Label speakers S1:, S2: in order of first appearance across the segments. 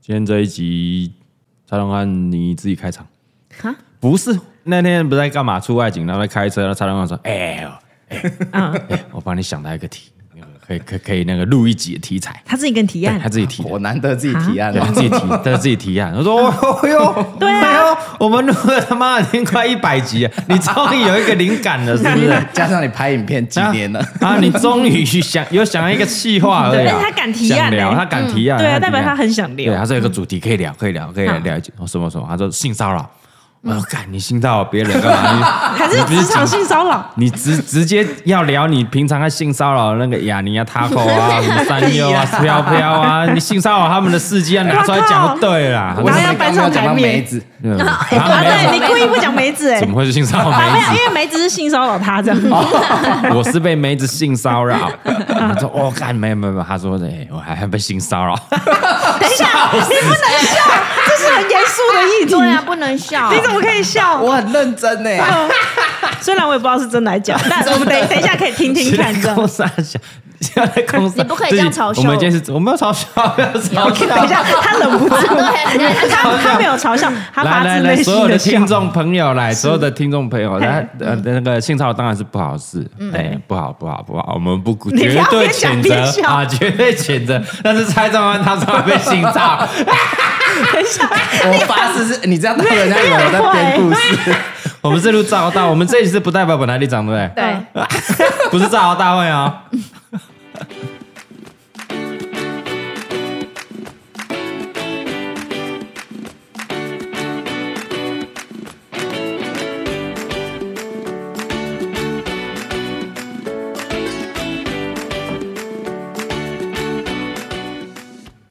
S1: 今天这一集，蔡龙汉你自己开场。
S2: 哈
S1: 不是那天不是在干嘛？出外景，然后在开车，然后蔡龙汉说：“哎、呦
S2: 嗯
S1: 哎、哎我帮你想到一个题，可以可以可以那个录一集的题材。”
S2: 他自己跟提
S1: 对
S2: 案
S1: 他，自己提的。啊
S3: 我难得自己提案
S1: 对
S3: 了
S1: 他。自 己提，他自己提案。他说：“哦哟，
S2: 对啊
S1: 哎呦，我们录了他妈已经快一百集了，你终于有一个灵感了，是不是？
S3: 加上你拍影片几年了，
S1: 啊？啊，你终于想有想到一个气话而已啊。
S2: 对他敢提案
S1: 想聊，
S2: 欸
S1: 他敢提案，
S2: 对啊，
S1: 提
S2: 代
S1: 案
S2: 表他很想
S1: 对，
S2: 聊
S1: 他。说有个主题可以聊，可以聊，可以聊一句什么什么。他说性骚扰，
S2: 嗯
S1: 我说干你性骚扰别人干嘛？你
S2: 还是
S1: 你不
S2: 职场
S1: 警
S2: 性骚扰，
S1: 你 直直接要聊你平常在性骚扰那个雅尼啊、Taco 啊、什么三优啊、飘飘啊，你性骚扰他们的事迹啊，拿出来讲就对啦。
S2: 我
S3: 我
S2: 哪
S3: 是
S2: 有搬
S3: 刚
S2: 上
S3: 刚
S2: 台面
S3: 讲到梅子，
S1: 嗯
S2: 啊，
S1: 他没有
S2: 对你故意不讲梅子哎
S1: 怎，么会哦是性骚扰
S2: 啊，没
S1: 梅
S2: 有，
S1: 子？
S2: 因为梅子是性骚扰他这样。
S1: 我是被梅子性骚 扰。他说：“哦，干没有没有。没有”他说：“哎，我还还被性骚扰。
S2: 等一下，你不能笑，这是很严肃的议题。
S4: 对啊，不能笑。
S2: 你怎么可以笑？哎
S3: 我很认真呢。
S2: 虽然我也不知道是真的还是假， 但我们等等一下可以听听看这样。
S1: 公司想，现在公司
S4: 你不可以这样嘲笑
S1: 我们今天是，我没有嘲笑，没有嘲笑。
S2: 等一下，他忍 不住，
S4: 对，
S2: 他他没有嘲笑，他
S1: 来
S2: 发
S1: 来
S2: 自
S1: 来，
S2: 内
S1: 所有的
S2: 心的
S1: 听
S2: 笑。嗯
S1: 众朋友来，所有的听众朋友来，呃，那个性骚扰当然是不好事，哎，不好，不好，不好，我们不
S2: 你不
S1: 绝
S2: 要
S1: 对
S2: 边讲
S1: 谴
S2: 边
S1: 责
S2: 笑
S1: 啊，绝对谴责。但是蔡宗安他从来被性骚扰，
S2: 等一下，
S3: 我发誓是，你这样到人家以为我在编故事。
S1: 我们这路造大，我们这里是不代表本台立场，对不对？
S4: 对，
S1: 不是造谣大会哦。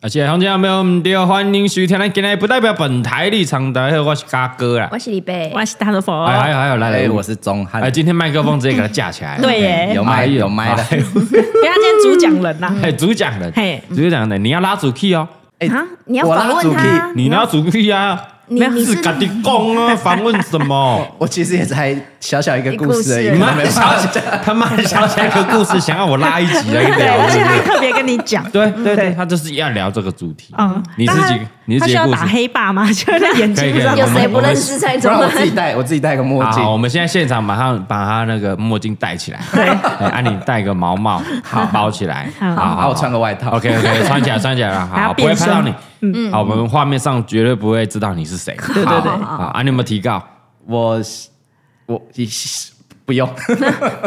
S1: 而且红姐有没有唔对，欢迎徐天来，今天不代表本台立场的，大家好我是嘎哥啦
S4: 我。是李贝
S2: 我，是他的啊佛。
S1: 哎，还有还有，来
S3: 哎，
S1: 来，
S3: 我是钟汉
S1: 哎，，今天麦克风直接给它架起来。
S2: 对耶
S3: 有，麦
S1: 哎呦
S3: 有麦的。
S2: 不要今天主讲人呐。
S1: 哎，主讲人，
S2: 嗯嘿
S1: 主讲人，你要拉主 key 哦，
S3: 哎
S4: 啊，你要
S3: 我拉
S4: 访问
S3: 主
S4: 他
S3: key，
S1: 你拉主 key 啊，
S4: 你你
S1: 是
S4: 是
S1: 赶紧攻啊，访问什么？
S3: 我其实也才小小一个故事而已，
S4: 一
S1: 你
S4: 个故事
S1: 妈
S3: 没
S1: 的
S3: 办
S1: 小
S3: 法
S1: 姐， 他妈的小姐个故事，想要我拉一集来
S2: 对，
S1: 聊
S2: 而且他
S1: 是
S2: 特别跟你讲。
S1: 不是，对对对，他就是要聊这个主题。
S2: 嗯，
S1: 你自己
S2: 但他，
S1: 你自
S2: 他需
S1: 己
S2: 要
S1: 故
S2: 打
S1: 事。
S2: 黑爸吗？就是他眼睛不知道
S1: 可以可以
S4: 有谁不认识蔡
S3: 不
S4: 宗
S3: 然我
S4: 翰
S3: 自？己戴，我自己戴个墨镜。
S1: 好，我们现在现场马上把他那个墨镜戴起来，对，啊，你戴个毛帽，好包起来，
S2: 好
S3: 然啊后我穿个外套。
S1: OK OK，穿起来穿起来了，
S2: 还要
S1: 好，不会
S2: 变
S1: 拍
S2: 身
S1: 到你。嗯，好，我们画面上绝对不会知道你是谁。对
S3: 对对
S1: 啊，啊你有没有提告？
S3: 我我不用，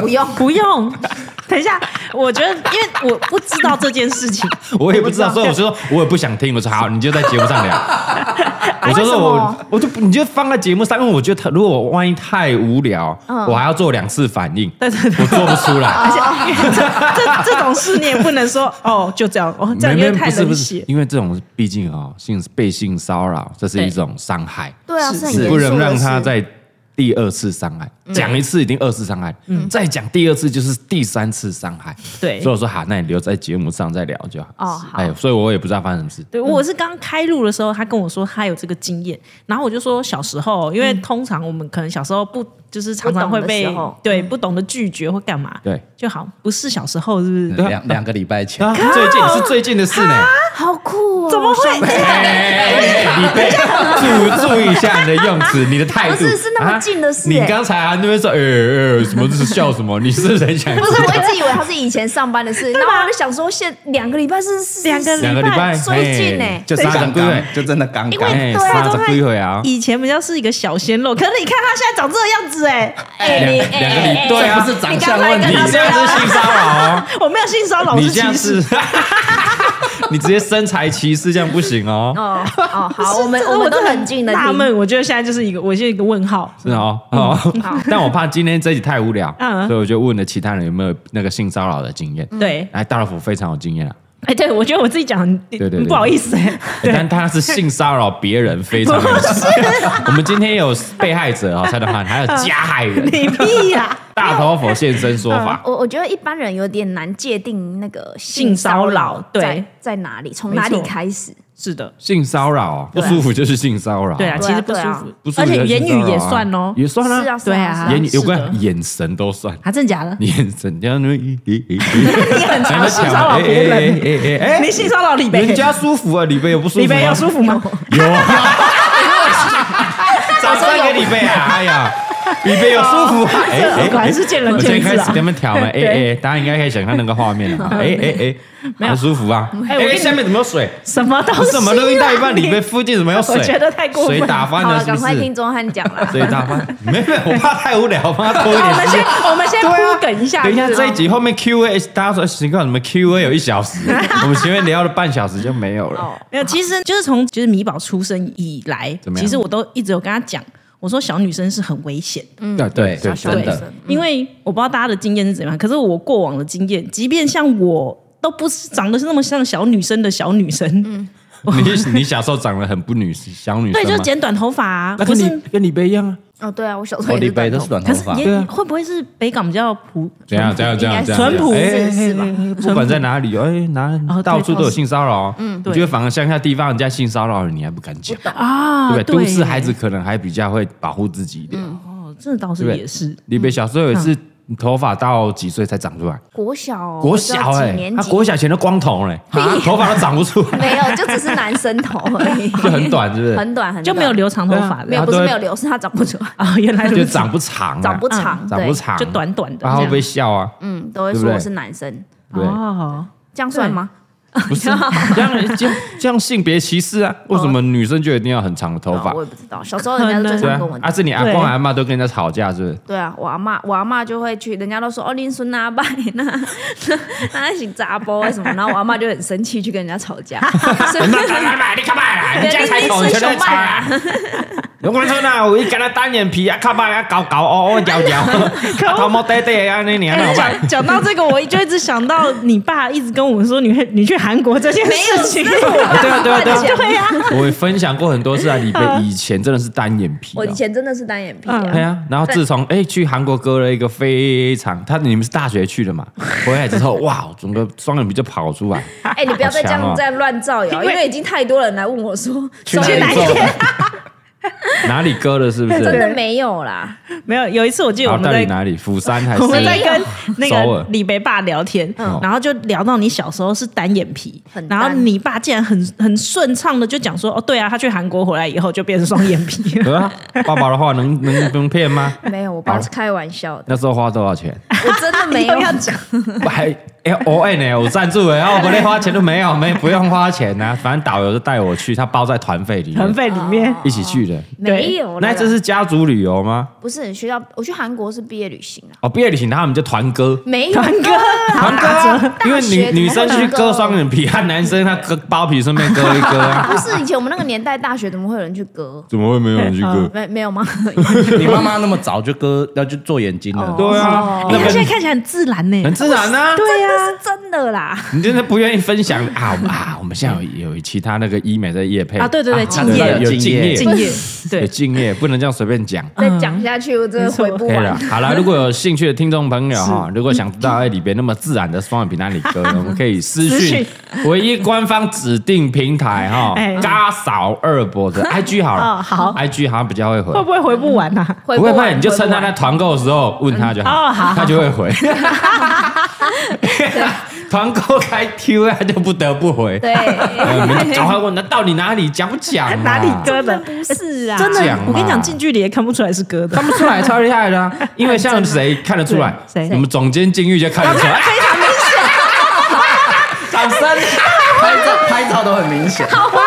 S4: 不用，
S2: 不用。 等一下，我觉得，因为我不知道这件事情，
S1: 我也不知道，所以我就说我也不想听。我说好，你就在节目上 聊。我就说
S2: 为什
S1: 我
S2: 么
S1: 我就你就放在节目上，因为我觉得他如果我万一太无聊，我还要做两次反应，
S2: 对对 对
S1: 我做不出来。
S2: 嗯 而且因为这这这种事你也不能说哦，就这样哦，这
S1: 没
S2: 样因
S1: 没
S2: 为
S1: 不
S2: 太
S1: 是不
S2: 冷
S1: 是
S2: 血，。
S1: 因为这种毕竟啊性被性骚扰，这是一种伤害。
S4: 对啊，
S3: 是
S4: 是很
S3: 是
S4: 严
S1: 不
S4: 肃的
S1: 能让他
S4: 事
S1: 再第二次伤害。
S2: 嗯
S1: 讲一次已经二次伤害，再讲第二次就是第三次伤害。
S2: 对
S1: 所以我说好，那你留在节目上再聊就好。
S4: 哦好
S1: 哎，所以我也不知道发生什么事。
S2: 对，我是刚开录的时候，他跟我说他有这个经验，然后我就说小时候，因为通常我们可能小时候不就是常常会被
S4: 不懂的时候
S2: 对不懂得拒绝或干嘛，
S1: 对，
S2: 就好不是小时候是不是？
S3: 两两个礼拜前，
S1: 啊，最近是最近的事呢。
S4: 好酷哦！
S2: 怎么会？
S1: 哎，你被注注意一下你的用词，你的态度。
S4: 不是是那么近的事
S1: 啊你
S4: 哎
S1: 刚才还在那边说，呃呃，什么是笑什么？你是不是很想
S4: 不是，我一直以为他是以前上班的事，然后我就想说，现两个礼拜是是
S2: 两个
S4: 是
S1: 两个礼拜
S4: 最近欸呢、
S1: 哎
S3: 就
S1: 等一下
S3: 刚
S1: 对不
S3: 刚
S1: 对，
S3: 就真的刚
S4: 因
S3: 刚
S4: 为。
S1: 哎，
S4: 对啊
S1: 杀
S2: 都
S1: 着
S2: 会
S1: 归回啊！
S2: 以前比较是一个小鲜肉，可是你看他现在长这个样子哎、
S4: 哎
S1: 两
S4: 你
S1: 两个礼
S4: 哎哎
S1: 对啊
S4: 哎
S3: 这不是长
S4: 你
S3: 相
S4: 刚才
S3: 问题
S4: 跟
S1: 你
S4: 他
S1: 这样
S4: 说
S1: 是性骚扰哦。
S2: 我没有性骚扰，我
S1: 你
S2: 是
S1: 这样
S2: 歧视
S1: 是， 你直接身材歧视，这样不行哦。
S4: 哦哦，好，我们
S2: 这
S4: 我们都
S2: 真的
S4: 冷静的
S2: 纳
S4: 听。
S2: 闷，我觉得现在就是一个，我现在一个问号。
S1: 是哦，哦，但我怕今天这集太无聊，
S2: 嗯
S1: 所以我就问了其他人有没有那个性骚扰的经验。
S2: 对，
S1: 哎，大老虎非常有经验啊，
S2: 哎，对我觉得我自己讲很
S1: 对对
S2: 不好意思哎，
S1: 哎但他是性骚扰别人，非常有 经验。我们今天有被害者哦，蔡德汉，还有加害人。
S2: 你屁呀！
S1: 大头佛现身说法。
S4: 我我觉得一般人有点难界定那个
S2: 性
S4: 骚
S2: 骚扰对
S4: 在在哪里，从
S2: 没
S4: 哪里
S2: 错
S4: 开始？
S2: 是的，
S1: 性骚扰啊不
S2: 对啊
S1: 舒服就是性骚扰，
S2: 哦对啊，
S4: 对啊
S2: 其实不舒
S1: 不
S2: 服，
S1: 舒
S2: 而
S1: 服就是
S2: 且言
S1: 性骚扰啊
S2: 语也算哦，
S1: 也算
S4: 是啊，
S1: 啊，
S4: 是啊，
S2: 对啊
S4: 是
S1: 言语有
S2: 是的
S1: 关眼神都算，
S2: 啊，真假的？
S1: 你眼神这样，你很
S2: 常性骚扰别人
S1: 人，哎哎哎
S2: 你
S1: 哎，
S2: 性骚扰李
S1: 人
S2: 贝，
S1: 家舒服啊，李贝有不舒服吗？
S2: 李贝有舒服吗？
S1: 有啊，掌声给李贝啊！哎呀，李贝有舒服啊！哎哎哎
S2: 果然是见仁
S1: 我
S2: 见
S1: 先
S2: 智
S1: 开始
S2: 啊
S1: 他们调嘛，哎
S2: 对
S1: 哎，大家应该可以想象那个画面 了啊！哎哎哎，
S2: 没有
S1: 好舒服啊！
S2: 哎
S1: 哎
S2: 我跟你，
S1: 下面怎么有水？
S2: 什么东
S1: 不
S2: 西
S1: 是
S2: 啦？
S1: 我们录音到一半，
S2: 你
S1: 李贝附近怎么有水？
S2: 我觉得太过分
S1: 水打翻
S4: 好
S1: 了
S4: 了，
S1: 是
S4: 赶
S1: 不
S4: 快听
S1: 是？
S4: 钟汉讲啦。
S1: 水打翻， 没没，我怕太无聊，帮他拖一
S2: 我们
S1: 点时
S2: 先
S1: 间。
S2: 我们先
S1: 对啊
S2: 铺梗一下，
S1: 等一下
S2: 是吗
S1: 这一集后面 Q A，大家说哎奇怪，什么 Q A 有一小 时，我们前面聊了半小时就没有了。
S4: 哦，
S2: 没有，其实就是从就是米宝出生以来
S1: 怎，么样
S2: 其实我都一直有跟他讲，我说小女生是很危险，
S1: 对对对，
S4: 小
S1: 真
S4: 女
S1: 的
S4: 生，
S2: 因为我不知道大家的经验是怎么样，可是我过往的经验，即便像我都不是长得是那么像小女生的小女生，
S1: 嗯你你小时候长得很不女小女生
S2: 对，
S1: 吗
S2: 就是剪短头发、啊，
S1: 那
S2: 不
S1: 跟
S2: 是
S1: 你。跟李贝一样啊，
S4: 哦，对啊，我小时候
S3: 哦，
S4: 也
S3: 李
S4: 是
S3: 白
S4: 短
S3: 都
S4: 头
S3: 是短头
S2: 可是
S3: 发，
S2: 也、
S1: 对啊
S2: 会不会是北港比较普
S1: 怎样怎样怎样
S4: 应该
S1: 怎样，
S2: 淳朴
S1: 哎哎哎
S4: 是吧
S1: 哎不管在哪里哦，哎，哪
S2: 哦对
S1: 到处都有
S2: 到处
S1: 性骚扰，嗯，我
S2: 对
S1: 觉得反而乡下地方人家性骚扰你还不敢讲，对
S2: 啊
S1: 不对？都市孩子可能还比较会保护自己一点。
S4: 嗯
S2: 哦，这倒是
S1: 对不对
S2: 也是，
S1: 李贝小时候有一次头发到几岁才长出来？
S4: 国小
S1: 国小
S4: 不知道
S1: 哎
S4: 几，年
S1: 他
S4: 级
S1: 国小前都光头嘞，头发都长不出来，
S4: 没有，就只是男生头而已，
S1: 就很短，是不是？
S4: 很短，很短
S2: 就没有 留长头发
S1: 对啊
S2: 的
S4: 没有
S1: 它
S4: 不是
S1: 都会
S4: 没有留，是它长不出来，
S2: 啊，原来如
S1: 就
S2: 此
S1: 长不长啊，
S4: 长不长，
S1: 长
S4: 对
S1: 不，长，
S2: 就短短的这
S1: 然后
S2: 样，
S1: 会被笑啊，
S4: 嗯，都会
S1: 对不
S4: 说
S1: 对
S4: 我是男生，
S1: 对，
S2: 哦，
S4: 这样算吗？
S1: 不 是这样这样这样性别歧视啊？为什么女生就一定要很长的头发
S4: 哦我？也不知道，小时候人家都最
S1: 对
S4: 常
S1: 啊
S4: 跟我，
S1: 啊，
S4: 讲。
S1: 是你阿
S2: 对
S1: 公阿妈都跟人家吵架，是不是？
S4: 对啊，我阿妈，我阿妈就会去，人家都说哦，恁孙阿伯那 那是杂波什么，然后我阿妈就很生气，去跟人家吵架。所以
S1: 那干嘛啦？你干嘛啦？人家才吵，你
S4: 你你
S1: 全
S4: 是
S1: 在
S4: 熊
S1: 吵
S4: 猫
S1: 啦！我讲真啊，我一跟他单眼皮啊，靠爸啊，搞搞哦哦，摇摇，啊头毛呆呆啊，那你还
S2: 哎
S1: 好办？
S2: 讲讲到这个，我就一直想到你爸一直跟我们说你会你去韩国这件事情。
S1: 啊对啊对啊对啊！
S2: 对呀、
S1: 我也分享过很多次啊，李贝以前真的是单眼皮、哦
S4: 我以前真的是单眼皮
S1: 对
S4: 啊，
S1: 啊，然后自从哎、去韩国割了一个非常，他你们是大学去的嘛？回来之后，哇，整个双眼皮就跑出来。
S4: 哎，你不要再这
S1: 好强
S4: 样
S1: 哦
S4: 这样乱造谣，因
S2: 因为
S4: 为已经太多人来问我说
S1: 去哪里
S4: 说
S1: 做？哪里割的？是不
S4: 真
S1: 是？
S4: 的没有啦，
S2: 没有有一次我记得
S1: 然后
S2: 我们
S1: 到底
S2: 在
S1: 哪里？釜山还是？
S2: 我们在跟那
S1: 首
S2: 个
S1: 尔
S2: 李北爸聊天，
S1: 嗯
S2: 然后就聊到你小时候是单眼皮
S4: 很，
S2: 然
S4: 单
S2: 后你爸竟然很很顺畅的就讲说，哦，对啊，他去韩国回来以后就变成双眼皮 了。
S1: 对啊，爸爸的话能能能骗吗？
S4: 没有，我爸
S1: 好
S4: 是开玩笑的，
S1: 那时候花多少钱？
S4: 我真的 没 有
S2: 又要
S4: 讲。
S1: 我还哎 O N 呢，我赞助哎，然后我连花钱都没有，没不用花钱呐、反正导游就带我去，他包在团费里
S2: 团
S1: 面，
S2: 费里哦面，
S4: 哦
S1: 一起去的。
S4: 没有啦，
S1: 那这是家族旅游吗？
S4: 不是学校？我去韩国是毕业旅行啊，
S1: 哦，毕业旅行他们就团歌，
S4: 没有
S2: 团哥，
S1: 团歌啊，因为女女生去割双眼皮，啊，男生他割包皮，顺便割一割啊。
S4: 不是以前我们那个年代，大学怎么会有人去割？
S1: 怎么会没有人去割？
S4: 没没有吗？
S3: 你妈妈那么早就割要去做眼睛了，
S1: 对啊，
S2: 哎
S1: 那
S2: 他现在
S1: 个
S2: 看起来很自然呢
S1: 很。自然啊。
S2: 对呀、
S4: 是真的啦，
S1: 你真的不愿意分享啊啊！我们现在有有其他那个医美在业配
S2: 啊，对对对，敬
S3: 对
S2: 业
S3: 对
S1: 有
S3: 敬
S1: 敬
S3: 业
S1: 业，
S2: 敬业，
S1: 有
S2: 对，
S1: 敬业，不能这样随便讲。
S4: 再讲下去我真的回不
S1: 可以了
S4: 完。，
S1: 好了，如果有兴趣的听众朋友哈，如果想知道哎里边那么自然的双眼皮哪里 割，我们可以私
S2: 私
S1: 讯
S2: 讯
S1: 唯一官方指定平台哈
S2: 哎，
S1: 嘎嫂二伯的 IG 好了，
S2: 哦好
S1: ，IG 好像比较会回
S2: 会。不会回不完啊？
S4: 回
S1: 不
S4: 完
S1: 会怕，你就趁他
S4: 回
S1: 在团购的时候问他就
S2: 嗯
S1: 好，
S2: 哦好
S1: 他就会 回。 团购开 Q 啊，就不得不回。
S4: 不完
S1: 呃，我
S4: 对，
S1: 们赶快问他到底哪里讲不讲啊？
S4: 嗯
S2: 哪里割的？
S4: 不是啊，
S2: 真的
S1: 讲嘛，
S2: 我跟你讲，近距离也看不出来是割的
S1: 看。不出来，超厉害的、啊，因为像谁看得出来？
S2: 对谁
S1: 我们总监金玉就看得出 来，非常明显。掌声！
S3: 拍照拍照都很明显，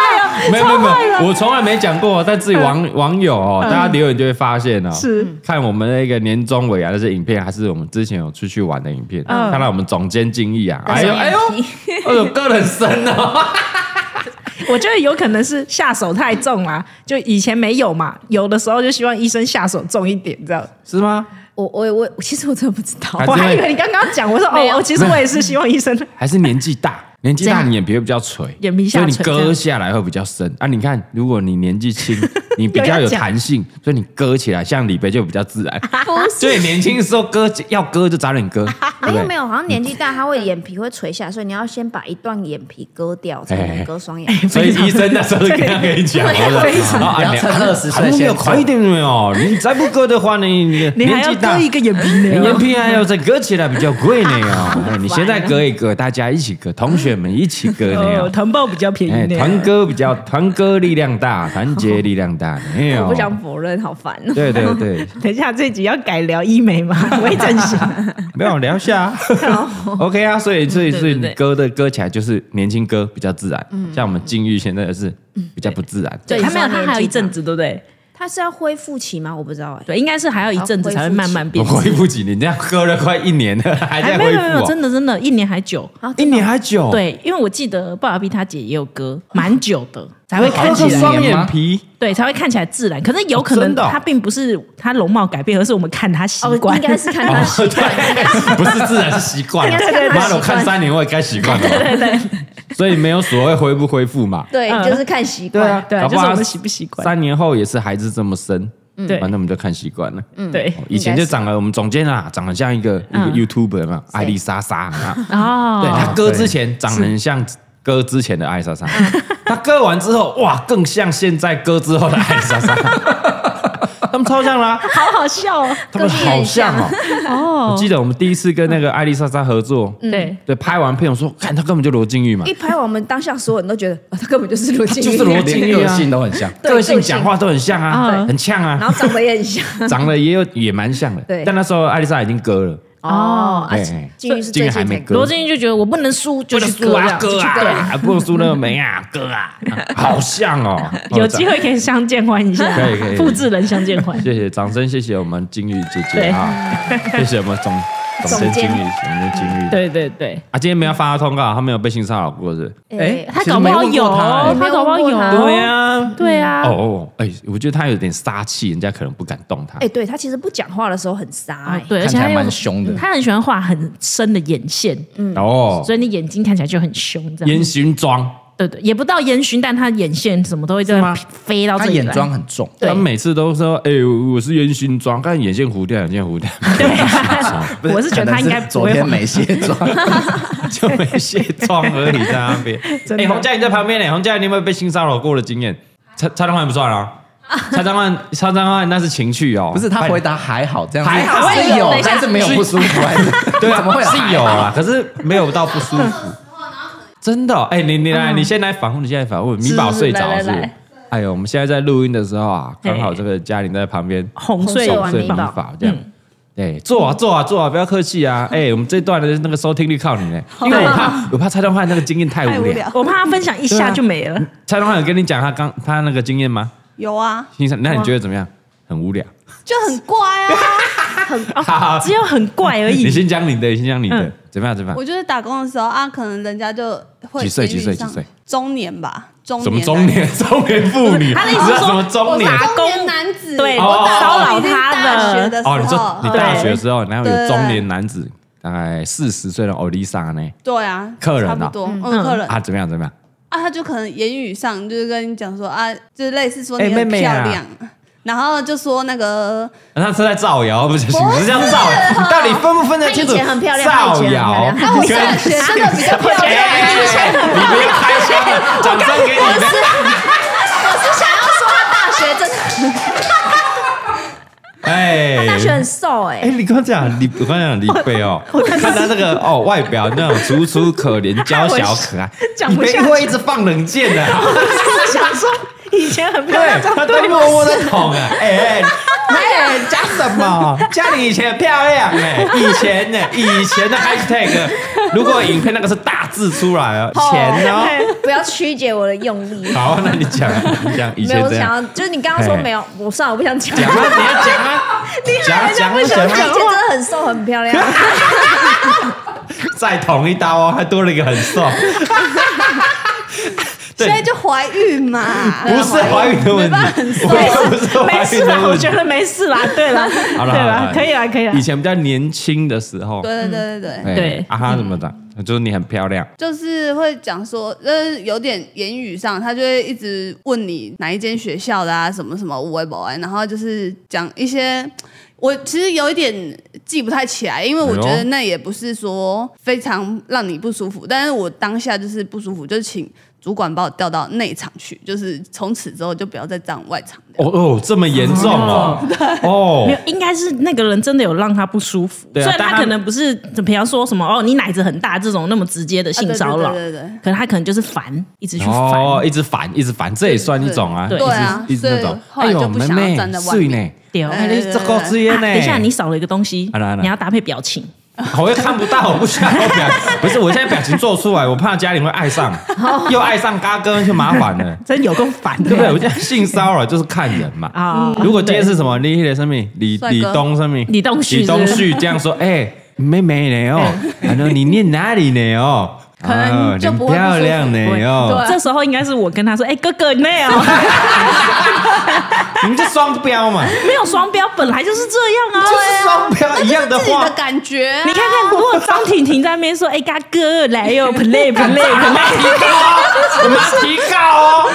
S1: 没有没有没有，我从来没讲过，但自己网网友哦，大家留言就会发现哦，
S2: 是
S1: 看我们那个年终尾牙的这影片，还是我们之前有出去玩的影片，
S2: 嗯
S1: 看到我们总监金玉啊，哎
S4: 是
S1: 呦哎呦， 哎呦，割得很深哦，
S2: 我觉得有可能是下手太重啦、就以前没有嘛，有的时候就希望医生下手重一点，这样。
S1: 是吗？
S4: 我我我其实我真的不知道
S1: 还，
S2: 我
S1: 是因
S2: 还
S1: 为
S2: 以为你刚刚讲，我说
S4: 没有
S2: 哦，我其实我也是希望医生
S1: 还是年纪大，年纪
S2: 这
S1: 大
S2: 样
S1: 你眼皮会比较垂，
S2: 眼皮下垂
S1: 所以你割下来会比较深啊。你看，如果你年纪轻，你比较
S2: 又要
S1: 有
S2: 讲
S1: 弹性，所以你割起来像李贝就比较自然。
S4: 不是，
S1: 所以年轻时候割要割就早点割，对
S4: 没
S1: 不
S4: 有
S1: 对
S4: 没有，好像年纪大，他会眼皮会垂下，所以你要先把一段眼皮割掉，才
S1: 哎
S4: 能割双眼皮。
S1: 所以医生那时候就跟他跟你讲，
S4: 对
S1: 我说
S4: 非
S1: 然后按
S3: 不要
S1: 两
S3: 趁二十岁
S1: 按
S3: 先
S1: 要快一点没 有，你再不割的话呢，你
S2: 你还
S1: 年
S2: 要
S1: 纪大
S2: 割一个啊眼皮 呢哦
S1: 眼皮还要再割起来比较贵呢 哦。哎你现在割一割，大家一起割，同学们一起割呢
S2: 哦，
S1: 哦。
S2: 团报比较便
S1: 哎，
S2: 宜呢。
S1: 团割比较团割力量大，团结力量大，没有。
S4: 我不
S2: 啊
S4: 想否认，好烦哦。
S1: 对对 对，
S2: 等一下这集要改聊医美 吗？微整形，
S1: 没有聊一下啊 ，OK 啊，所以所以
S2: 对
S1: 所以
S2: 对嗯
S1: 你
S2: 对
S1: 割的割起来就是年轻割比较自然，像我们禁欲现在的是
S2: 嗯
S1: 比较不自然，
S4: 对
S2: 他没有，他还有一阵
S4: 子，
S2: 子，对不对？
S4: 他是要恢复期吗？我不知道哎。
S2: 对，应该是还要一阵子才会慢慢变
S1: 我
S2: 质。
S1: 恢复几年，这样割了快一年 了，还
S2: 哎
S1: 在
S2: 没有
S1: 恢
S2: 没有没有，
S1: 复哦，
S2: 真的真的，一年还久。
S4: 啊，
S1: 一年还久，，
S2: 对，因为我记得鲍尔比他姐也有割，蛮久的才会看起
S1: 割
S2: 来，
S1: 双眼皮，
S2: 对，才会看起来自然。可是有可
S1: 哦
S2: 能
S1: 真的哦
S2: 他并不是他容貌改变，而是我们看他习
S4: 哦，
S2: 惯。
S4: 应该是看他习惯，
S1: 不是自然是习惯了
S4: 应该是看，
S1: 妈
S4: 他
S1: 的，我
S4: 习惯
S1: 看三年我也该习惯了，对对对，所以没有所谓恢不恢复嘛，
S4: 对，
S2: 嗯
S4: 就是看习
S1: 对啊
S4: 惯。
S2: 对啊，
S1: 搞
S2: 就
S1: 不
S2: 是
S1: 好
S2: 我
S1: 他
S2: 们习不习惯。嗯
S1: 三年后也是还是这么深，
S2: 对
S1: 反正我们就看习惯了。 哦
S2: 对，
S1: 以前就长得我们总监啊，长得像一个一个
S2: 嗯
S1: YouTuber 嘛，
S4: 谁
S1: 艾丽莎莎啊，
S4: 嗯
S1: 对
S2: 哦，
S1: 他割之前长得很像割之前的艾丽莎莎，
S2: 嗯
S1: 他割完之后哇，更像现在割之后的艾丽莎 莎，他们超像啦、
S2: 好好笑哦。
S1: 他们好像哦。我
S2: 哦，
S1: 记得我们第一次跟那个艾丽莎莎合作，
S2: 对，
S1: 对，拍完片我说，看他根本就罗晋玉嘛
S4: 一，拍完，我们当下所有人都觉得，哦他根本就是罗晋，
S1: 就是罗晋玉
S3: 个
S1: 啊，
S3: 性都很像。
S4: 对
S1: 个性讲话都很像啊，
S2: 嗯
S1: 很呛啊
S4: 然，后长得也很 像。
S1: 长得也有也蛮像的。
S4: 对
S1: 但那时候艾丽莎已经割了，
S4: 哦，啊
S1: 哎哎
S4: 金鱼是
S1: 金
S4: 最
S1: 鱼
S4: 近才
S1: 还没割
S2: 罗晋就觉得我不能输，就
S1: 不
S2: 去
S1: 能
S2: 割
S1: 输啊，
S2: 啊，，
S1: 哥啊，不能输那个梅啊，哥啊，好像哦
S2: 有机会可以相见欢一下，
S1: 可以可以
S2: 复制人相见 欢。
S1: 谢谢掌声，谢谢我们金玉姐
S2: 对
S1: 姐啊， 谢谢我们总总监金玉，总监金玉。
S2: 对对对，
S1: 啊，今天没有发通告，他没有被性骚扰过是不是？
S4: 哎，
S2: 他搞不好有，
S4: 其实没问过他哎
S2: 搞不好有，哦
S1: 对啊，
S2: 对啊，
S1: 哦哦，哎，我觉得他有点杀气，人家可能不敢动他
S4: 哎，。对他其实不讲话的时候很傻，
S2: 啊
S4: 哎，
S2: 对，而且
S3: 看起
S2: 他
S3: 来
S2: 又
S3: 蛮凶的，
S2: 他很喜欢画很深的眼线，
S1: 哦，
S2: 所以你眼睛看起来就很凶，这样。
S1: 烟熏妆，
S2: 对对，也不到烟熏，但他眼线什么都会这样
S1: 吗
S2: 飞到这
S3: 他
S2: 里来
S3: 眼妆很重，
S2: 对
S1: 他们每次都说，哎，我我是烟熏妆，看眼线糊掉，眼线糊掉，
S2: 对 啊，我是觉得他应该
S3: 可能是
S2: 不
S3: 昨
S2: 会
S3: 天
S2: 画。
S3: 没卸妆，
S1: 就没卸妆而已，在那边。
S2: 真的
S1: 哎、洪嘉颖在旁边呢，洪嘉颖你有没有被性骚扰过的经验？蔡蔡张焕不算啊，蔡张焕蔡张焕那是情趣哦，
S3: 不是他回答还好这样子，
S1: 还好
S3: 是
S4: 哎呦
S3: 有
S4: 等一，下
S3: 但是没有不舒服，还是
S1: 对啊，
S3: 怎么会还好
S1: 是有啊，可是没有到不舒服。真的哦、哎、你你来，你先来访问，你先来访问，米宝睡着
S4: 来来
S1: 是不是
S4: 来？
S1: 哎呦，我们现在在录音的时候啊，
S2: 嘿
S1: 刚好这个嘉玲在旁边
S2: 哄睡
S4: 睡
S1: 手
S4: 完
S1: 睡
S4: 米
S1: 米
S4: 宝
S1: 法这样。对，坐啊坐啊坐啊，不要客气啊！哎、我们这段的那个收听率靠你呢，因为我怕我怕蔡张焕那个经验太
S5: 太
S1: 无
S5: 无
S1: 聊。
S5: 聊。
S2: 我怕他分享一下就没了，
S1: 蔡东汉有跟你讲他刚他那个经验吗？
S5: 有啊，
S1: 先生，那你觉得怎么样？很无聊。
S5: 就很怪啊。
S1: 好
S2: 哦只有很怪而
S1: 你
S2: 已。
S1: 先讲你的，你先讲你的
S2: 嗯，
S1: 怎么样？怎么样？
S5: 我就是打工的时候啊，可能人家就会
S1: 几岁
S5: 给予
S1: 几岁
S5: 上
S1: 几岁？
S5: 中年吧，中年
S1: 什么中年 中年妇女？
S2: 他的意
S1: 你
S2: 思
S1: 知
S2: 是
S1: 道什么
S2: 说，
S1: 中年？
S2: 打
S5: 中
S2: 工
S5: 年男子
S2: 对
S5: 我打
S2: 骚
S5: 工
S2: 扰
S5: 已经
S2: 他的
S5: 大学的时候
S1: 哦哦，你说你
S5: 嗯
S1: 大学的时候，然后有
S5: 对
S1: 中年男子，大概四十岁的欧丽莎呢？
S5: 对啊，
S1: 客人啊
S5: 差不多，嗯，
S2: 嗯
S5: 客人
S1: 啊，怎么样？怎么样？
S5: 啊，他就可能言语上就是跟你讲说啊，就是类似说你
S1: 哎妹
S5: 很漂
S1: 妹啊
S5: 亮，然后就说那个
S1: 那啊他是在造谣，不是？你是这样造谣？到底分不分得清楚？
S4: 她以前很漂亮
S1: 造
S4: 她
S1: 谣
S4: 以前很漂亮。
S5: 啊，我上学真的比较漂
S1: 哎
S5: 亮，
S1: 哎
S5: 以前
S1: 哎你别开枪了，掌声给你。
S4: 我是想要说他大学真的，
S1: 哎，
S4: 他大学很瘦哎
S1: 哎、，你刚刚讲李，我刚刚讲李贝哦，我看他这个哦外表那种楚楚可怜、娇小可爱，
S2: 讲
S1: 你
S2: 不
S1: 别
S2: 下去
S1: 会一直放冷箭的、啊，
S2: 我是想说，以前很漂
S1: 对
S2: 亮，这，
S1: 他
S2: 样
S1: 都
S2: 对
S1: 默默
S2: 吗？
S1: 的捅啊，哎、哎哎，讲什么？家里以前漂亮哎、以前呢、以前的 hashtag，如果影片那个是大字出来哦，钱哦，
S4: 不要曲解我的用力。
S1: 好，那你讲，你讲以
S4: 没有
S1: 前
S4: 我
S1: 这
S4: 想
S1: 样，
S4: 要，就是你刚刚说没有，我算了，我不想讲。
S1: 讲啊，你要讲啊，讲啊讲啊讲
S4: 她以
S1: 啊，
S4: 前真的很瘦，很漂亮。
S1: 再捅一刀哦，还多了一个很瘦，对
S5: 现在就怀孕嘛，
S1: 不是怀孕的问题，我不是
S2: 没
S1: 怀
S2: 事
S1: 孕
S2: 啦，
S1: 的
S2: 我
S1: 问题
S2: 觉。得没事啦。对啦，
S1: 好了，
S2: 对啦，可以啦，可以啦
S1: 以。前比较年轻的时候，
S5: 对对对对对，
S1: 哎
S2: 对
S1: 啊哈，怎么的？就是你很漂亮，
S5: 就是会讲说，呃，有点言语上，他就会一直问你哪一间学校的啊，什么什么无为保安，然后就是讲一些。我其实有一点记不太起来，因为我觉
S1: 哎呦
S5: 得那也不是说非常让你不舒服，但是我当下就是不舒服，就请主管把我调到内场去，就是从此之后就不要再这样外场这样。
S1: 哦哦，这么严重哦， 哦
S2: 没有，应该是那个人真的有让他不舒服，
S1: 对啊
S2: 虽然
S1: 但
S2: 他
S1: 他
S2: 可能不是，比方说什么哦，你奶子很大这种那么直接的性骚扰，
S5: 啊对对对对对
S2: 可能他可能就是烦，一直去烦。
S1: 哦，一直反，一直反，这也算一种啊，
S2: 对
S5: 对啊
S1: 一直一直那
S5: 所以
S1: 种，
S5: 后来就不想要站在
S1: 哎
S5: 外面
S1: 呦妹妹水呢
S2: 对哦
S1: 哎你这个职业
S2: 啊
S1: 呢？
S2: 等一下，你少了一个东西
S1: 啊来来，来
S2: 你要搭配表情。
S1: 我又看不到，我不需要表，不是我现在表情做出来，我怕家里会爱 上，又爱上嘎哥就麻烦了，
S2: 真有够烦的，
S1: 对不对？我现在性骚扰就是看人嘛。
S2: 啊？
S1: 如果今天是什么李的生命，李
S5: 帅哥
S1: 李东生命，
S2: 李栋旭
S1: 李东
S2: 是不
S1: 旭这样说，哎，妹妹呢哦，然后你念哪里呢哦？
S5: 可能就
S1: 哦
S5: 不
S1: 你
S5: 会
S1: 漂亮呢
S2: 不舒服
S5: 对
S1: 哦，
S5: 啊
S2: 这时候应该是我跟他说：“哎、哥哥，没有， 没
S1: 你们这双标嘛，
S2: 有双标，本来就是这样啊。”
S1: 就是双标一样的
S5: 自己
S1: 话
S5: 的，感觉啊、
S2: 你看看，如果张婷婷在那边说：“哎、嘎哥，来哟，play play play。
S1: 我们要提告哦，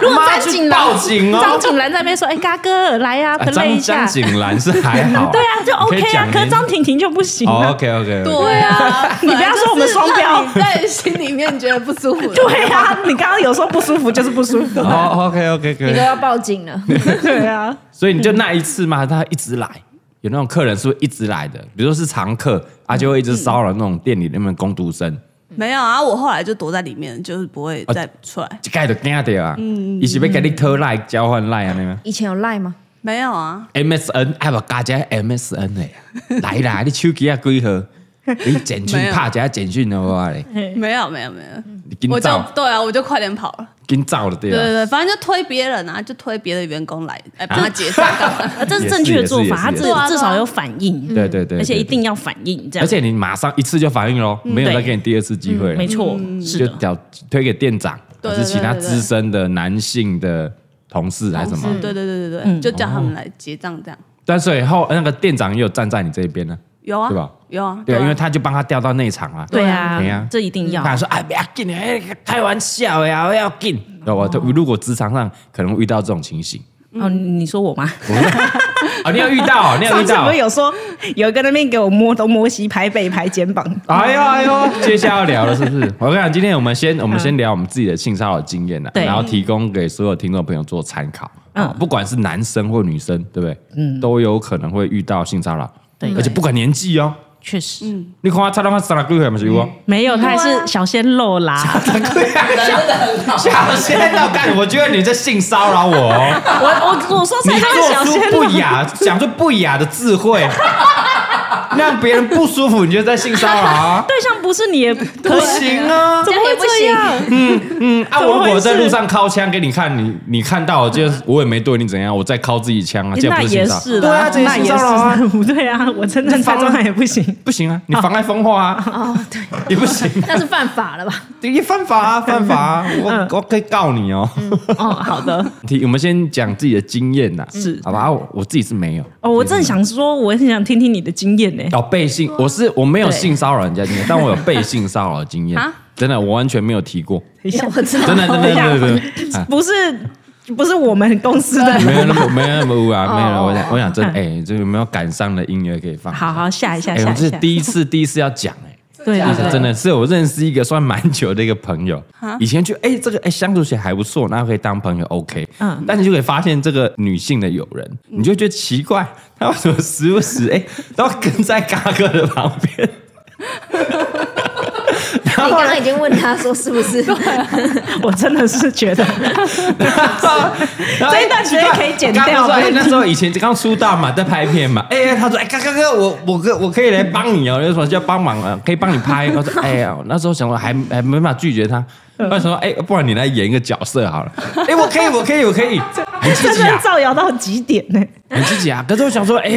S2: 如果
S1: 妈
S2: 张
S1: 去
S2: 景
S1: 报
S2: 兰，
S1: 警哦
S2: 张景兰在那边说：“哎、嘎哥，来呀、
S1: 啊
S2: p l a
S1: 张
S2: y 一下。
S1: 张景兰是还好，
S2: 对啊，就
S1: 你
S2: OK
S1: 以
S2: 啊
S1: 讲。
S2: 可是
S1: 你
S2: 张婷婷就不行
S1: 哦
S2: 啊。
S1: ，OK OK，
S5: 对 啊，
S2: 你不要说我们双标
S5: 本来就是让你在心里面觉得不舒服的。
S2: 对啊，你刚刚有时候不舒服就是不舒 服。
S1: 哦，OK OK
S4: 你都
S1: OK，
S4: 要报警了。
S2: 对啊，
S1: 所以你就那一次嘛，他一直来。有那种客人是会一直来的，比如说是常客，他就会一直骚扰那种店里那边工读生，
S2: 嗯
S5: 没有啊，我后来就躲在里面，就是不
S1: 啊
S5: 会再出来。
S1: 一盖就惊掉啊！伊是要跟你偷赖交换赖啊，那个
S4: 以前有赖吗？
S5: 没有啊，
S1: MSN 哎不，加加 MSN 嘞，来啦，你手机啊几号？你简讯
S5: 没有
S1: 拍一下简讯的话嘞，
S5: 没有，没有，没有。
S1: 你啊紧
S5: 我就
S1: 走，
S5: 对啊，我就快点跑了。
S1: 紧走了对
S5: 对对
S1: 啊。
S5: 对，反正就推别人啊，就推别的员工来，哎，帮他结账干嘛？
S2: 啊这是
S1: 也是
S2: 正确的做
S1: 也是
S2: 法，他
S1: 也
S2: 至
S1: 是
S5: 对啊
S2: 至少有反应。
S1: 对对对
S2: 嗯而且
S1: 对
S2: 一定要反应这样。
S1: 而且你马上一次就反应喽，没有再给你第二次机会了，
S2: 没错，
S1: 嗯
S2: 是
S1: 就
S2: 的。
S1: 找推给店长，
S5: 对
S1: 还
S5: 对
S1: 是其他
S5: 对对
S1: 资深的男性的同事还是 什
S5: 同事
S1: 么？嗯
S5: 对对对对对，就叫他们来结账这样。
S1: 但所以后那个店长也有站在你这一边呢，
S5: 有啊，
S1: 对吧？
S5: 有啊，
S1: 对啊，
S5: 啊
S1: 因为他就帮他调到内场了。
S2: 对
S1: 对啊
S2: 啊，这一定要。
S1: 他说：“哎，不要紧，哎，开玩笑呀，不要紧。”我如果职场上可能会遇到这种情形，
S2: 哦，你说我吗？
S1: 啊，你要遇 到，你要
S2: 上
S1: 遇
S2: 次
S1: 到
S2: 不是，有说有一个那边给我摸东摸西拍背拍肩膀，
S1: 哎呦哎 呦，接下来要聊了是不是？我跟你讲，今天我们先我们先聊我们自己的性骚扰经验啦，
S2: 嗯
S1: 啊
S2: 对
S1: 然后提供给所有听众朋友做参考。
S2: 嗯
S1: 嗯，不管是男生或女生，对不对？嗯，都有可能会遇到性骚扰，
S2: 对
S1: 而且不管年纪哦。
S2: 确实
S1: 你看我差点看三十几岁嘛是有哦，
S2: 没有，他还是小鲜肉啦。
S1: 小鲜肉干，我觉得你在性骚扰我哦，
S2: 啊我我我说
S1: 你
S2: 才他是小
S1: 做
S2: 鲜
S1: 出
S2: 肉
S1: 不，雅，讲出不雅的智 慧，让别人不舒服，你就在性骚扰 啊，
S2: 对象不是你也可
S1: 不行啊，
S2: 怎么会这样？
S1: 嗯啊，
S2: 怎么
S1: 我
S2: 回
S1: 如果在
S2: 事嗯
S1: 路上敲枪给你看，你你看到我就是我也没对你怎样，我在敲自己枪啊，这样
S2: 那
S1: 不是性
S2: 也
S1: 骚扰？
S2: 是
S1: 对啊，
S2: 啦，
S1: 这也
S2: 那
S1: 是
S2: 也
S1: 性骚扰 啊，
S2: 是，对啊，我真正在状态也不行。
S1: 不行啊，你妨碍风化啊，
S4: 哦，对，
S1: 你不行，
S4: 那是犯法了吧？
S1: 你犯法 啊，犯法啊，
S2: 嗯
S1: 我我可以告你哦。
S2: 哦，好的。
S1: 提我们先讲自己的经验呐，
S2: 是
S1: 好吧？啊我我自己是没有
S2: 哦，我正想说，我很想听听你的经验呢。
S1: 哦，被性我是我没有
S2: 对
S1: 性骚扰人家经验，但我有被性骚扰的经验
S5: 啊，
S1: 真的我完全没有提过，
S2: 等一下，
S4: 我知道，
S1: 真的真的真的真的真的。啊
S2: 不是不是我们公司的。
S1: 没有那么没有那么污啊，没有了。我想我想真的，
S2: 嗯
S1: 哎，这有没有感伤的音乐可以放？
S2: 好好下一下
S1: 哎、
S2: 下
S1: 我
S2: 一
S1: 这
S2: 下
S1: 是，第一次，第一次要讲哎、
S2: 对
S1: 就
S2: 对
S1: 是
S2: 对，
S1: 真的是我认识一个算蛮久的一个朋友，以前就哎、这个哎、相处起来还不错，那可以当朋友 OK，
S2: 嗯
S1: 嗯，但你就可以发现这个女性的友人，你就觉得奇怪，她为什么时不时 哎、都要跟在嘎哥的旁边？
S4: 你刚刚已经问他说是不 是？
S2: 啊我真的是 觉得，
S1: 然后哎
S2: 这一段直接可以剪掉
S1: 我刚刚说
S2: 不
S1: 哎
S2: 用
S1: 那时候以前刚出道嘛，在拍片 嘛。哎、他说哎，哥哥哥，我我可我可以来帮你哦，有什么叫帮忙啊？可以帮你拍。我 说哎呀，那时候想说还还没办法拒绝他。
S2: 嗯
S1: 那时候哎，不然你来演一个角色好了。哎，我可以，我可以，我可 以，你自
S2: 真
S1: 己
S2: 的
S1: 啊，
S2: 造谣到极点呢。
S1: 你自己啊。可是我想说，哎，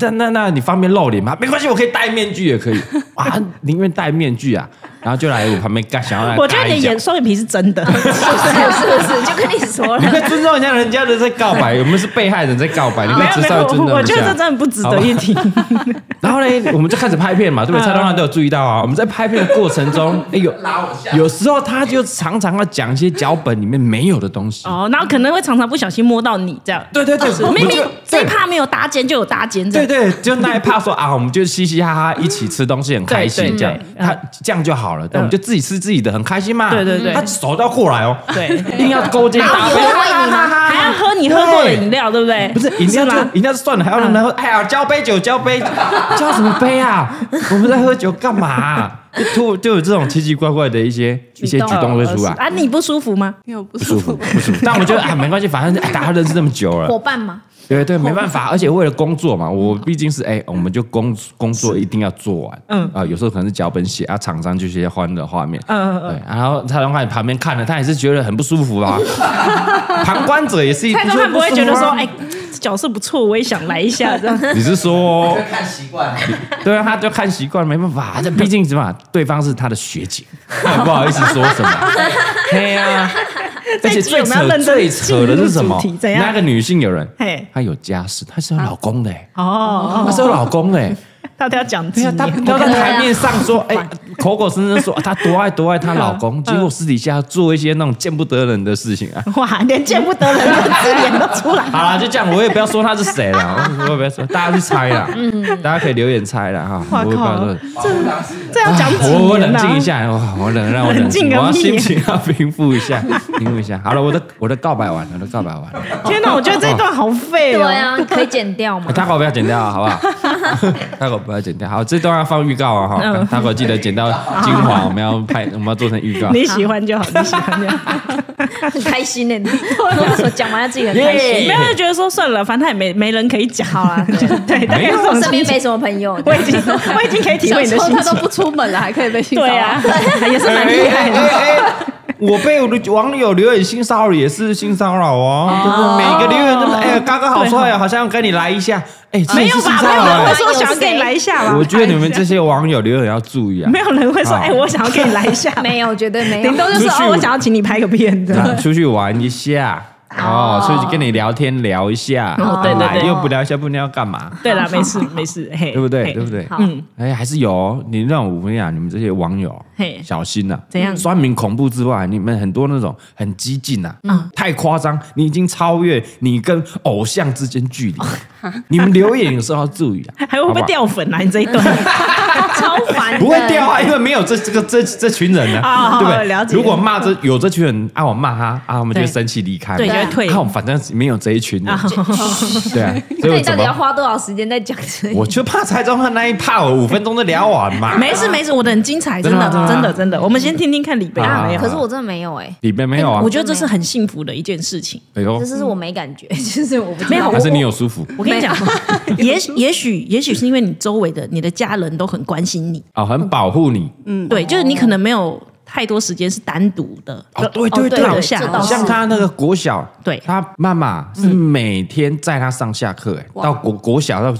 S1: 那那那你方便露脸吗？没关系，我可以戴面具也可以。哇，宁愿戴面具啊。然后就来我旁边干，想要来
S2: 我觉得
S1: 搭
S2: 你
S1: 哎一
S2: 的
S1: 脚
S2: 眼双眼皮是真的，
S4: 是不哦是？是不是？就 跟你说
S1: 你
S4: 了，
S1: 可以尊重一下人家的在告白，我们是被害人在告白，你可以
S2: 没
S1: 稍微
S2: 有
S1: 尊
S2: 没
S1: 重一
S2: 有，
S1: 下。
S2: 我觉得这真的不值得一提。嗯
S1: 然后嘞，我们就开始拍片嘛，对不对？蔡东汉都有注意到啊。我们在拍片的过程中， 哎有有时候他就常常要讲一些脚本里面没有的东西。
S2: 哦，然后可能会常常不小心摸到你这样，
S1: 对对对，
S2: 我明明
S1: 就
S2: 这一趴没有搭肩就有搭肩这
S1: 对
S2: 样，
S1: 对，就那一怕说啊，我们就嘻嘻哈 哈一起吃东西，很开心
S2: 对对
S1: 这样，
S2: 对
S1: 他这样就好了。但我们就自己吃自己的，很开心嘛。
S2: 对对对
S1: 他手都要过来哦，
S2: 对
S1: 一定要勾肩搭背。
S2: 还要喝你喝过的饮料，对 不对？
S1: 不是饮料
S2: 是
S1: 就
S2: 吗嗯
S1: 饮料就算了，还要让他喝。哎呀，交杯酒，交杯， 交什么杯啊？我们在喝酒干嘛 啊？就突就有这种奇奇怪怪的一些一些举动会出来，
S2: 啊，你不舒服吗？
S5: 因为我不
S1: 不舒服，不舒服。但我觉得啊，没关系，反正哎大家认识那么久
S2: 哦
S1: 了，
S4: 伙伴嘛，
S1: 对对，没办法，而且为了工作嘛，我毕竟是哎、我们就工工作一定要做完，嗯
S2: 嗯
S1: 啊、有时候可能是脚本写啊，厂商就些欢乐画面，
S2: 嗯
S1: 嗯
S2: 嗯
S1: 嗯，对，然后蔡东汉旁边看了，他也是觉得很不舒服 吧，旁观者也是，
S2: 蔡宗翰不会觉得
S1: 不舒
S2: 说，
S1: 服啊
S2: 哎，这角色不错，我也想来一下这样。
S1: 你是说，
S3: 看习惯，
S1: 对啊，他就看习惯，没办法，这毕竟什么，对方是他的学 姐，他也不好意思说什么，对呀，而且最
S2: 这一集我们要认
S1: 扯
S2: 真
S1: 最扯的是什么
S2: 进入主题怎？样
S1: 那个女性有人
S2: 嘿，
S1: 她有家室，她是有老公的、欸，
S2: 哦，
S1: 她是有老公的、欸。
S2: 到底要讲
S1: 对
S2: 几
S1: 呀，她
S2: 哦年？
S1: 要在台面上说，哎、口口声声说啊她多爱多爱她老公，
S2: 嗯
S1: 结果私底下做一些那种见不得人的事情啊。
S2: 哇，连见不得人的字眼都出来。
S1: 好啦，就这样，我也不要说她是谁啦，我也不要说，大家去猜啦，大家可以留言猜啦哈。
S2: 嗯哇
S1: 我也不要说
S2: 靠，这要讲几年
S1: 我
S2: 啊
S1: 我冷静一，下，哦我我冷让我冷
S2: 冷
S1: 静，
S2: 静个
S1: 我要
S2: 屁
S1: 心情要平复一 下，平复一下。好了，我的我的告白完了，我的告白完了。
S2: 天哪，我觉得这一段好废
S4: 对
S2: 哦。
S4: 啊，可以剪掉嘛
S1: 哎。大狗不要剪掉啊，好不好？ 大狗不要剪掉，好，这段要放预告啊哈。
S2: 嗯
S1: 大狗记得剪到精华，我们要 拍，我们要做成预告。
S2: 你喜欢 就好，你喜欢就好。
S4: 很开心呢、欸，
S2: 啊
S4: 你说讲完了自己很开心。
S2: 没有就觉得说算了，反正他也没没人可以讲。
S4: 好啊，对，
S2: 对，大概是这
S4: 我
S2: 种
S4: 身
S2: 心
S4: 边
S2: 情。
S4: 没什么朋友，
S2: 我已经我已经可以体会你的心
S5: 他都
S2: 情。
S5: 不出门了，还可以被性骚扰。
S2: 对啊，也是蛮厉害的。
S1: 哎。哎哎我被我的网友留言性骚扰也是性骚扰哦，就是每个留言都是哎，刚刚好帅哦，好像跟你来一下，哎，这
S2: 没
S1: 也是
S2: 有
S1: 性
S2: 吧？
S1: 骚
S2: 没
S1: 扰
S2: 有人
S1: 哎
S2: 会说想要跟你来一下吧？
S1: 我觉得你们这些网友留言要注意啊，
S2: 没有人会说，
S1: 好
S2: 哎，我想要跟你来一下。
S4: 没有，绝对没有
S2: 啊顶。多就是
S1: 出去
S2: 哦，我想要请你拍个片 的。
S1: 啊出去玩一下。哦，出去跟你聊天聊一下，啊
S2: 哦对对
S1: 来
S2: 对
S1: 又不聊一下，不聊干嘛？
S2: 对啦，没事没事，嘿，
S1: 对不对？
S2: 嘿
S1: 对不？对？
S4: 好，
S2: 嗯，
S1: 哎，还是有哦你让我跟你讲，你们这些网友
S2: 嘿
S1: 小心呐！
S2: 怎样
S1: 酸民恐怖之外，你们很多那种很激进呐，
S2: 嗯
S1: 太夸张，你已经超越你跟偶像之间距离。 你们留言有时候要注意啊，
S2: 还会不
S1: 好
S2: 会
S1: 好？
S2: 掉粉啊？你这一段
S4: 超烦的。
S1: 不会掉啊，因为没有这这个这这群人呢、
S2: 哦好
S1: 对不对？
S2: 了解
S1: 如果骂这有这群人啊，我骂他啊，我们就会
S2: 对
S1: 生气离开嘛，
S2: 对，就会退
S1: 看。我们反正没有这一群人
S2: 啊，
S1: 对 啊，所以
S4: 那
S1: 我
S4: 你到
S1: 怎
S4: 底要
S1: 么？
S4: 花多少时间在讲这个？
S1: 我就怕蔡宗翰那一怕，我五分钟就聊完 嘛。
S4: 哎
S2: 没事没事，我的很精彩，真的
S1: 真的吗
S2: 真的真的。我们先听听看李贝有
S1: 啊
S2: 没有
S4: 可。是我真的没有哎、
S1: 里面没有啊
S2: 我，觉得这是很幸福的一件事情。
S1: 哎呦
S4: 这，是我没感觉， 就是我不知道
S2: 没有
S1: 还是你有舒服
S2: 我跟你讲，也许也许也许是因为你周围的你的家人都很关心你，
S1: 哦，很保护你。
S4: 嗯
S2: 对，就是你可能没有太多时间是单独的。
S1: 哦，对对，哦
S4: 对
S2: 对
S4: 这
S2: 倒
S4: 倒
S2: 是
S1: 像
S4: 是。
S1: 他那个国小，
S2: 对
S1: 他妈妈是
S4: 嗯
S1: 每天载他上下课，哎，到国国小到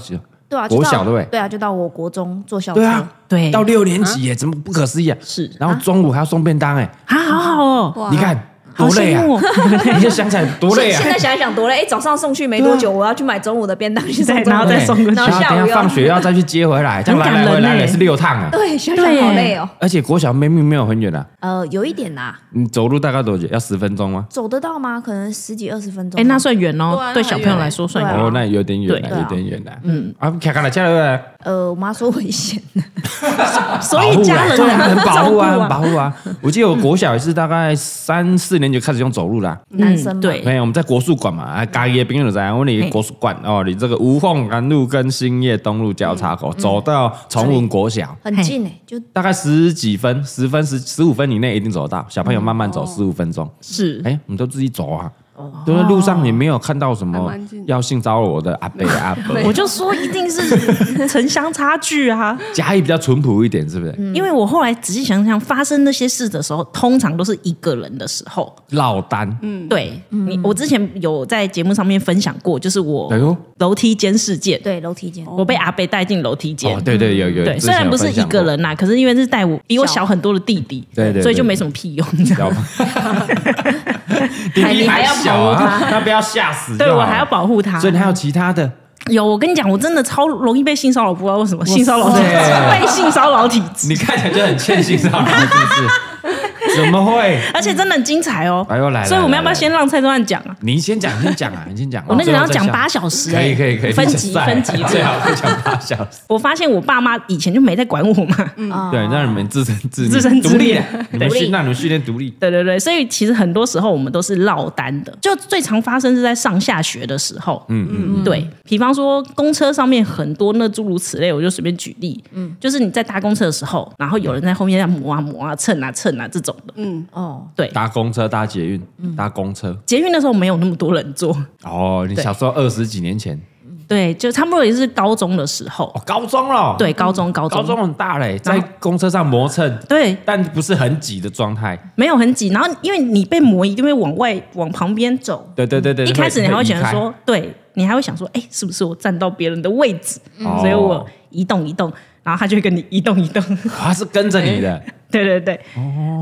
S4: 对啊，就
S1: 国
S4: 到
S1: 小对不对？
S4: 对啊，就到我国中坐校车。
S1: 对啊，
S2: 对
S1: 到六年级耶，怎么不可思议啊？
S2: 是
S1: 然后中午还要送便当，哎，
S2: 啊，好好哦，
S5: 哇
S1: 你看
S2: 好
S1: 多累
S2: 羡
S1: 啊！
S2: 慕哦。
S1: 你就想起来多累
S4: 现
S1: 啊！
S4: 现在想一想多累，哎，早上送去没多久，我要去买中午的便当去送
S2: 对
S4: 中午的，
S2: 然后再送过去
S4: 然
S1: 然
S4: 后
S1: 后
S4: 下
S1: 等
S4: 午
S1: 一下
S4: 又
S1: 放学要再去接回来，这样
S2: 很
S1: 来
S2: 感
S1: 来回
S2: 人
S1: 来
S2: 欸
S1: 也是六 趟啊。
S4: 对，想想
S2: 对
S4: 好累哦。
S1: 而且国小明明没有很远啊，
S4: 呃，有一点啦，
S1: 你走路大概多久？要十分钟吗？
S4: 走得到吗？可能十几二十分钟吧。
S2: 哎，那算远
S5: 对
S2: 哦
S5: 啊，
S2: 对小朋友来说算
S4: 对啊
S1: 哦
S2: 远。，
S1: 那有点远了，
S4: 对啊
S1: 有点远了。嗯，啊，卡卡了，下来，
S4: 呃，我妈说 危险，
S2: 所以家人
S1: 很
S2: 很
S1: 啊很 保护啊，
S2: 照顾
S1: 很保护啊。我记得我国小也是大概三四年级就开始用走路啦。
S4: 男生嘛
S2: 嗯对
S1: 没有，我们在国术馆嘛，啊，嘉义的朋友在，我你国术馆哦，你这个吴凤南路跟兴业东路交叉口，走到崇文国小，
S4: 很近哎，就
S1: 大概十几分、
S2: 哦
S1: 十分、十十五分以内一定走得到。小朋友慢慢走十五分钟，哎
S2: 是
S1: 哎，我们都自己走啊，
S2: 哦
S1: 对，路上也没有看到什
S5: 还
S1: 么
S5: 蛮近的
S1: 要性骚扰我的阿 伯阿伯。
S2: 我就说一定是城乡差距啊，
S1: 嘉义比较淳朴一点，是不是？
S2: 因为我后来仔细想想，发生那些事的时候，通常都是一个人的时候。
S1: 落单，
S2: 对你，我之前有在节目上面分享过，就是我
S1: 哎呦，
S2: 楼梯间事件，
S4: 对，楼梯间。
S2: 我被阿北带进楼梯间
S1: 哦，。对对，有有，
S2: 对，
S1: 之前
S2: 虽然
S1: 有
S2: 不是
S1: 分
S2: 一
S1: 享
S2: 个
S1: 过，
S2: 人呐，可是因为是带我比我
S4: 小
S2: 小很多的弟弟，
S1: 对对对啊
S2: 所以就没什么 屁用。这样
S1: 要 弟弟还小啊，那不要吓死。
S2: 对我还要，保护他
S1: 所。以你还有其他的，
S2: 有，我跟你讲，我真的超容易被性骚扰，不知道为什么性骚扰体
S1: 塞
S2: 质，被性骚扰体质，
S1: 你看起来就很欠性骚扰，是不是？怎么会？
S2: 而且真的很精彩哦。
S1: 哎呦来了
S2: 所以我们要不
S1: 来了
S2: 要先让蔡宗翰讲啊？
S1: 你先讲，先讲啊，你先讲。
S2: 我那个
S1: 最
S2: 要
S1: 后再
S2: 讲
S1: 笑
S2: 八小时，
S1: 可
S2: 欸
S1: 以可以可以，
S2: 分
S1: 你讲
S2: 级
S1: 算
S2: 分级
S1: 了最好不讲八小 时。
S2: 我发现我爸妈以前就没在管我嘛，
S4: 啊
S1: 对，让你们自生自灭
S2: 哦自生自
S1: 独立
S2: 灭
S1: 啊，你们
S2: 独立
S1: 训让你们训练独立。
S2: 对对对，所以其实很多时候我们都是落单的，就最常发生是在上下学的时候。嗯嗯，对比方说公车上面很多那诸如此类，我就随便举例，嗯，就是你在搭公车的时候，然后有人在后面在磨啊磨啊、蹭啊蹭啊这种的。
S1: 嗯
S4: 哦，
S2: 对，
S1: 搭公车、搭捷运、搭公车。
S2: 捷运的时候没有那么多人坐，
S1: 哦，你
S2: 嗯对
S1: 小时候二十几年前，
S2: 对，就差不多也是高中的时候
S1: 哦，，高中了，，
S2: 对，高中高中
S1: 高中很大嘞，
S2: 然
S1: 在
S2: 后
S1: 公车上磨蹭，
S2: 对，
S1: 但不是很挤的状态。
S2: 没有很挤，然后因为你被磨，一定会往外往旁边走，
S1: 对对对对，
S2: 嗯一开始你还会觉得
S1: 移
S2: 说，对你还会想说，哎、是不是我占到别人的位置，
S1: 哦
S2: 嗯所以我移动移动，然后他就会跟你移动移动，
S1: 开，他是跟着你的，
S2: 对对对。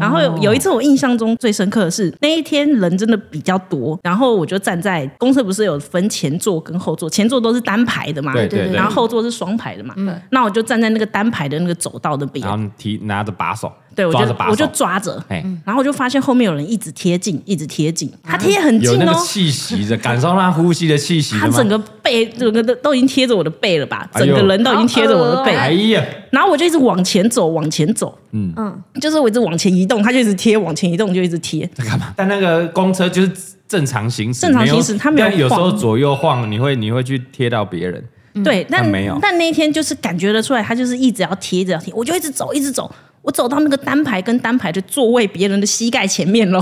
S2: 然后有有一次我印象中最深刻的是那一天人真的比较多，然后我就站在公车不是有分前座跟后座，前座都是单排的嘛，
S1: 对对
S4: 对
S1: 对
S2: 然后。后座是双排的嘛，那我就站在那个单排的那个走道那边
S1: 然，后你提拿着把手，
S2: 对我
S1: 抓着
S2: 就
S1: 把手，
S2: 我就抓着，
S1: 哎，
S2: 然后我就发现后面有人一直贴近，一直贴近，他贴很近
S1: 啊有那
S2: 哦
S1: 个。气息的，感受到他呼吸的气息的
S2: 他
S1: 吗
S2: 整个背，整个都都已经贴着我的背了吧？
S1: 哎呦
S2: 整个人都已经贴着我的背，
S1: 哎呀，
S2: 然后我就一直往前走，往前走，嗯嗯，就是我一直往前移动，他就一直贴，往前移动就一直贴，
S1: 在干嘛？但那个公车就是正常行驶，
S2: 正常行驶它没有
S1: 但有时候
S2: 晃
S1: 左右晃，你会你会去贴到别 人，
S2: 对，但
S1: 但没有
S2: 但那一天就是感觉得出来，他就是一直要贴，一直要贴，我就一直走，一直走。我走到那个单排跟单排的座位，别人的膝盖前面 咯，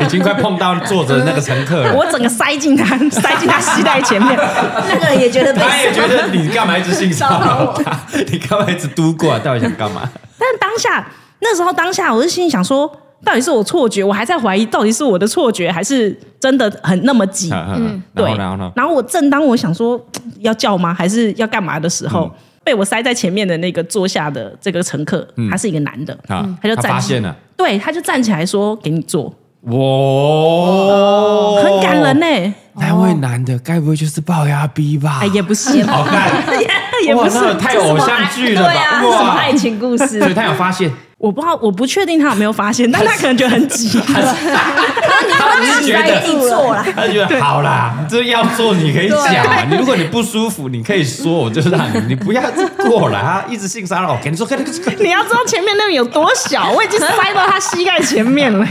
S1: 已经快碰到坐着的那个乘客了。
S2: 我整个塞进他，塞进他膝盖前面，
S4: 那个人也觉得 被
S1: 他也觉得你干嘛一直性 骚扰他？你干嘛一直嘟过啊来？到底想干嘛？
S2: 但当下那时候当下，我就心里想说，到底是我错觉，我还在怀疑到底是我的错觉，还是真的很那么 急？
S1: 嗯，
S2: 对，
S1: 然后然后呢？
S2: 我正当我想说嗯要叫吗，还是要干嘛的时候，
S1: 嗯
S2: 被我塞在前面的那个坐下的这个乘客，他是一个男的，
S1: 嗯啊，
S2: 嗯他就
S1: 他
S2: 站
S1: 发
S2: 起
S1: 现了，
S2: 对，他就站起来说给你坐，
S1: 哇，
S2: 哦很感人呢、
S1: 那位男的该不会就是龅牙逼吧
S2: 哎，？也不是，也
S1: 好看，
S2: 也
S1: 哇
S2: 不是
S1: 那，太
S2: 这是
S1: 偶
S2: 我
S1: 像剧了吧？
S4: 对啊，什么
S1: 哇
S4: 爱，情故事
S1: 所？以他有发现，
S2: 我不知道，我不确定他有没有发现，但他可能觉得很 挤。
S1: 他只是觉得
S4: 给你做啦，
S1: 他觉得好啦，你这要做你可以讲嘛，你如果你不舒服，你可以说，我就让你，你不要过来啊，一直性骚扰，我跟你说，跟你
S2: 你要知道前面那个有多小，我已经塞到他膝盖前面了。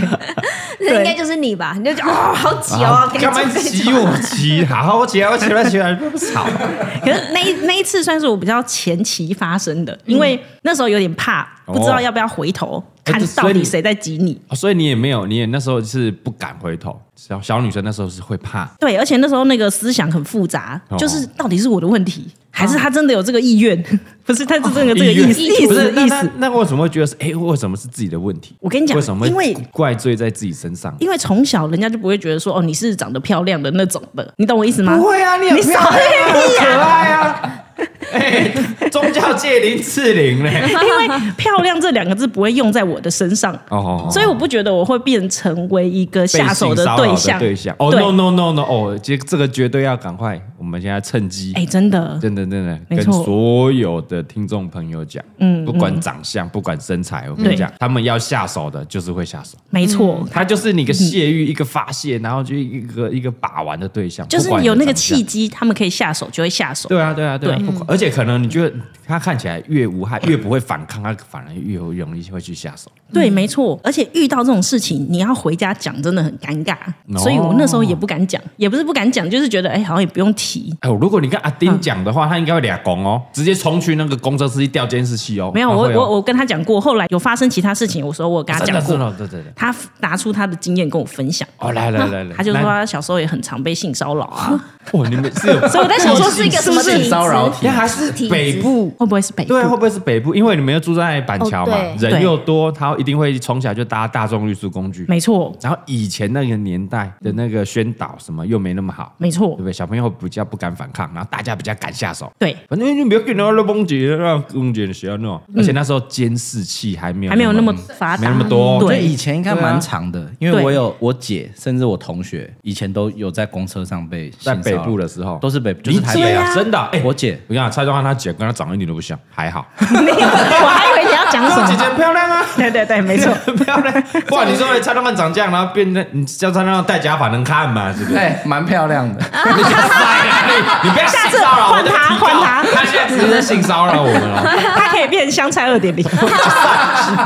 S4: 那应该就是你吧？你就觉 得哦，好挤哦，给你
S1: 啊干嘛
S4: 做给你
S1: 骑
S4: 做
S1: 我骑？好，我骑来，我骑来，骑来，不吵。
S2: 可是那一那一次算是我比较前期发生的，因为那时候有点怕，
S1: 哦
S2: 不知道要不要回头
S1: 哎
S2: 看
S1: 这所
S2: 到
S1: 以
S2: 底
S1: 你
S2: 谁在挤你。
S1: 所以你也没有，你也那时候是不敢回头。小小女生那时候是会怕，
S2: 对，而且那时候那个思想很复杂，
S1: 哦
S2: 就是到底是我的问题，还是他真的有这个意愿？ 不是，他是真的有这个意思，意
S1: 哦不是
S2: 思
S1: 那
S2: 意
S1: 那
S2: 思。
S1: 那为什么会觉得是？哎，为什么是自己的问题？
S2: 我跟你讲
S1: 为什么
S2: 因为
S1: 会怪罪在自己身上？
S2: 因为从小人家就不会觉得说哦你是长得漂亮的那种的，你懂我意思吗？
S1: 不会啊，你很
S2: 你
S1: 漂
S2: 少
S1: 亮啊，很可爱啊。哎，宗教界林志玲嘞。
S2: 因为漂亮这两个字不会用在我的身上，
S1: 哦
S2: 所以我不觉得我会变成为一个
S1: 被
S2: 下手
S1: 性
S2: 的
S1: 骚扰
S2: 对
S1: 的
S2: 象。
S1: 对象。哦
S2: 对
S1: ，no no no no，哦，这这个绝对要赶快，我们现在趁机
S2: 哎、。真的，
S1: 真的真的，
S2: 没
S1: 跟
S2: 错
S1: 所有的听众朋友讲，嗯，不管长相，不管身材，我跟你讲，他们要下手的就是会下手，
S2: 没错，
S1: 他就是你个泄欲，一个发泄，然后就一个一个把玩的对象，
S2: 就是
S1: 不管
S2: 有那个
S1: 长相
S2: 契。机，他们可以下手就会下手。
S1: 对啊，对啊，对啊，
S2: 对
S1: 不管，而且可能你觉得他看起来越无害，越不会反抗，他反而越容易会去下手。
S2: 对，没错。而且遇到这种事情，你要回家讲，真的很尴尬。
S1: 哦
S2: 所以我那时候也不敢讲，也不是不敢讲，就是觉得哎，好像也不用奇。
S1: 哎呦，如果你跟阿
S2: 嗯
S1: 丁讲的话，他应该会俩拱哦，直接冲去那个公车司机调监视器哦。
S2: 没有，
S1: 他
S2: 我
S1: 会哦
S2: 我我跟他讲过，后来有发生其他事情，我说我有跟他
S1: 真的哦
S2: 讲
S1: 真
S2: 过，
S1: 的对对对。
S2: 他拿出他的经验跟我分享。
S1: 哦，来来来来，
S2: 他就说
S1: 来，
S2: 他小时候也很常被性骚扰 啊，
S1: 哇，你们是 有，
S2: 所以我在想说是一个什么
S3: 是不
S2: 体
S3: 是
S2: 质，
S3: 骚扰
S1: 因为还是北部。
S2: 会不会是北部？
S1: 对，会啊不会是北部？因为你们又住在板桥嘛，
S4: 哦
S2: 对
S1: 人又多，他一定会从小就搭大众运输工具。
S2: 没错，
S1: 然后以前那个年代的那个宣导什么又没那么好，
S2: 没
S1: 对
S2: 错
S1: 不，对？小朋友比较不敢反抗，然后大家比较敢下手。
S2: 对，
S1: 反正就不要给人家崩解，让崩解学那种。而且那时候监视器还没有
S2: 嗯还没有那么
S1: 没
S2: 发达，
S1: 那么多。
S3: 我觉得
S2: 对
S3: 以前应该蛮长的，因为
S2: 对
S3: 我有我姐，甚至我同学，以前都有在公车上被
S1: 在
S3: 性骚扰
S1: 北部的时候，
S3: 都是北，就是台
S1: 你
S3: 北
S1: 姐
S3: 啊。
S1: 啊，真的啊。哎，
S3: 我姐
S1: 我跟你讲，蔡宗翰他姐跟他长得一点都不像，还好。
S2: 我还以为你要讲什
S1: 姐
S2: 么。
S1: 姐漂亮啊，
S2: 对对对， 没错，
S1: 漂亮。 不然你说蔡宗翰长这样，然后变成你叫蔡宗翰戴假发能看吗？是不是？
S3: 哎，蛮漂亮的。
S1: 你不要塞啊 你你不要性骚扰我的
S2: 下次换他
S1: 提高
S2: 换他
S1: 他现在只是在性骚扰我们了。
S2: 他可以变香菜二点零。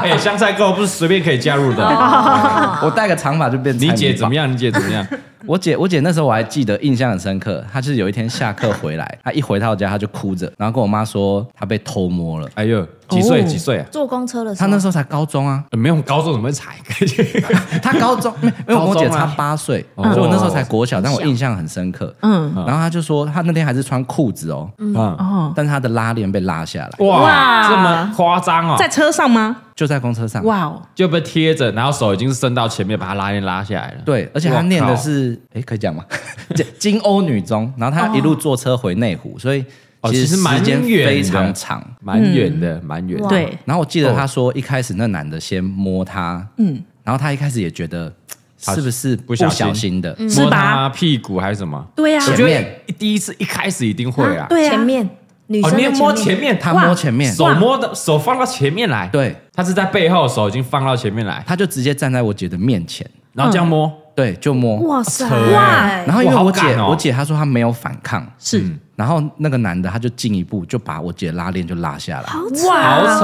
S1: 哎，香菜购不是随便可以加入的。
S3: 我戴个长发就变。
S1: 你姐怎么？样？你姐怎么样？
S3: 我姐，我姐那时候我还记得，印象很深刻。她就是有一天下课回来，她一回到家，她就哭着，然后跟我妈说她被偷摸了。
S1: 哎呦，几岁？
S2: 哦
S1: 几岁啊？
S4: 坐公车的时
S3: 她
S4: 候，
S3: 那时候才高中啊，
S1: 呃没有高中怎么会踩？
S3: 她 高中，没因为
S1: 啊
S3: 我跟我姐差八岁，
S1: 高
S3: 所
S1: 中啊
S3: 以我那时候才国小，但我印象很深刻。
S2: 嗯，
S3: 然后她就说，她那天还是穿裤子哦，
S1: 嗯，哦
S2: 哦，
S3: 但是她的拉链被拉下来，
S1: 哇，
S2: 哇
S1: 这么夸张哦
S2: 在！车上吗？
S3: 就在公车上。
S2: 哇哦，
S1: 就被贴着，然后手已经是伸到前面，把他拉链拉下来了。
S3: 对，而且她念的是，哎，可以讲吗？ 金欧女中，然后她一路坐车回内湖，所以
S1: 哦
S3: 其
S1: 其
S3: 实
S1: 实蛮
S3: 时间
S1: 远的哦
S3: 非常长。
S1: 蛮远的，蛮远的。
S2: 对，
S3: 然后我记得他说，一开始那男的先摸她，嗯，然后她一开始也觉得
S1: 好
S3: 是不是
S1: 不
S3: 不
S1: 小
S3: 小
S1: 心
S3: 心的，
S1: 摸他屁股还是什么？
S2: 对呀，
S1: 我
S3: 嗯前
S1: 觉
S3: 面
S1: 得第一次一开始一定会啊。
S2: 对
S4: 啊前
S2: 啊，
S4: 面女
S1: 哦，
S4: 生
S1: 你也
S4: 的
S1: 摸
S4: 前
S1: 前
S4: 面，
S1: 面，
S3: 他摸前面，
S1: 手摸的手放到前面来。，
S3: 对，
S1: 他是在背后，手已经放到前面来，
S3: 他就直接站在我姐的面前，
S1: 然后这样摸。
S3: 对，就摸。
S4: 哇塞
S1: 扯欸
S4: 哇，
S3: 然后因为
S1: 哇好
S3: 我姐
S1: 敢哦，嗯
S3: 我姐她说她没有反抗，
S2: 是
S3: 然后那个男的他就进一步就把我姐拉链就拉下来，
S1: 好扯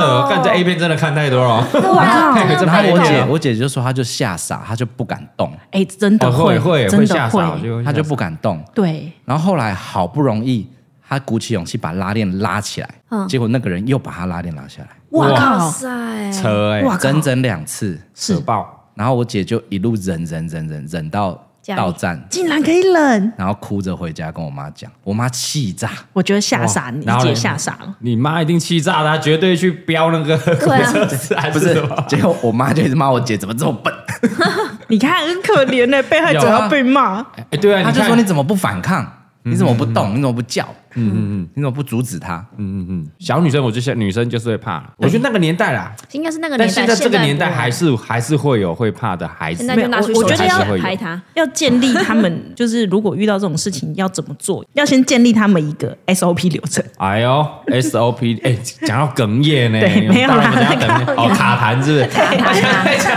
S1: 哦！
S4: 哇
S1: 干这 A 片真的看太多了哦，
S4: 对 啊
S1: 太可以
S4: 真
S1: 这么
S4: 的
S3: 然
S1: 拍
S3: 后我
S1: 片
S3: 姐
S1: 了
S3: 我姐就说她就吓傻，她就不敢动，
S2: 哎，真的
S1: 哦会
S2: 会
S1: 会
S2: 真
S1: 吓
S2: 的
S1: 傻，我觉
S2: 会，
S1: 得会吓
S3: 她就
S1: 傻
S3: 不敢动。
S2: 对，
S3: 然后后来好不容易，她鼓起勇气把拉链拉起来，
S4: 嗯
S3: 结果那个人又把她拉链拉下来。
S2: 哇
S4: 哇
S2: 靠，
S4: 塞，
S1: 哎扯哎，
S2: 哇靠
S3: 整整两次，
S1: 扯
S2: 是
S1: 爆！
S3: 然后我姐就一路忍忍忍忍忍到
S4: 家里
S3: 到站，
S2: 竟然可以冷，
S3: 然后哭着回家跟我妈讲，我妈 气炸，
S2: 我觉得吓傻，
S1: 哇
S2: 你
S1: 然后嘞
S2: 姐吓傻了。
S1: 你妈一定气炸的，她绝对去飙那个公
S4: 啊
S1: 车司还
S3: 不
S1: 是
S3: 是
S1: 什么？，
S3: 结果我妈就一直骂我姐怎么这么笨，
S2: 你看很可怜的、被害者
S3: 有啊
S2: 要被骂，
S1: 哎，对啊，
S3: 她就
S1: 看
S3: 说你怎么不反抗，你怎么不动，你怎么不叫，嗯嗯嗯，你怎么不阻止她？
S1: 嗯嗯嗯，小女生，我就像女生就是会怕，我觉得那个年代啦，
S4: 应该是那个
S1: 但
S4: 年代，
S1: 现在这个年代
S4: 不会
S1: 还是还是会有会怕的孩
S4: 现
S1: 子
S4: 在。就拿出
S2: 没有我
S4: 手
S2: 我觉得
S4: 机
S2: 要
S4: 来拍他，
S2: 要建立他们，就是如果遇到这种事情要怎么做，要先建立他们一个 SOP 流程。
S1: 哎呦，SOP，哎，讲到哽咽呢，
S2: 对
S1: 你们
S2: 没有啦
S1: 到底怎么讲哽咽哦，卡痰是不是？ 我想在 讲，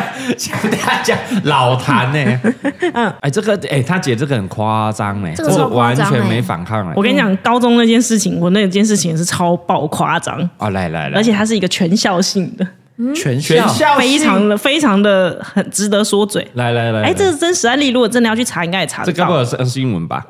S1: 想大家老痰呢，嗯，哎，这个哎，他姐这个很夸张呢，
S4: 这个超夸
S1: 完
S4: 张
S1: 全
S4: 哎
S1: 没反抗哎
S2: 我，跟你讲，高中那件事情，我那件事情也是超爆夸张，
S1: 哦，来来来，
S2: 而且它是一个全校性的，
S3: 全
S1: 全
S3: 校
S1: 校
S2: 非
S1: 性
S2: 常的非常的很值得说嘴。
S1: 来来来，
S2: 哎，
S1: 来
S2: 这是真实案例，如果真的要去查，应该也查
S1: 这
S2: 得
S1: 该不
S2: 到。
S1: 会是新闻吧？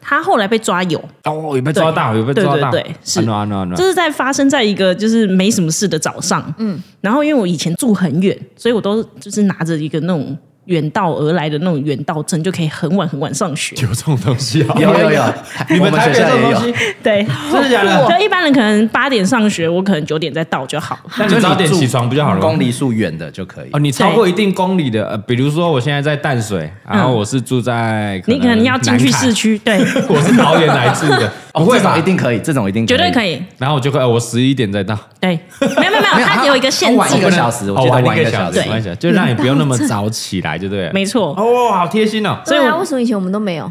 S2: 他后来被抓有，
S1: 哦，有被抓到，有被抓到，
S2: 对对对是
S1: 安诺安诺安诺
S2: 这，是在发生在一个就是没什么事的早上，嗯，然后因为我以前住很远，所以我都就是拿着一个那种远道而来的那种远道证，就可以很晚很晚上学。
S1: 有这种东西啊？
S3: 有有有，
S1: 你
S3: 我
S1: 们
S3: 们
S1: 台北
S3: 学
S1: 这
S3: 校也
S1: 种东
S3: 有，
S1: 西，
S2: 对，
S1: 真的假的？
S2: 就一般人可能八点上学，我可能九点再到就好了。
S1: 那你早点起床不就好了吗
S3: 公？里数远的就可以
S1: 哦，。你超过一定公里的，呃，比如说我现在在淡水，然后我是住在，
S2: 嗯你可能要进去市
S1: 区，
S2: 区，对，
S1: 我是桃园来住 的，不
S3: 哦
S1: 会
S3: 这种
S1: 吧
S3: 一？定可以，这种一定
S2: 绝对可
S3: 以。
S2: 以，
S1: 然后我就会，呃我十一点再到，
S2: 对，没有没有没有，它有一个限
S3: 它晚一
S2: 制，
S3: 个小时，我
S1: 哦
S3: 觉得
S1: 晚
S3: 晚
S1: 一
S3: 一
S1: 个
S3: 个
S1: 小
S3: 小
S1: 时，
S3: 时
S2: 对，
S1: 晚一个小时，就让你不用那么早起来，就对了。
S2: 没错，
S1: 哦，好贴心哦，
S2: 所
S4: 所
S2: 以
S4: 以
S2: 我
S4: 啊，为什么以前我们都没有？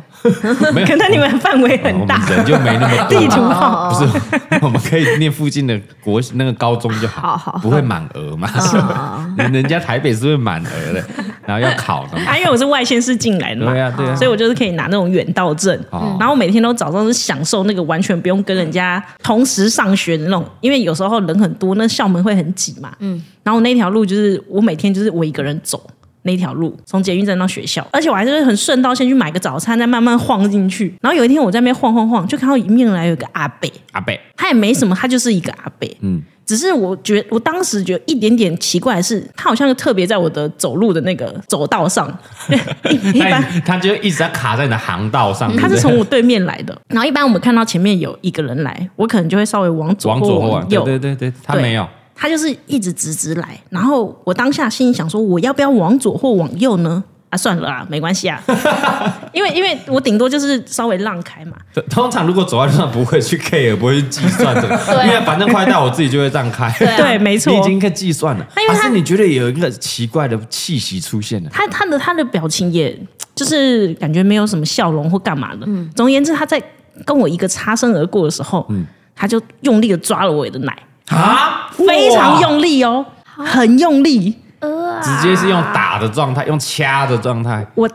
S1: 没有
S2: 可能你们范围
S1: 哦我
S2: 很
S1: 们
S2: 大，
S1: 人就没那么多
S2: 地图炮，
S1: 不是，我们可以念附近的国那个高中就好，
S4: 好好好
S1: 不会满额嘛，是
S2: 哦
S1: 吧？ 人家台北是会满额的，然后要考的嘛。
S2: 啊，因为我是外县市进来的嘛，
S1: 对啊对啊
S2: 所以我就是可以拿那种远道证，
S1: 哦
S2: 然后我每天都早上是享受那个完全不用跟人家同时上学的那种，因为有时候人很多，那校门会很挤嘛，嗯，然后那条路就是我每天就是我一个人走，那条路，从捷运站到学校，而且我还是很顺道先去买个早餐，再慢慢晃进去。然后有一天我在那边晃晃晃，就看到迎面来有个阿伯，
S1: 阿贝，
S2: 他也没什么，他就是一个阿伯。嗯，只是我觉我当时觉得一点点奇怪的是，他好像就特别在我的走路的那个走道上， 一般
S1: 他他就一直在卡在你的航道上，
S2: 他
S1: 对不对
S2: 是从我对面来的。然后一般我们看到前面有一个人来，我可能就会稍微往左
S1: 往左或
S2: 往
S1: 往
S2: 右
S1: 右，，对对对，他
S2: 对
S1: 没有，
S2: 他就是一直直直来。然后我当下心里想说，我要不要往左或往右呢？啊，算了啦，没关系啊，因为因为我顶多就是稍微让开嘛。
S1: 通常如果走在路上不会去 care，不会去计算 这个，
S4: 啊
S1: 因为反正快到我自己就会让开。
S4: 对啊
S2: 对，没错
S1: 你已。经在计算了，
S2: 那因为
S1: 还
S2: 他
S1: 是你觉得有一个奇怪的气息出现了？
S2: 他他的他的表情也就是感觉没有什么笑容或干嘛的。总而言之，他在跟我一个擦身而过的时候，
S1: 嗯
S2: 他就用力的抓了我的奶，
S1: 啊，
S2: 非常用力哦，很用力。
S1: 哇，直接是用打的状态，用掐的状态，
S2: 我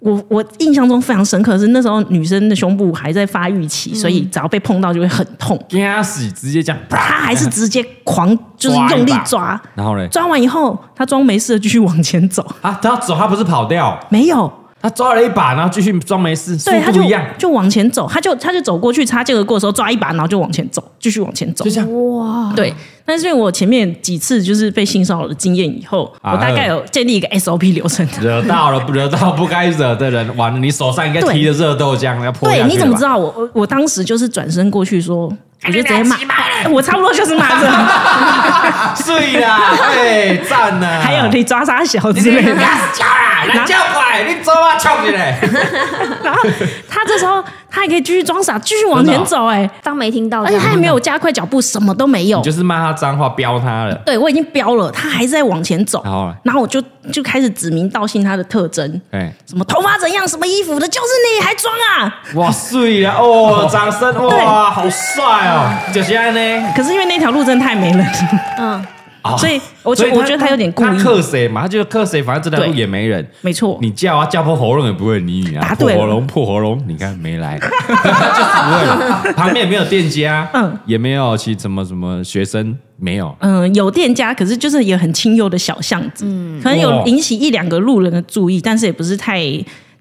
S2: 我我印象中非常深刻的是那时候女生的胸部还在发育期，所以只要被碰到就会很痛。
S1: 压死，直接这样，
S2: 他
S1: 啪
S2: 还是直接狂就是
S1: 抓一把
S2: 用力抓，
S1: 然后嘞，
S2: 抓完以后他装没事的继续往前走，
S1: 啊，他要走，他不是跑掉，
S2: 没有，
S1: 他抓了一把，然后继续装没事，速
S2: 对，他
S1: 度
S2: 就
S1: 一样，
S2: 就往前走，他就他就走过去擦肩而过的时候抓一把，然后就往前走，继续往前走
S1: 就。这样。
S2: 对，但是因为我前面几次就是被性骚扰的经验以后，
S1: 啊
S2: 我大概有建立一个 SOP 流 程。
S1: 惹到了，惹到不该惹的人，完了，你手上应该
S2: 对
S1: 提着热豆浆要泼下去
S2: 对，
S1: 了吧
S2: 你怎么 知？道我我我当时就是转身过去说，我就直接骂，我差不多就是骂 这样，
S1: 碎啦，哎，赞呐！
S2: 还有你抓杀小之类的。
S1: 叫啦，人叫快，你走啊，冲起 来！
S2: 然后他这时候他还可以继续装傻，继续往前走、哎，
S4: 当没听到
S2: 而
S4: 这
S2: 且
S4: 样，
S2: 他也没有加快脚步，什么都没有
S1: 你就。是骂他脏话，飙他了。
S2: 对我已经飙了，他还在往前走
S1: 然后呢，
S2: 然后我就就开始指名道姓他的特征，
S1: 哎，
S2: 什么头发怎样，什么衣服的，就是你还装啊！
S1: 哇，碎啦！ 哦，掌声！哇，好帅哦！就是安呢，
S2: 可是因为那条路真的太没人，
S4: 嗯，
S1: 哦
S2: 所以我觉
S1: 所以
S2: 我觉得他有点故
S1: 他
S2: 意，
S1: 克谁嘛？他就克谁，反正这条路
S2: 对
S1: 也没人。
S2: 没错，
S1: 你叫啊，叫破喉咙也不会理你啊！
S2: 答
S1: 破
S2: 对了
S1: 喉咙，破喉咙，你看没来， 就是不会了。旁边也没有店家，嗯
S2: 嗯，
S1: 也没有其什么什么学生，没有。
S2: 嗯、有店家，可是就是也很清幽的小巷子，可
S1: 嗯哇
S2: 能有引起一两个路人的注意，但是也不是太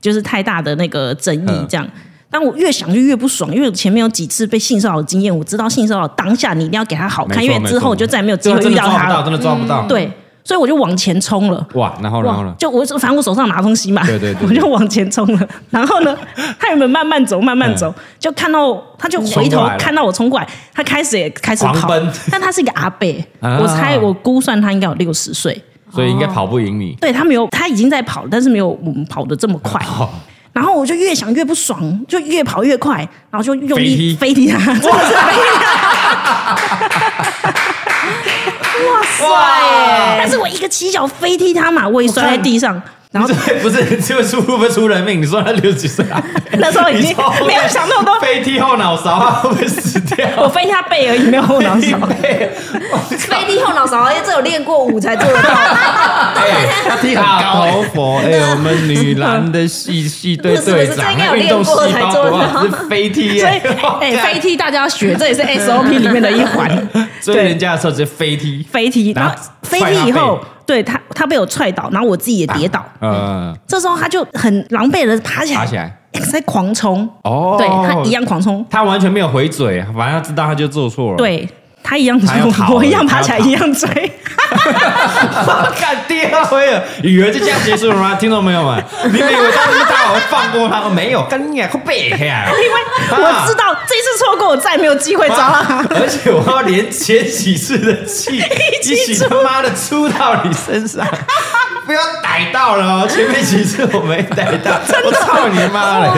S2: 就是太大的那个争议
S1: 嗯
S2: 这样。但我越想就越不爽，因为我前面有几次被性骚扰的经验，我知道性骚扰当下你一定要给他好
S1: 没
S2: 看，
S1: 错
S2: 因为
S1: 没
S2: 之
S1: 错
S2: 后我就再也没有机
S1: 这
S2: 会
S1: 个真
S2: 遇
S1: 的
S2: 到
S1: 抓
S2: 他
S1: 不到，
S2: 了。
S1: 真的抓不到。
S2: 对，所以我就往前冲了。
S1: 哇，然后然后呢？
S2: 就我反正我手上拿东西嘛，
S1: 对 对对
S2: 我就往前冲了。然后 呢，他原本慢慢走，慢慢走，就看到他就回
S1: 嗯冲过
S2: 头
S1: 来了
S2: 看到我冲过来，他开始也开始
S1: 狂
S2: 跑
S1: 奔，
S2: 但他是一个阿伯，
S1: 啊
S2: 我猜我估算他应该有六十岁，
S1: 所以应该跑不赢你。
S2: 对他没有，他已经在跑，但是没有我们跑的这么快。
S1: 哦
S2: 然后我就越想越不爽，就越跑越快，然后就用力飞踢他，真的是飞踢他。
S1: 哇！
S2: 但是我一个起脚飞踢他嘛，我也摔在地上，然
S1: 你
S2: 后
S1: 这 不是这个出会不会出人命？你说他六十几岁啊？
S2: 那时候已经
S1: 你说会不会
S2: 没有想那么多
S1: 飞踢后脑勺啊，会不会死
S2: 我
S1: 掉？
S2: 飞踢他背而已，没有后脑 勺。
S4: 飞地后脑勺，哎，这有练过舞才做得到。
S1: 哎他踢很高佛哎，我们女篮的系系队
S4: 不是不
S1: 队
S4: 是这
S1: 长，
S4: 应该有
S1: 运动
S4: 练
S1: 细
S4: 过才
S1: 胞
S4: 做
S1: 不
S4: 得
S1: 好是
S4: 到
S1: 飞踢
S2: 所以
S1: 耶，哇，
S2: 哎、飞踢大家要学， 这也是 SOP 里面的一环。
S1: 追人家的时候直接飞踢，
S2: 飞踢，然后
S1: 然后
S2: 飞
S1: 踹他
S2: 踢以后
S1: 背，
S2: 对他，他被我踹倒，然后我自己也跌倒。
S1: 呃，
S2: 这时候他就很狼狈的爬起来，哎哦
S1: 爬起来，
S2: 在狂冲，
S1: 哦，
S2: 对他一，样狂冲，
S1: 他完全没有回嘴，反正他知道他就做错了，，
S2: 对他一样
S1: 他要逃
S2: 冲，我一样
S1: 他
S2: 爬
S1: 要
S2: 起来，
S1: 逃
S2: 一样 追。
S1: 干第二回了，以为就这样结束了吗？听众朋友们，你们以为他们大会放过他吗？没有，干你啊，快背下！因为
S2: 我知道这次错过，我再也没有机会抓 他。
S1: 而且我要连前几次的 气一
S2: 起
S1: 起他妈的出到你身上，不要逮到了哦！前面几次我没逮 到，我操你妈嘞！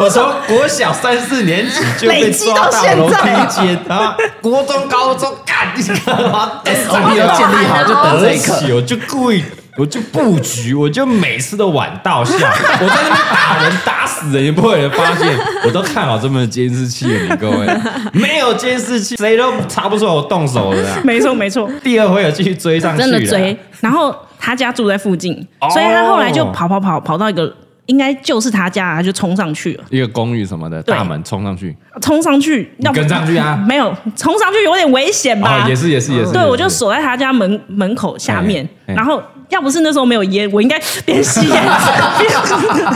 S1: 我从国小三四年级就被
S2: 累积
S1: 抓
S2: 到
S1: 到
S2: 现
S1: 楼梯
S2: 在
S1: 间，然后啊国中、高中干你干 嘛？哎
S3: 我没有建立好就等这一刻。
S1: 我就故意，我就布局，我就每次都晚到校，我在那边打人打死人，也不会有人发现。我都看好这么的监视器了，你各位，没有监视器，谁都查不出来我动手的啊、
S2: 没错，没错。
S1: 第二回有继续追上去，
S2: 真的追。。然后他家住在附近
S1: 哦，
S2: 所以他后来就跑跑跑跑到一个应该就是他家，他就冲上去了。
S1: 一个公寓什么的
S2: 对
S1: 大门冲上去，
S2: 冲上去，要不
S1: 跟上去啊
S2: 没有，冲上去有点危险吧？
S1: 哦，也是也是也是，
S2: 对，
S1: 也是
S2: 我就锁在他家门门口下面
S1: 哎哎，
S2: 然后要不是那时候没有烟，我应该边吸 烟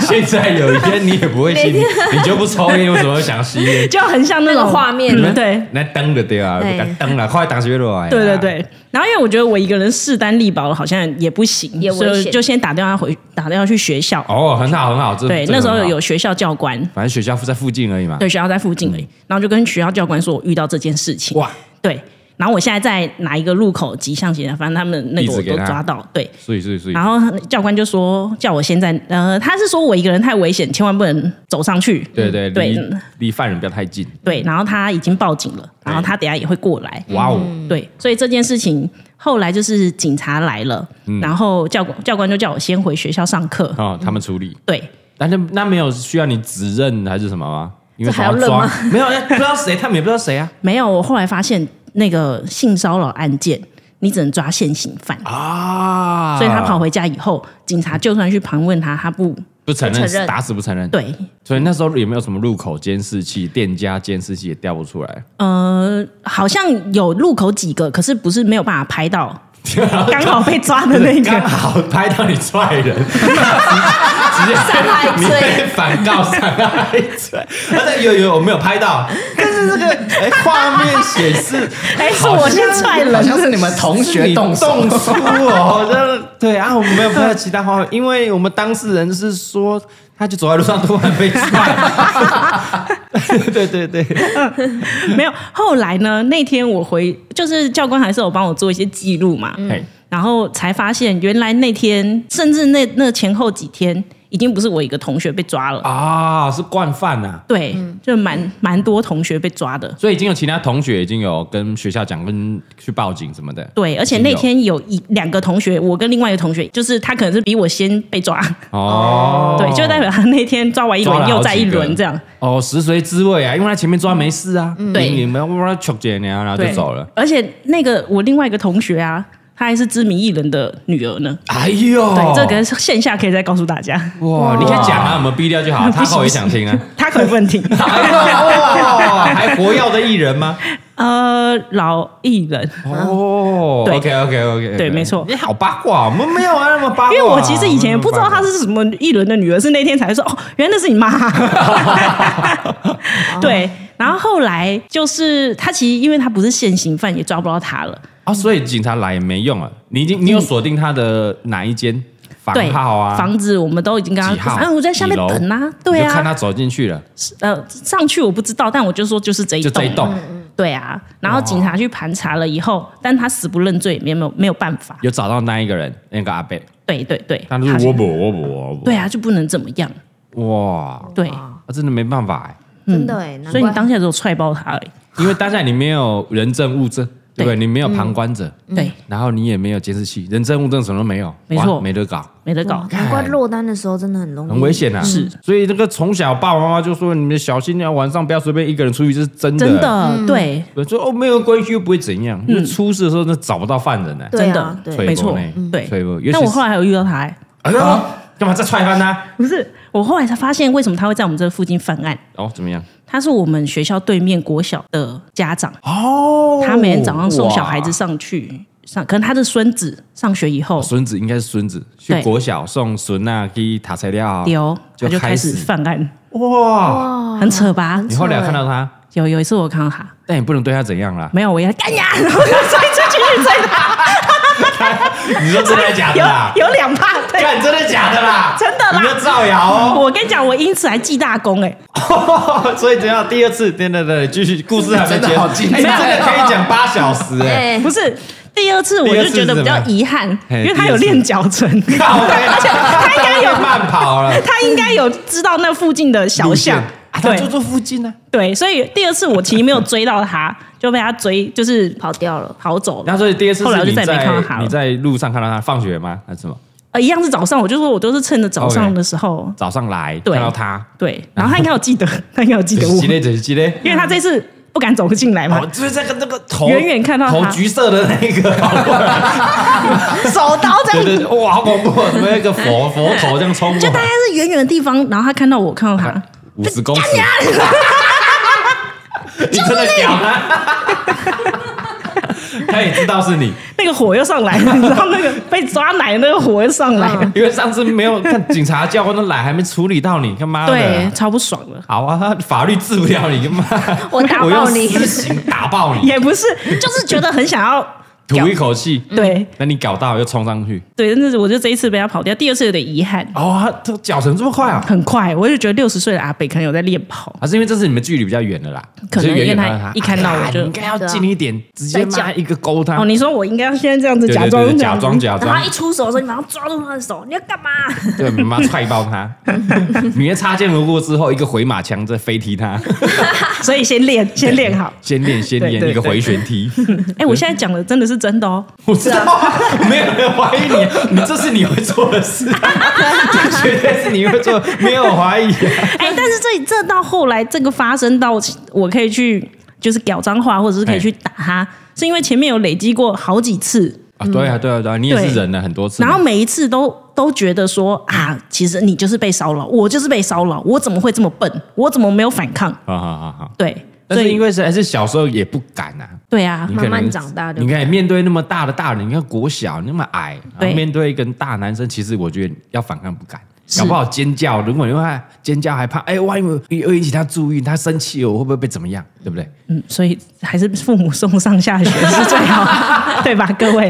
S1: 现在有一天你也不会吸，你就不抽烟，为什么会想吸烟？
S2: 就很像那
S4: 那
S2: 种
S4: 个画面
S2: 嗯对。
S1: 那灯的对啊，
S4: 对
S1: 敢灯了，啊快打学落来。
S2: 对对，对，然后因为我觉得我一个人势单力薄，好像也不行，
S4: 也危
S2: 所以
S4: 险
S2: 就先打电话回，打电话去学校。
S1: 哦，很好很好，这
S2: 对，
S1: 这
S2: 那时候
S1: 很好
S2: 有有学校教官，
S1: 反正学校在附近而已嘛。
S2: 对，学校在附
S1: 嗯
S2: 近而已，然后就跟学校教官说我遇到这件事情，
S1: 哇，
S2: 对，然后我现在在哪一个路口急向前，反正他们那
S1: 地
S2: 个
S1: 址
S2: 我
S1: 给
S2: 都
S1: 他
S2: 抓到，对，
S1: 所以所以所以，
S2: 然后教官就说叫我现在，呃，他是说我一个人太危险，千万不能走上去。
S1: 对对
S2: 嗯对
S1: 离离犯人不要太近。
S2: 对，然后他已经报警了，
S1: 嗯
S2: 然后他等下也会过来。
S1: 哇哦，
S2: 对，所以这件事情后来就是警察来了，
S1: 嗯
S2: 然后教官教官就叫我先回学校上课。
S1: 哦，他们处理，
S2: 对，
S1: 但那那没有需要你指认还是什么吗？因为
S4: 这还要
S1: 想抓
S4: 认吗？
S1: 没有，啊不知道谁，他们也不知道谁 啊。
S2: 没有，我后来发现那个性骚扰案件，你只能抓现行犯。
S1: 啊，
S2: 所以他跑回家以后，警察就算去盘问他，他不
S1: 不承
S4: 不承
S1: 认，
S4: 认
S1: 打死不承认。，
S2: 对，
S1: 所以那时候也没有什么入口监视器、店家监视器也调不出来。
S2: 呃，好像有路口几个，可是不是没有办法拍到， 刚好被抓的那
S1: 刚
S2: 个。
S1: 好拍到你踹人，直接伤
S4: 害罪
S1: 你被反告伤害罪。 他在有有我没有拍到，但是这个哎画面显示
S2: 哎，是我先踹
S3: 好
S2: 人
S3: 像是你们同学动手，
S1: 动粗哦，这对啊，我们没有拍到其他画面，因为我们当事人是说，他就走在路上突然被踹。 对对对，
S2: 没有，后来呢？那天我回，就是教官还是有帮我做一些记录嘛，
S1: 嘿
S2: 然后才发现原来那天，甚至那那前后几天，已经不是我一个同学被抓了，
S1: 啊，是惯犯啊。
S2: 对，就蛮蛮多同学被抓的，
S1: 所以已经有其他同学已经有跟学校讲，跟去报警什么的。哦
S2: 对，而且那天有一两个同学，我跟另外一个同学，就是他可能是比我先被抓，
S1: 哦，
S2: 对，就代表他那天抓完一
S1: 抓了
S2: 轮
S1: 好
S2: 又再一
S1: 几个
S2: 轮这样，
S1: 哦，食髓知味啊，因为他前面抓没事啊，
S2: 嗯对
S1: 你你们要不然求解你啊，然后就走了。
S2: 而且那个我另外一个同学啊，她还是知名艺人的女儿呢。
S1: 哎呦，
S2: 对，这个线下可以再告诉大家，
S1: 哇，你可以讲啊，我们逼掉就好， 他好也想听啊。
S2: 他可能不能听。
S1: 哎呦， 哇还活要的艺人吗？
S2: 呃，老艺人，
S1: 哦
S2: 对
S1: ，OK OK OK，
S2: 对没错
S1: 你好八卦，我们没有啊那么八卦，
S2: 因为我其实以前也不知道她
S1: 是
S2: 是什么艺人的女儿，是那天才说哦，原来那是你妈。 对，然后后来就是她其实因为她不是现行犯，也抓不到她了。
S1: 啊，所以警察来也没用啊，你已经你有锁定他的哪一间房
S2: 对，
S1: 号啊？
S2: 房子我们都已经跟她
S1: 几号？
S2: 反正我在下面
S1: 几楼
S2: 等啊，对
S1: 你就看
S2: 啊，
S1: 他走进去了，
S2: 呃，上去我不知道，但我就说就是这一
S1: 就这一
S2: 栋。
S1: 栋
S2: 对啊，然后警察去盘查了以后，但他死不认罪，没有没有没有办法。
S1: 有找到那一个人，那个阿贝，
S2: 对对对，
S1: 他就是
S2: 他
S1: 我不我不我不，
S2: 对啊，就不能怎么样。
S1: 哇，
S2: 对，嗯
S1: 啊真的没办法哎。
S4: 哦真的哎，
S2: 所以你
S4: 难怪
S2: 当下只有踹爆他而已。
S1: 因为当下你没有人证物证，对不对？
S2: 对
S1: 你没有旁观者，
S4: 嗯
S2: 对，
S1: 然后你也没有监视器，人证物证什么都没有，
S2: 没错
S1: 哇没得搞，
S2: 没得搞。
S4: 难怪落单的时候真的很容易，
S1: 很危险啊。
S2: 嗯是，
S1: 所以这个从小爸爸妈妈就说你们小心啊，晚上不要随便一个人出去，这是真的。
S2: 真，的，
S4: 嗯
S2: 嗯对，
S1: 我说哦没有关系，又不会怎样。因为出事的时候那找不到犯人呢。
S4: 对
S2: 真
S4: 啊
S2: 的，
S4: 对
S2: 没
S1: 吹
S2: 错
S1: 波呢，
S2: 对
S1: 吹波尤其。是
S2: 但我后来还有遇到他，哎
S1: 哎呦，干嘛再踹翻他？
S2: 不是，我后来才发现为什么他会在我们这附近犯案。
S1: 哦，怎么样？
S2: 他是我们学校对面国小的家长，
S1: 哦，
S2: 他每天早上送小孩子
S1: 哇。哦
S2: 上去上，可能他的孙子上学以后
S1: 孙子应该是孙子，去
S2: 对
S1: 国小送孙啊，去塔材料。
S2: 丢，
S1: 就
S2: 他就开
S1: 开
S2: 始
S1: 始
S2: 犯案，
S1: 哇！
S4: 哦
S2: 很扯吧？
S1: 你后来有看到他，
S2: 有有一次我看到他，
S1: 但也不能对他怎样啦。
S2: 没有，我要干呀，然后就 追出去追他，
S1: 你说真的假的啊啦？
S2: 有有两趴，对，
S1: 干真的假的啦？
S2: 真的啦
S1: 你就造谣哦。
S2: 我跟你讲，我因此还记大功哎、
S1: 所以怎样？第二次，对对对，继续，故事还没
S3: 真的
S1: 结束
S3: 好精彩
S1: 哎真的可以讲八小时 哎。
S4: 哎
S2: 不，是第二次我就觉得比较遗憾，
S1: 第二次是怎么样
S2: 因为他有练脚程，
S1: 靠背，
S2: 而且他应该有，
S1: 慢跑了，
S2: 他应该有知道那附近的小巷
S1: 路线，啊他
S2: 对
S1: 就住附近呢。
S2: 对，所以第二次我其实没有追 到他，就被他追，就是跑
S4: 跑掉了，
S2: 跑走
S1: 然
S2: 了。
S1: 后所以第二次
S2: 后来
S1: 是
S2: 我
S1: 你
S2: 就再也没看到
S1: 在
S2: 他了
S1: 你在路上看到他，放学吗？还是什么？
S2: 呃，一样是早上，我就说我都是趁着早上的时候，
S1: 早上来
S2: 对
S1: 看到他，
S2: 对，然后他应该 有记得，他应该有记得我
S1: 几，嘞几嘞几 嘞。
S2: 因为他这次不敢走进来嘛
S1: 哦，，就是这个那个头，
S2: 远远看到他
S1: 头橘色的 那个跑过来，
S2: 手刀
S1: 对
S2: 这样
S1: 对，对哇，好恐怖！啊怎么有一个佛佛头这样冲过
S2: 就大概
S1: 来？
S2: 是远远的地方，然后他看到我，看到他，
S1: 五十公尺，
S2: 啊
S1: 你真的屌吗？他也知道是你，
S2: 那个火又上来了，你知道那个被抓奶那个火又上来了，
S1: 因为上次没有看警察教官的奶还没处理到你，干嘛的？
S2: 对，超不爽的。
S1: 好啊，他法律治不了你，干嘛？
S4: 我打爆
S1: 我用
S4: 你
S1: 私刑打爆 你，
S2: 也不 是，就是觉得很想要，
S1: 吐一口气。
S2: 对
S1: 那你搞到又冲上去，
S2: 对，但是我就这一次被他跑掉，第二次有点遗憾，
S1: 哦，他他脚程这么快啊？
S2: 很快，我就觉得六十岁的阿北可能有在练跑，
S1: 还是因为这次你们距离比较远了啦，
S2: 可能
S1: 所以远远
S2: 因为他
S1: 看到他
S2: 一看到我就
S1: 啊你应该要近一点，直接骂一个勾他
S2: 哦，。你说我应该要现在这样子
S1: 啊对
S2: 假
S1: 对
S2: 装
S1: 对，
S2: 这
S1: 假
S2: 样子
S1: 装假
S4: 然后
S1: 装
S4: 他一，出手的时候，你马上抓住他的手，你要干嘛？
S1: 对，妈妈踹爆他。女人擦肩而过之后，一个回马枪再飞踢他，
S2: 所以先练，先练好。
S1: 先练先
S2: 对对
S1: 练
S2: 对
S1: 一个回旋踢。
S2: 哎，我现在讲的真的是真的 哦，
S1: 我知道啊，没有人怀疑你，你这是你会做的事，这绝对是你会做，没有怀疑啊。
S2: 哎，但是这这到后来这个发生到我可以去就是屌脏话，或者是可以去打他，是因为前面有累积过好几次，
S1: 啊对啊，对啊，对啊，你也
S2: 嗯对
S1: 是忍了很多次，
S2: 然后每一次都都觉得说啊，其实你就是被骚扰，我就是被骚扰，我怎么会这么笨？我怎么没有反抗？
S1: 好好好好。
S2: 对，
S1: 但
S2: 所
S1: 是因
S2: 以
S1: 为是还是小时候也不敢啊，
S2: 对啊
S1: 你，可能
S4: 慢慢长大就
S1: 你看面对那么大的大人，你看国小那么矮，然
S2: 对
S1: 后面对一个大男生，其实我觉得要反抗不敢。
S2: 是
S1: 搞不好尖叫，如果你怕尖叫害怕，哎，万一我又引起他注意，他生气了，我会不会被怎么样？对不对？
S2: 嗯，所以还是父母送上下学是最 好，对吧？各位，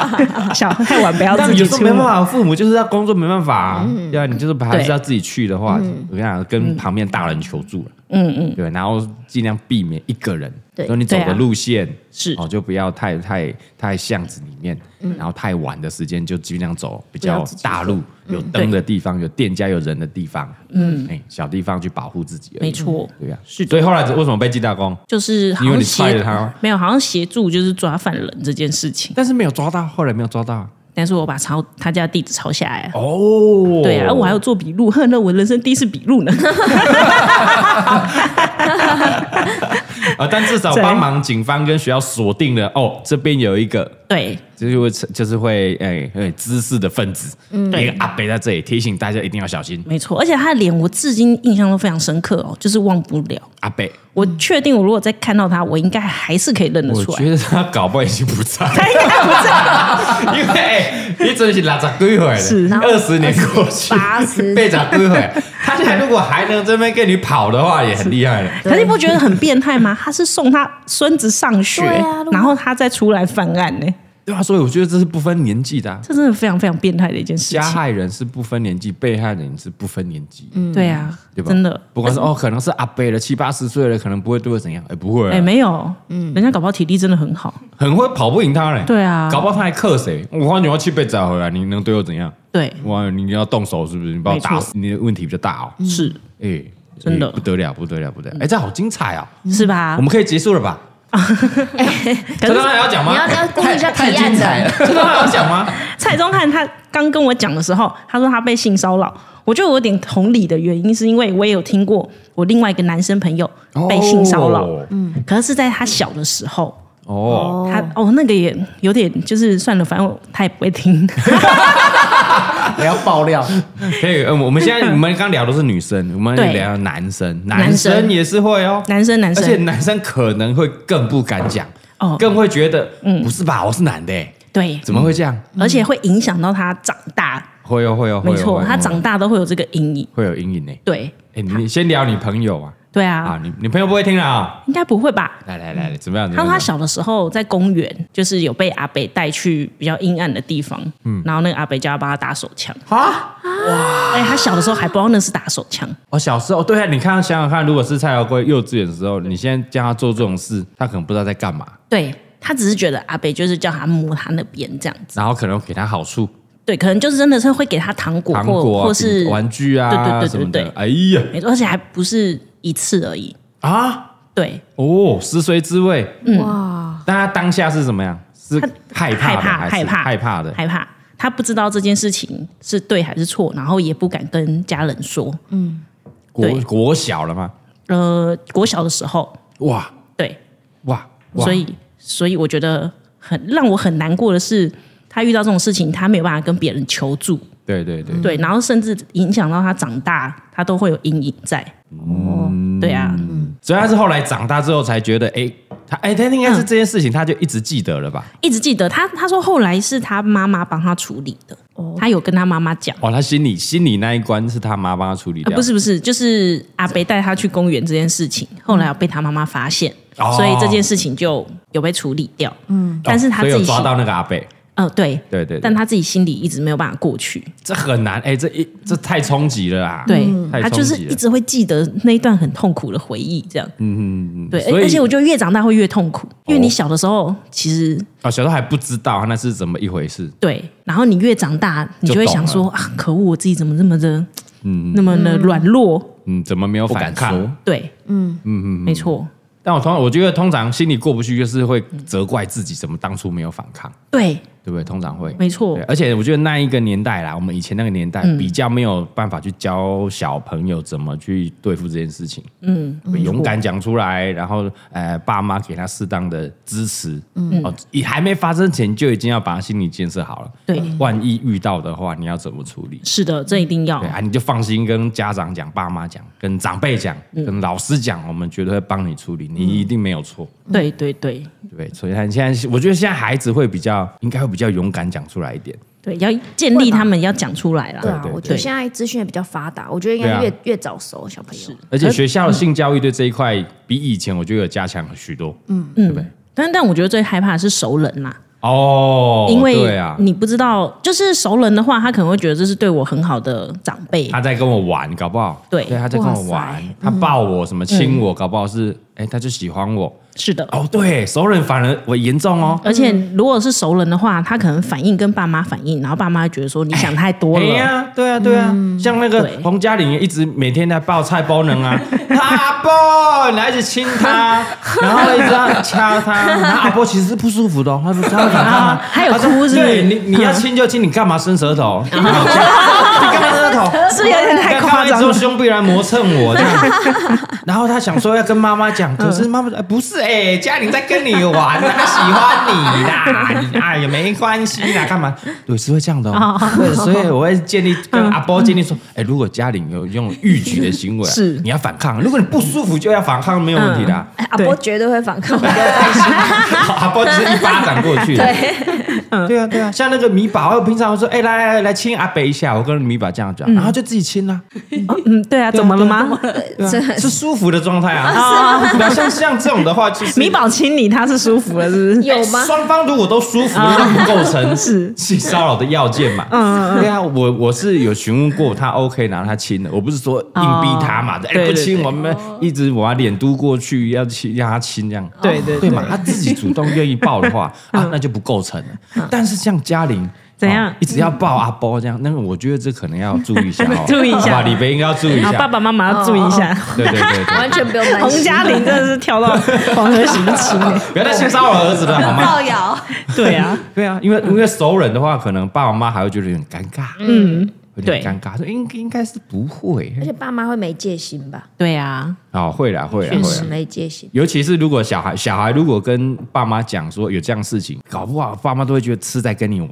S2: 小太晚不要
S1: 但
S2: 自己
S1: 有时候
S2: 出
S1: 没
S2: 门嗯
S1: 办。法，父母就是要工作没办法、啊，对啊，你就是还
S2: 对
S1: 是要自己去的话，我跟你讲，跟旁边大人求助了，
S2: 嗯嗯，
S1: 对，然后尽量避免一个人，
S4: 对
S1: 说你走
S2: 对啊
S1: 的路线
S2: 是嗯
S1: 哦，就不要太太太巷子里面，然后太晚的时间就尽量走比
S4: 不
S1: 较
S4: 要自己
S1: 大路、
S2: 嗯
S1: 有灯的地方、有店家、有人的地方，嗯，哎，小地方去保护自己而已，
S2: 没错，
S1: 对呀、啊，是。所以后来为什么被记大功？
S2: 就是好
S1: 因为
S2: 像
S1: 你踹
S2: 协
S1: 了他吗
S2: 没有，好像协助就是抓犯人这件事情。
S1: 但是没有抓到，后来没有抓到啊
S2: 但是我把抄他家地址抄下来啊。
S1: 哦，
S2: 对啊，我还有做笔录， 恨那我人生第一次笔 录呢。
S1: 啊，但至少
S2: 对
S1: 帮忙警方跟学校锁定了哦，这边有一个
S2: 对，
S1: 就是会就是会哎哎知识的分子，
S2: 嗯
S1: 一个阿北在这里提醒大家一定要小心，
S2: 没错，而且他的脸我至今印象都非常深刻哦，就是忘不了。
S1: 阿北，
S2: 我确定，我如果再看到他，我应该还是可以认得
S1: 我
S2: 出来。
S1: 觉得他搞不好已经不在了，
S2: 他应该不在，
S1: 因为哎你真是拉杂归回
S2: 是
S1: 了，二十年过去，
S4: 八十
S1: 被杂归 回，他现在如果还能这边跟你跑的话，也很厉害了。
S2: 可是你不觉得很变态吗？ 他是送他孙子上学，
S4: 对啊
S2: 然后他再出来犯案呢、
S1: 对啊，所以我觉得这是不分年纪的啊、
S2: 这真的非常非常变态的一件事
S1: 加
S2: 情。
S1: 害人是不分年纪，被害人是不分年纪，嗯，
S2: 对啊，
S1: 对吧？
S2: 真的，
S1: 不管是哦，可能是阿伯了，七八十岁了，可能不会对我怎样，哎，不会、啊，
S2: 哎、没有，嗯，人家搞不好体力真的很好。
S1: 很会跑不赢他嘞。
S2: 对啊
S1: 搞不好他还克谁？我花你要去被找回来，你能对我怎样？
S2: 对，
S1: 哇，你要动手是不是？你把我打死，你的问题比较大哦。
S2: 是
S1: 哎、
S2: 真的嗯
S1: 哎不得了，不得了，不得了！哎，这好精彩哦！
S2: 是吧
S1: 我？们可以结束了吧？
S2: 可
S1: 这
S2: 是
S1: 当然要讲吗
S4: 你？要你要公布一下提
S3: 太
S4: 案
S3: 精彩
S4: 的，
S3: 了，
S1: 这当然要讲吗？
S2: 蔡宗翰他刚跟我讲的时候，他说他被性骚扰，我就有点同理的原因，是因为我也有听过我另外一个男生朋友被性骚扰，
S1: 哦
S2: 可是是在他小的时候。
S1: 哦，
S2: 他哦，那个也有点，就是算了，反正我他也不会听。
S3: 我要爆料，
S1: 可以。呃我们 现在我们刚聊的是女生，我们
S2: 对
S1: 聊男生，
S2: 男
S1: 男
S2: 生
S1: 生也是会哦，
S2: 男生，男
S1: 而且
S2: 生，
S1: 男生可能会更不敢讲，
S2: 哦，嗯
S1: 更会觉得，不是吧？我是男的，哎
S2: 对，
S1: 怎么会这样？
S2: 而且会影响到他长大。
S1: 会哦，会哦，会
S2: 嗯没
S1: 哦
S2: 错，
S1: 嗯会哦
S2: 他长大都会有这个阴影。
S1: 会有阴影呢。
S2: 对，
S1: 哎，你你先聊你朋友啊，
S2: 对
S1: 啊
S2: 啊，，
S1: 你你朋友不会听了啊？
S2: 应该不会吧？
S1: 来来来，怎么样？
S2: 嗯他说他
S1: 想
S2: 小的时候在公园，就是有被阿北带去比较阴暗的地方，
S1: 嗯
S2: 然后那个阿北叫他帮他打手枪。
S1: 啊，
S2: 哎、他小的时候还不知道那是打手枪，
S1: 我小时候对啊，你看想想看，如果是蔡小贵幼稚园的时候，你现在叫他做这种事，他可能不知道在干嘛，
S2: 对他只是觉得阿北就是叫他摸他那边这样子，
S1: 然后可能给他好处，
S2: 对，可能就是真的是会给他糖果
S1: 糖
S2: 或
S1: 果
S2: 或
S1: 啊、
S2: 是
S1: 饼玩具啊，
S2: 对对对对
S1: 什么
S2: 对
S1: 的。哎呀
S2: 没错，而且还不是一次而已，
S1: 啊，
S2: 对，
S1: 哦，食髓知味。
S4: 嗯哇，
S1: 但他当下是怎么样？是害怕
S2: 害
S1: 的
S2: 怕
S1: 还是
S2: 害怕
S1: 害怕的。
S2: 害怕，他不知道这件事情是对还是错，然后也不敢跟家人说。
S1: 国
S2: 对
S1: 国小了吗？
S2: 呃，国小的时候，
S1: 哇
S2: 对，
S1: 哇，哇
S2: 所以所以我觉得很让我很难过的是，他遇到这种事情，他没有办法跟别人求助，
S1: 对对对，
S2: 对，然后甚至影响到他长大，他都会有阴影在。对啊，
S1: 嗯所以他是后来长大之后才觉得，哎，他哎，他应该是这件事情，他就一直记得了吧？
S2: 一直记得他，他说后来是他妈妈帮他处理的，他有跟他妈妈讲。
S1: 哦，他心里心里那一关是他妈帮他处理
S2: 呃
S1: 掉，
S2: 不是不是，就是阿北带他去公园这件事情，后来有被他妈妈发现，
S1: 嗯哦
S2: 所以这件事情就有被处理掉。嗯，但是
S1: 哦
S2: 他自
S1: 所以
S2: 己
S1: 有抓
S2: 心
S1: 到那个阿贝，
S2: 呃，对
S1: 对对对
S2: 但他自己心里一直没有办法过去，
S1: 这很难，哎，这一这太冲击了啊！
S2: 对、
S1: 太
S2: 他
S1: 冲
S2: 就是
S1: 击
S2: 一
S1: 了。
S2: 直会记得那一段很痛苦的回忆，这样，嗯嗯嗯，对，
S1: 所以
S2: 而且我觉得越长大会越痛苦，因为你小的时候其实
S1: 啊，小时候还不知道那是怎么一回事，
S2: 对，然后你越长大，你就会想说啊，可恶，我自己怎么这么的，嗯，那么的软弱，
S1: 嗯，怎么没有
S3: 不
S1: 反
S3: 敢
S1: 抗？
S3: 说。
S2: 对，嗯嗯嗯，没错，
S1: 但我通常我觉得通常心里过不去，就是会责怪自己怎么当初没有反抗，
S2: 对，
S1: 对不对？通常会。
S2: 没错嗯
S1: 对，而啊且我觉得那一个年代啦，我们以前那个年代比较没有办法去教小朋友怎么去对付这件事情，嗯，勇敢讲出来，然后呃，爸妈给他适当的支持，嗯，哦，以还没发生前就已经要把他心理建设好了，
S2: 对
S1: 万一遇到的话，你要怎么处理？
S2: 是的，这一定要
S1: 对，啊，你就放心跟家长讲、爸妈讲、跟长辈讲、
S2: 嗯
S1: 跟老师讲，我们绝对会帮你处理，你一定没有错。
S2: 对对对
S1: 对，所以他现在，我觉得现在孩子会比较，应该会比较勇敢讲出来一点。
S2: 对，要建立他们要讲出来
S4: 对
S2: 啦，
S4: 啊
S1: 对，对
S4: 我觉得
S2: 对
S4: 现在资讯也比较发达，我觉得应该
S1: 对啊
S4: 越越早熟小朋友。
S1: 而且学校
S2: 嗯
S1: 的性教育对这一块比以前我觉得有加强许多。
S2: 嗯但但我觉得最害怕的是熟人啦，
S1: 哦，
S2: 因
S1: 对
S2: 为嗯
S1: 啊，
S2: 你不知道，就是熟人的话，他可能会觉得这是对我很好的长辈，
S1: 他在跟我玩，搞不好
S2: 对嗯
S1: 他在跟我
S4: 哇
S1: 玩
S4: 塞，
S1: 他抱我什么亲我，搞不好是哎他就喜欢我。
S2: 是的。
S1: 哦，对，熟人反而我严重哦。
S2: 而且
S4: 嗯
S2: 如果是熟人的话，他可能反应跟爸妈反应，然后爸妈觉得说你想太多
S1: 哎
S2: 了。嗯
S1: 呀，对啊，对啊，像那个
S2: 对
S1: 彭嘉玲也一直每天在抱蔡波能 啊，阿波，你还一直亲他，然后一直要掐他，然后阿波其实是不舒服的、哦，他说他会反抗啊，
S2: 还有
S1: 他说
S2: 哭是不是
S1: 对你你要亲就亲，你干嘛伸舌 头？你干嘛伸舌头？
S2: 是有点太夸张
S1: 之后
S2: 了。
S1: 兄弟来磨蹭我这样， 然后他想说要跟妈妈
S2: 嗯
S1: 讲，可是妈妈说、哎不是哎、嘉玲在跟你玩，她喜欢你啦，你哎也没关系啦，干嘛？对，是会这样的、哦，对，所以我会建立跟阿波建立说，哎、如果嘉玲有用欲举的行为啊，
S2: 是
S1: 你要反抗，如果你不舒服就 要反抗，没有问题的啊、
S4: 哎阿
S2: 对
S4: 波绝对会反 抗，
S1: 好阿波只是一巴掌过 去。对，对啊，对啊，像那个米宝，我平常说，哎、来来来来亲阿北一下，我跟米宝这样讲，然后就自己亲啦、
S2: 嗯，对啊，怎么 了吗？
S1: 对啊是舒服的状态 啊。那像像这种的话，就是
S2: 米宝亲你，他是舒服了，是不是？
S1: 啊
S4: 有吗？
S1: 双方如果都舒服，
S2: 啊
S1: 那不构 成是性骚扰的要件嘛？嗯，对啊，我我是有询问过他 OK，然后他亲了，我不是说硬逼他嘛，哎
S2: 对
S1: 不
S2: 对
S1: 亲我们一直我要脸嘟过去，要亲让他亲这样，
S2: 对对嗯
S1: 对嘛，他自己主动愿意抱的 话啊，那就不构成了。但是像嘉玲。
S2: 怎样
S1: 啊一直要抱阿波这样，那个我觉得这可能要注意一下哦，
S2: 注意一下
S1: 好吧李贝应该要注意一
S2: 然后爸
S1: 下，
S2: 爸妈妈要注意一下。
S1: 对对对对，
S4: 完全不用担
S2: 洪
S4: 心。
S2: 嘉玲真的 是跳到黄河洗不清哎，
S1: 不要再性骚扰儿子了 好吗？
S5: 造谣，
S2: 对啊，
S1: 对啊，因为因为熟人的话，可能爸爸妈妈还会觉得有点尴尬，
S2: 嗯，
S1: 有
S2: 对
S1: 点尴尬，说应应该是不会
S4: 而且爸妈会没戒心吧？
S2: 对啊，
S1: 哦，会啦会啦
S4: 确
S1: 会
S4: 实
S1: 啦。
S4: 没戒心。
S1: 尤其是如果小孩小孩如果跟爸妈讲说有这样事情，搞不好爸妈都会觉得是在跟你玩。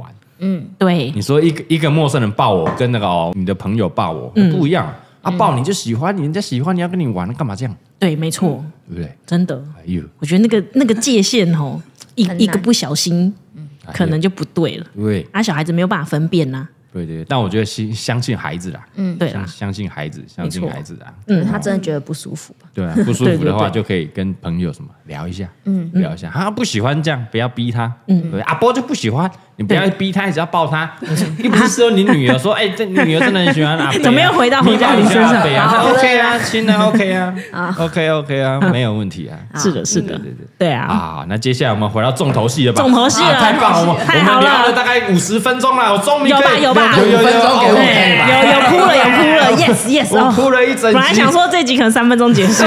S2: 对
S1: 你说一个一个陌生人抱我，跟那个哦你的朋友抱我
S2: 嗯
S1: 不一样啊，抱你就喜欢你，人家喜欢你要跟你玩，干嘛这样？
S2: 对，没错，
S1: 对不对？
S2: 真的，
S1: 哎呦，
S2: 我觉得那个那个界限哦，一
S4: 很难
S2: 一个不小心，
S1: 嗯
S2: 可能就不对了。
S1: 对
S2: 啊，小孩子没有办法分辨呐，
S1: 对对，但我觉得相相信孩子啦，
S2: 嗯对啦
S1: 相，相信孩子，相信
S2: 没错
S1: 孩子啊，
S4: 嗯，他真的觉得不舒服吧？
S1: 对啊， 不舒服的话
S2: 对
S1: 就可以跟朋友什么聊一下，嗯，聊一下。他不喜欢这样，不要逼他。嗯，阿波就不喜欢，你不要逼他，你只要抱他。 又不是说你女儿说，哎，这女儿真的很喜欢阿伯啊，
S2: 怎么又回到
S1: 你
S2: 回家
S1: 你
S2: 你身上
S1: 阿伯啊那？OK 啊，亲 啊，OK 啊，OK OK 啊，没有问题啊。
S2: 是的，是
S1: 对
S2: 的
S1: 对，对。
S2: 对啊，
S1: 啊，那接下来我们回到重头戏了吧？
S2: 重头戏了
S1: 啊太棒了，我们
S2: 太
S1: 我
S2: 好
S1: 们聊
S2: 了
S1: 了大概五十分钟了，我终于
S2: 有吧
S1: 可以
S2: 有吧
S1: 有有有
S3: 分钟给
S1: 哦
S3: 我对
S2: 有有哭了，有 哭了，yes yes，
S1: 我
S2: 哦，
S1: 哭了一整
S2: 本
S1: 集，
S2: 来想说这集可能三分钟 结束，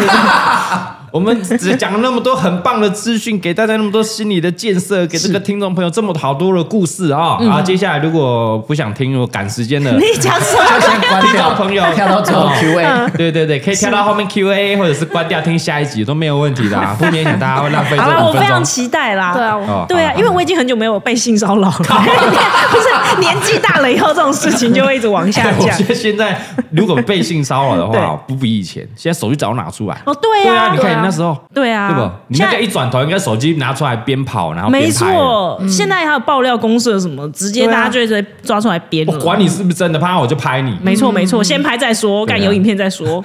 S1: 我们只讲了那么多很棒的资讯，给大家那么多心理的建设，给这个听众朋友这么好多的故事啊、然后接下来如果不想听，我赶时间的。
S2: 嗯 你讲什
S3: 就
S2: 么？
S3: 先关
S1: 听
S3: 掉
S1: 众朋友
S3: 跳到哦最后 Q&A，
S1: 对对对，可以跳到后面 Q&A 或者是关掉听下一集都没有问题的 啊，不
S3: 嗯
S1: 勉强大家会浪费
S2: 好
S1: 这
S2: 了，
S1: 五
S2: 我非
S1: 分
S2: 常
S1: 钟。
S2: 期待啦。
S4: 对啊，我
S1: 哦
S2: 对啊，因为我已经很久没有被性骚 扰了，不是年纪大了以后这种事情就会一直往下
S1: 对，我
S2: 降
S1: 觉。得现在如果被性骚扰的 话，不比以前，现在手机早拿出来。
S2: 哦，对
S1: 对
S2: 呀、
S1: 啊，你看你那时候，
S2: 对啊，
S1: 对吧？你
S2: 现
S1: 那
S2: 在
S1: 个一转头，应该手机拿出来边跑，然后
S2: 没
S1: 边拍了。
S2: 错，现在还有爆料公社什么，直接
S1: 嗯对啊
S2: 大家就会抓出来编
S1: 我
S2: 了。
S1: 管你是不是真的，怕我就拍你。
S2: 没错没错，先拍再说，
S1: 对啊
S2: 干有影片再说。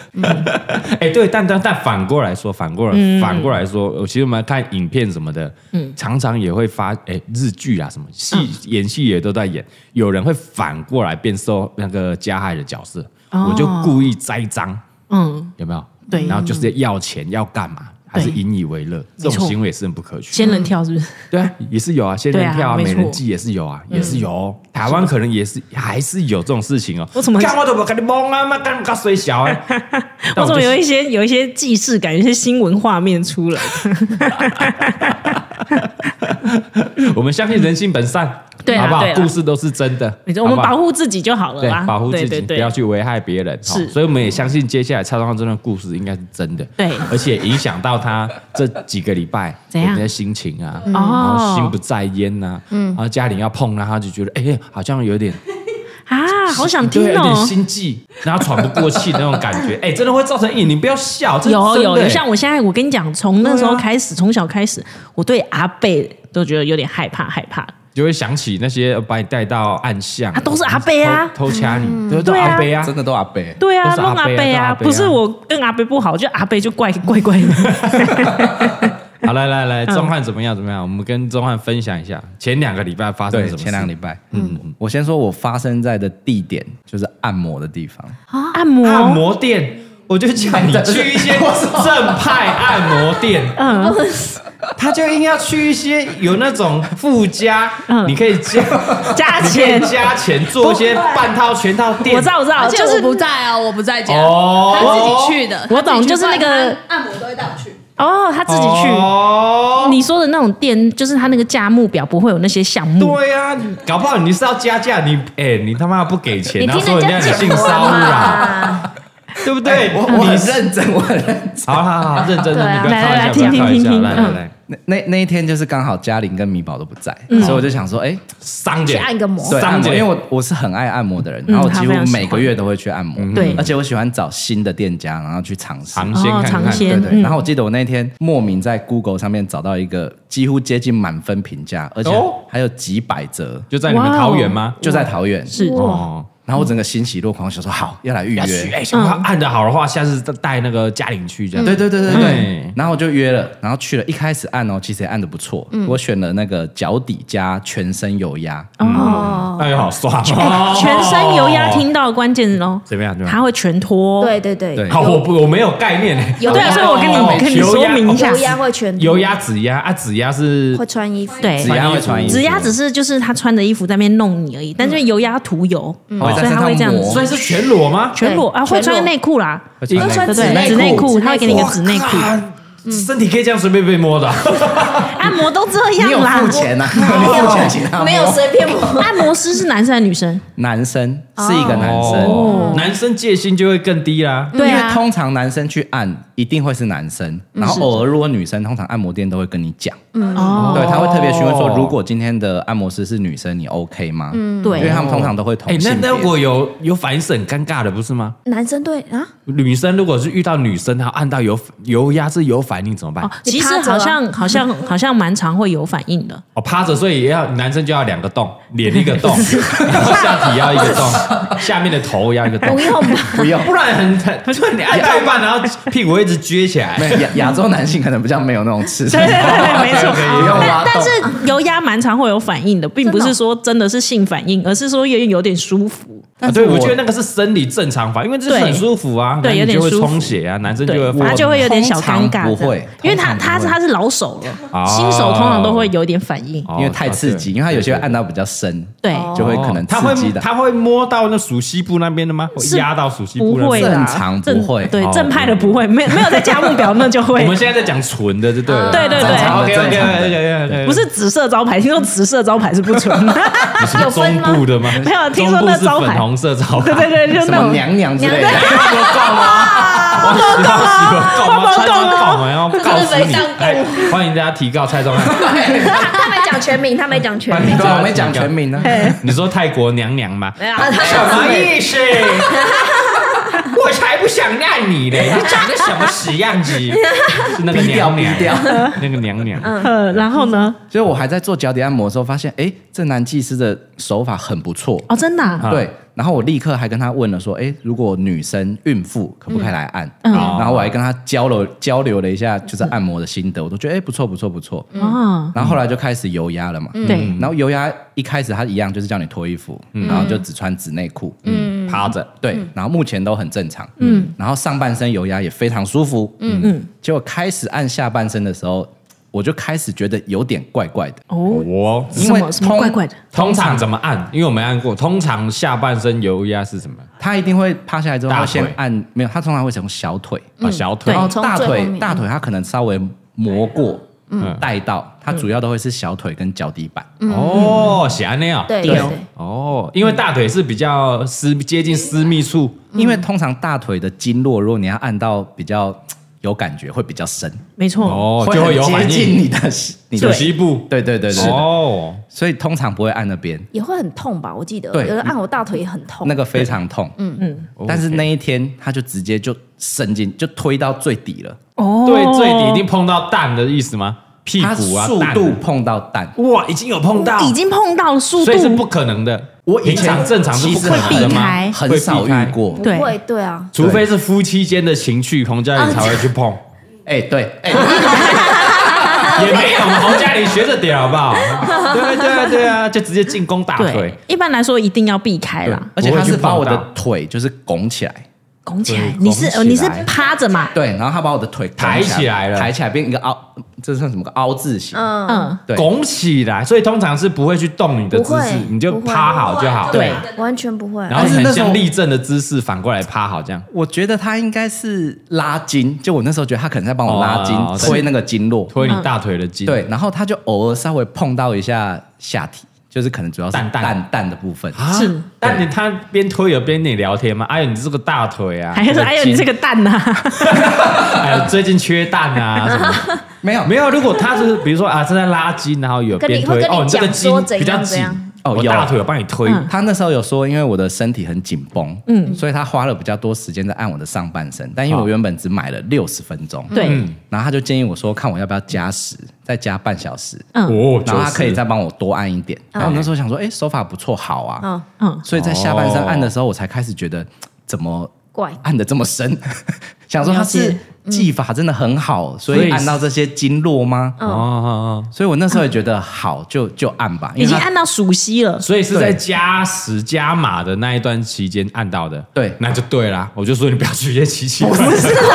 S1: 哎，对，但但但反过来说，反过来、
S2: 嗯
S1: 反过来说，呃其实我们看影片什么的，常常也会发，哎，日剧啊什么戏、
S2: 嗯
S1: 演戏也都在演，有人会反过来变受那个加害的角色，我就故意栽赃，
S2: 嗯，
S1: 有没有？
S2: 哦对嗯
S1: 然后就是要钱要干嘛，还是
S2: 对
S1: 引以为乐，这
S2: 没
S1: 种
S2: 错
S1: 行为也是很不可取的。
S2: 仙人跳是不是？
S1: 对啊，也是有啊，仙人跳啊，
S2: 对啊没嗯
S1: 美
S2: 错
S1: 人计也是有啊，也是
S3: 嗯
S1: 有哦。台湾可能也是还是有这种事情哦。
S2: 我怎么
S1: 看我怎么跟你蒙啊？妈干嘛水小 啊？但
S2: 我
S1: 就
S2: 怎么有一些有一些既视感，有一些新闻画面出 来？
S1: 我们相信人性本善，
S2: 对啊
S1: 好不好
S2: 对？啊
S1: 故事都是真的，
S2: 没错，我们
S1: 好不好
S2: 保护自己就好了
S1: 对
S2: 啦，
S1: 保护自
S2: 对
S1: 己，不
S2: 对
S1: 要
S2: 对，
S1: 去危害别人。
S2: 是
S1: 哦所以我们也相信接下来蔡康永这段故事应该是真的，
S2: 对
S1: 而且影响到他这几个礼拜
S2: 嗯怎样
S1: 我们的心情啊，然后
S2: 哦嗯
S1: 心不在焉呐，然后家里要碰啊，他就觉得哎，好像有点
S2: 啊，好想听
S1: 对，有点
S2: 哦。
S1: 心悸，然后喘不过气那种感 觉，哎、真的会造成阴影。你不要笑，这是
S2: 有
S1: 真的
S2: 有
S1: 哎
S2: 有，像我现在，我跟你讲，从那时候
S1: 对啊
S2: 开始，从小开始，我对阿贝都觉得有点害怕，害怕。
S1: 就会想起那些把你带到暗巷，
S2: 啊都是阿伯啊
S1: 偷偷掐你，对都
S2: 对啊
S1: 阿贝啊
S3: 真，的都阿贝。
S2: 对啊，
S1: 都是
S2: 弄
S1: 阿
S2: 阿
S1: 伯啊
S2: 贝
S1: 都是
S2: 啊，
S1: 阿伯啊
S2: 不是我跟阿贝不好，就阿贝就怪 怪怪的。
S1: 好，来来来，钟汉怎么样？怎么样？我们跟钟汉分享一下前两个礼拜发生
S3: 对
S1: 什，么事。
S3: 前两个礼拜，嗯，我先说我发生在的地点就是按摩的地方，
S2: 按摩，
S1: 按摩店，我就叫你去一些正派按摩店，
S2: 嗯，
S1: 他就应该要去一些有那种附加，
S2: 嗯
S1: 你可以加你可以
S2: 加 钱。
S1: 加钱做一些半套全套店，
S2: 我知道，我知道，
S5: 而且
S2: 就
S5: 我
S2: 是
S5: 不在啊，我不在家，
S1: 哦
S5: 他自己去的。
S2: 我懂
S5: 他自己去
S2: 就是那个
S5: 不然他按摩都会带我去。
S2: 哦，他自己去。
S1: 哦，
S2: 你说的那种店，就是他那个价目表不会有那些项目。
S1: 对呀、搞不好你是要加价，你哎、你他妈不给钱，
S4: 你
S1: 然后
S4: 听
S1: 说人家
S4: 人家
S1: 你
S4: 讲
S1: 性骚
S4: 完
S1: 扰，
S4: 嘛，
S1: 对不对？
S3: 我我很
S1: 你
S3: 认真，我很认真。
S1: 好好好，认真，
S4: 对啊
S1: 你不要开玩
S2: 来
S1: 笑，
S2: 来
S1: 不要
S2: 听
S1: 开玩笑，
S2: 听听
S1: 来来来，
S3: 那那那一天就是刚好嘉玲跟米宝都不在，所以我就想说，哎、
S1: 商
S4: 去
S1: 姐，
S4: 按个摩。
S3: 对，
S1: 桑
S3: 按摩
S1: 姐
S3: 因为我我是很爱按摩的人，
S2: 嗯
S3: 然后我几
S2: 她非常
S3: 乎
S2: 喜欢
S3: 每个月都会去按摩，
S2: 对
S3: 而且我喜欢找新的店家，然后去嗯尝试。
S1: 尝鲜
S2: 哦
S1: 看
S2: 尝
S1: 看，
S2: 鲜
S3: 对对，
S2: 嗯
S3: 然后我记得我那天莫名在 Google 上面找到一个几乎接近满分评价，而且
S1: 哦
S3: 还有几百折，
S1: 就在你们
S2: 哇哦
S1: 桃园吗？
S3: 就在桃园。
S2: 是
S1: 哦，
S3: 然后我整个欣喜若狂，我想说好要来预
S1: 要
S3: 约
S1: 去，，哎，想要按的好的话，下次再带那个嘉玲去这样。
S3: 对对对对对。
S1: 嗯
S3: 然后我就约了，然后去了，一开始按哦，其实也按的不错，我选了那个脚底加全身有压，
S4: 哦，
S1: 哎呦，好爽哦！
S2: 全身油压听到关键喽，
S1: 怎么样？怎么
S2: 他
S1: 样？
S2: 会全脱。
S4: 对对对，
S3: 对
S1: 好，我不我没有概念，
S4: 有
S2: 对啊，
S4: 压
S2: 所以我跟
S1: 哦
S2: 你跟你
S1: 油
S2: 说
S1: 压
S2: 明一下
S4: 油，压会全脱
S1: 油压指压啊，指压是
S4: 会穿衣服，
S2: 对
S3: 指压会穿衣服，
S2: 指压只是就是他穿的衣服在那边弄你而已，但是油压涂油，
S3: 会
S2: 所以
S3: 在身
S2: 他
S3: 上
S2: 会这样子
S3: 抹
S1: 所以是全裸吗？
S2: 全裸啊，
S4: 全
S2: 会
S4: 裸
S2: 穿内裤啦，
S3: 会穿内裤
S4: 都穿
S2: 对不对？
S4: 内
S2: 纸
S4: 裤
S2: 内裤，
S4: 纸
S2: 他会给你一个纸内裤。
S1: 裤，身体可以这样随便被摸的啊，
S2: 按摩都这
S3: 你有
S2: 样啦
S3: 付，钱呐、 啊？你
S1: 哦
S3: 付钱请他
S4: 没有
S3: 摸
S4: 随便摸。
S2: 按摩师是男生还是女生？
S3: 男生是一个男生，
S1: 哦男生戒心就会更低啦。
S2: 对
S3: 因为
S2: 啊，
S3: 通常男生去按一定会是男生，然后偶尔如果女生，通常按摩店都会跟你讲，
S2: 哦，
S3: 对，他会特别询问说
S1: 哦，
S3: 如果今天的按摩师是女生，你 OK 吗？嗯，
S2: 对
S3: 因为他们通常都会同
S1: 哎，那
S3: 性别。
S1: 那我有有反应是很尴尬的，不是吗？
S4: 男生对啊，
S1: 女生如果是遇到女生，她按到有油压是有反应怎么办
S2: 哦？，其实
S4: 你趴着
S2: 好
S4: 啊
S2: 像好像好像蛮常会有反应的，
S1: 哦，趴着，所以也要男生就要两个洞，脸一个 洞，然后下体要一个洞，下面的头要一个洞
S4: 不，用吧？
S3: 不用，
S1: 不然很很，就你按到一半，然后屁股会一直撅起来啊
S3: 没。哎有亚亚洲男性可能比较没有那种刺激， 啊
S2: 对对对，没错。
S3: 不用挖
S2: 但
S3: 洞
S2: 但是油压蛮常会有反应的，并不是说真的是性反应，而是说有有点舒服。
S1: 啊
S3: 但是
S1: 对，
S3: 我
S1: 我觉得那个是生理正常法，因为这是
S2: 对
S1: 很舒服啊，
S2: 对
S1: 男生
S2: 有点
S1: 就会
S2: 舒服
S1: 充血啊，男生就
S2: 对
S1: 会，
S2: 他就会有点小尴
S3: 通常
S2: 尬，
S3: 不会
S2: 因为他
S3: 通常
S2: 他
S3: 不会
S2: 他是老手了
S1: 哦，
S2: 新手通常都会有点反应。
S1: 哦
S3: 因为太刺激，因为他有些会按到比较深，
S2: 对，
S3: 就会可能
S1: 他会
S3: 刺激的。
S1: 他会摸到那属西部那边的吗？会
S2: 是
S1: 压到属西
S2: 不
S1: 部那
S2: 会
S1: 边？
S2: 啦
S3: 正常不会
S2: 正对
S1: 哦
S2: 正派的不会，没有没有在价目表那就
S1: 我
S2: 会啊
S1: 们，现在在讲纯的，就对了。
S2: 对对对
S3: 正常的
S1: OK OK
S3: 正常
S1: OK
S3: 的
S1: OK OK，
S2: 不是紫色招牌，听说紫色招牌是不纯的，
S1: 是中部的吗？
S2: 没有听说那招牌
S1: 中部是粉红色招牌
S2: 对。对对，就
S3: 什
S2: 那
S3: 么
S2: 种
S3: 娘娘之类的，
S1: 我告吗？我告吗？我告吗？
S2: 我
S1: 告
S2: 告啊
S1: 吗？要告死你！哎欢迎大家提告蔡宗 翰。
S4: 他没讲全名，他没讲全名
S1: 对。
S3: 对，我没讲全名呢。啊
S1: 你说泰国娘娘吗？
S4: 没有，他
S1: 什么意思？我才不想让你嘞，你长得什么死样 子？是那个
S3: 低调
S1: 娘娘
S3: 低调，
S1: 那个娘娘。
S2: 呃，然后呢？
S3: 所以我还在做脚底按摩的时候，发现哎，这男技师的手法很不错。
S2: 哦，真的啊、
S1: 啊
S3: 对，然后我立刻还跟他问了说，哎，如果女生孕妇可不可以来按？
S2: 嗯
S3: 然后我还跟他交流交流了一下，就是按摩的心得，我都觉得哎不错不错不错。
S2: 哦，
S3: 然后后来就开始油压了嘛，嗯
S2: 对
S3: 然后油压一开始他一样就是叫你脱衣服，然后就只穿纸内裤，嗯，趴着，对，然后目前都很正常，嗯，然后上半身油压也非常舒服，嗯嗯，结果开始按下半身的时候，我就开始觉得有点怪怪的，
S2: 哦，
S1: 我
S2: 什
S3: 因为
S2: 么什么
S3: 通
S2: 怪怪的，
S1: 通常怎么按？因为我没按过。通常下半身油压是什么？
S3: 他一定会趴下来之后
S1: 大
S3: 他
S1: 腿
S3: 先按，没有，他通常会从小腿，
S1: 啊，小腿
S3: 然后
S4: 对从
S3: 大
S4: 最后
S3: 腿
S4: 面
S3: 大腿他可能稍微磨过，
S1: 嗯
S3: 嗯，带到，他主要都会是小腿跟脚底板，
S1: 哦，是安那样。
S4: 对
S2: 嗯对
S4: 对
S2: 哦
S4: 对，
S1: 哦，因为大腿是比较私接近私密处，
S3: 因为通常大腿的经络，如果你要按到比较有感觉，会比较深，
S2: 没错。
S1: 哦，就会有
S3: 很
S1: 反
S3: 接近
S1: 应。
S3: 你的你
S1: 主
S3: 的
S1: 西部，
S3: 对对对对，对
S1: 哦，
S3: 所以通常不会按那边，
S4: 也会很痛吧？我记得
S3: 对
S4: 有人按我大腿也很痛，
S1: 哦
S3: 那个非常痛。嗯嗯，但是那一天他就直接就伸进，就推到最底了，
S2: 哦
S1: 对，最底一定碰到蛋的意思吗？屁
S3: 他
S1: 股啊，
S3: 速
S1: 蛋啊
S3: 度碰到蛋。
S1: 哇，已经有碰到，
S2: 已经碰到了速
S1: 所以是不
S2: 度，
S1: 可能的。
S3: 我以
S1: 平常
S3: 前
S1: 正常是
S3: 其
S1: 不
S3: 实
S1: 可能的
S2: 避
S1: 吗？
S2: 开
S3: 很少遇过
S4: 不。
S2: 对
S4: 会，对啊，
S1: 除非是夫妻间的情趣，洪嘉玲才会去碰，
S3: 哎，对，哎，
S1: 也没有嘛。洪嘉玲学着点好不 好？对对啊对啊，就直接进攻大
S2: 对
S1: 腿。，
S2: 一般来说一定要避开啦，
S3: 而且他是把我
S1: 不会去
S3: 的
S1: 碰到
S3: 腿就是拱起来，
S2: 拱起
S1: 对
S2: 来。
S1: 拱
S2: 你是
S1: 起
S2: 呃你是
S1: 来
S2: 趴着嘛？
S3: 对，然后他把我的腿拱
S1: 抬起来了
S3: 抬起来变一个凹，这算什么个凹字形？
S4: 嗯，
S2: 嗯，
S3: 对
S1: 拱起来，所以通常是不会去动你的姿势
S4: 不会，
S1: 你就趴好就好。
S2: 不会对
S4: 完全不会。
S1: 然后
S3: 但是
S1: 很
S3: 那时候
S1: 像立正的姿势，反过来趴好这样。
S3: 我觉得他应该是拉筋，就我那时候觉得他可能在帮我拉筋，
S1: 哦
S3: 推那个经络，
S1: 推
S4: 嗯
S1: 你大腿的筋，
S3: 对，然后他就偶尔稍微碰到一下下体，就是可能主要是
S1: 蛋
S3: 蛋
S1: 蛋
S3: 蛋的部分。
S1: 啊
S2: 是
S1: 但你他边推有边跟你聊天吗？哎呦，你这个大腿啊，
S2: 还是说哎呦你这个蛋呐，
S1: 个筋，哎呦最近缺蛋啊什么的？
S3: 没有
S1: 没有，如果他是比如说啊正在拉筋，然后有边
S4: 跟
S1: 推
S4: 你会跟你
S1: 哦，你这个
S4: 讲
S1: 筋
S4: 说怎
S1: 比
S4: 样
S1: 较
S4: 怎
S1: 紧
S4: 样，
S3: 哦
S1: 我
S3: 有
S1: 大腿有帮你推，
S2: 嗯
S3: 他那时候有说，因为我的身体很紧绷，嗯，所以他花了比较多时间在按我的上半身，但因为我原本只买了六十分钟，
S2: 对，
S3: 然后他就建议我说，看我要不要加时，再加半小时，
S2: 嗯
S1: 哦，
S3: 然后他可以
S1: 就是
S3: 再帮我多按一点。然后我那时候想说，哎，手法不错，好啊，
S4: 嗯，
S2: 嗯，
S3: 所以在下
S1: 哦
S3: 半身按的时候，我才开始觉得怎么
S4: 怪，
S3: 按的这么深，想说他
S2: 了
S3: 是
S2: 解
S3: 技法真的很好，所
S1: 所以
S3: 以按到这些经络吗？
S4: 嗯
S1: 哦哦哦。
S3: 所以我那时候也觉得好，就就按吧，因
S2: 已
S3: 为
S2: 经
S3: 他
S2: 按到熟悉了。
S1: 所以是在
S3: 对
S1: 加时加码的那一段期间按到的，
S3: 对
S1: 那就对啦。我就说你不要去一些奇奇怪怪，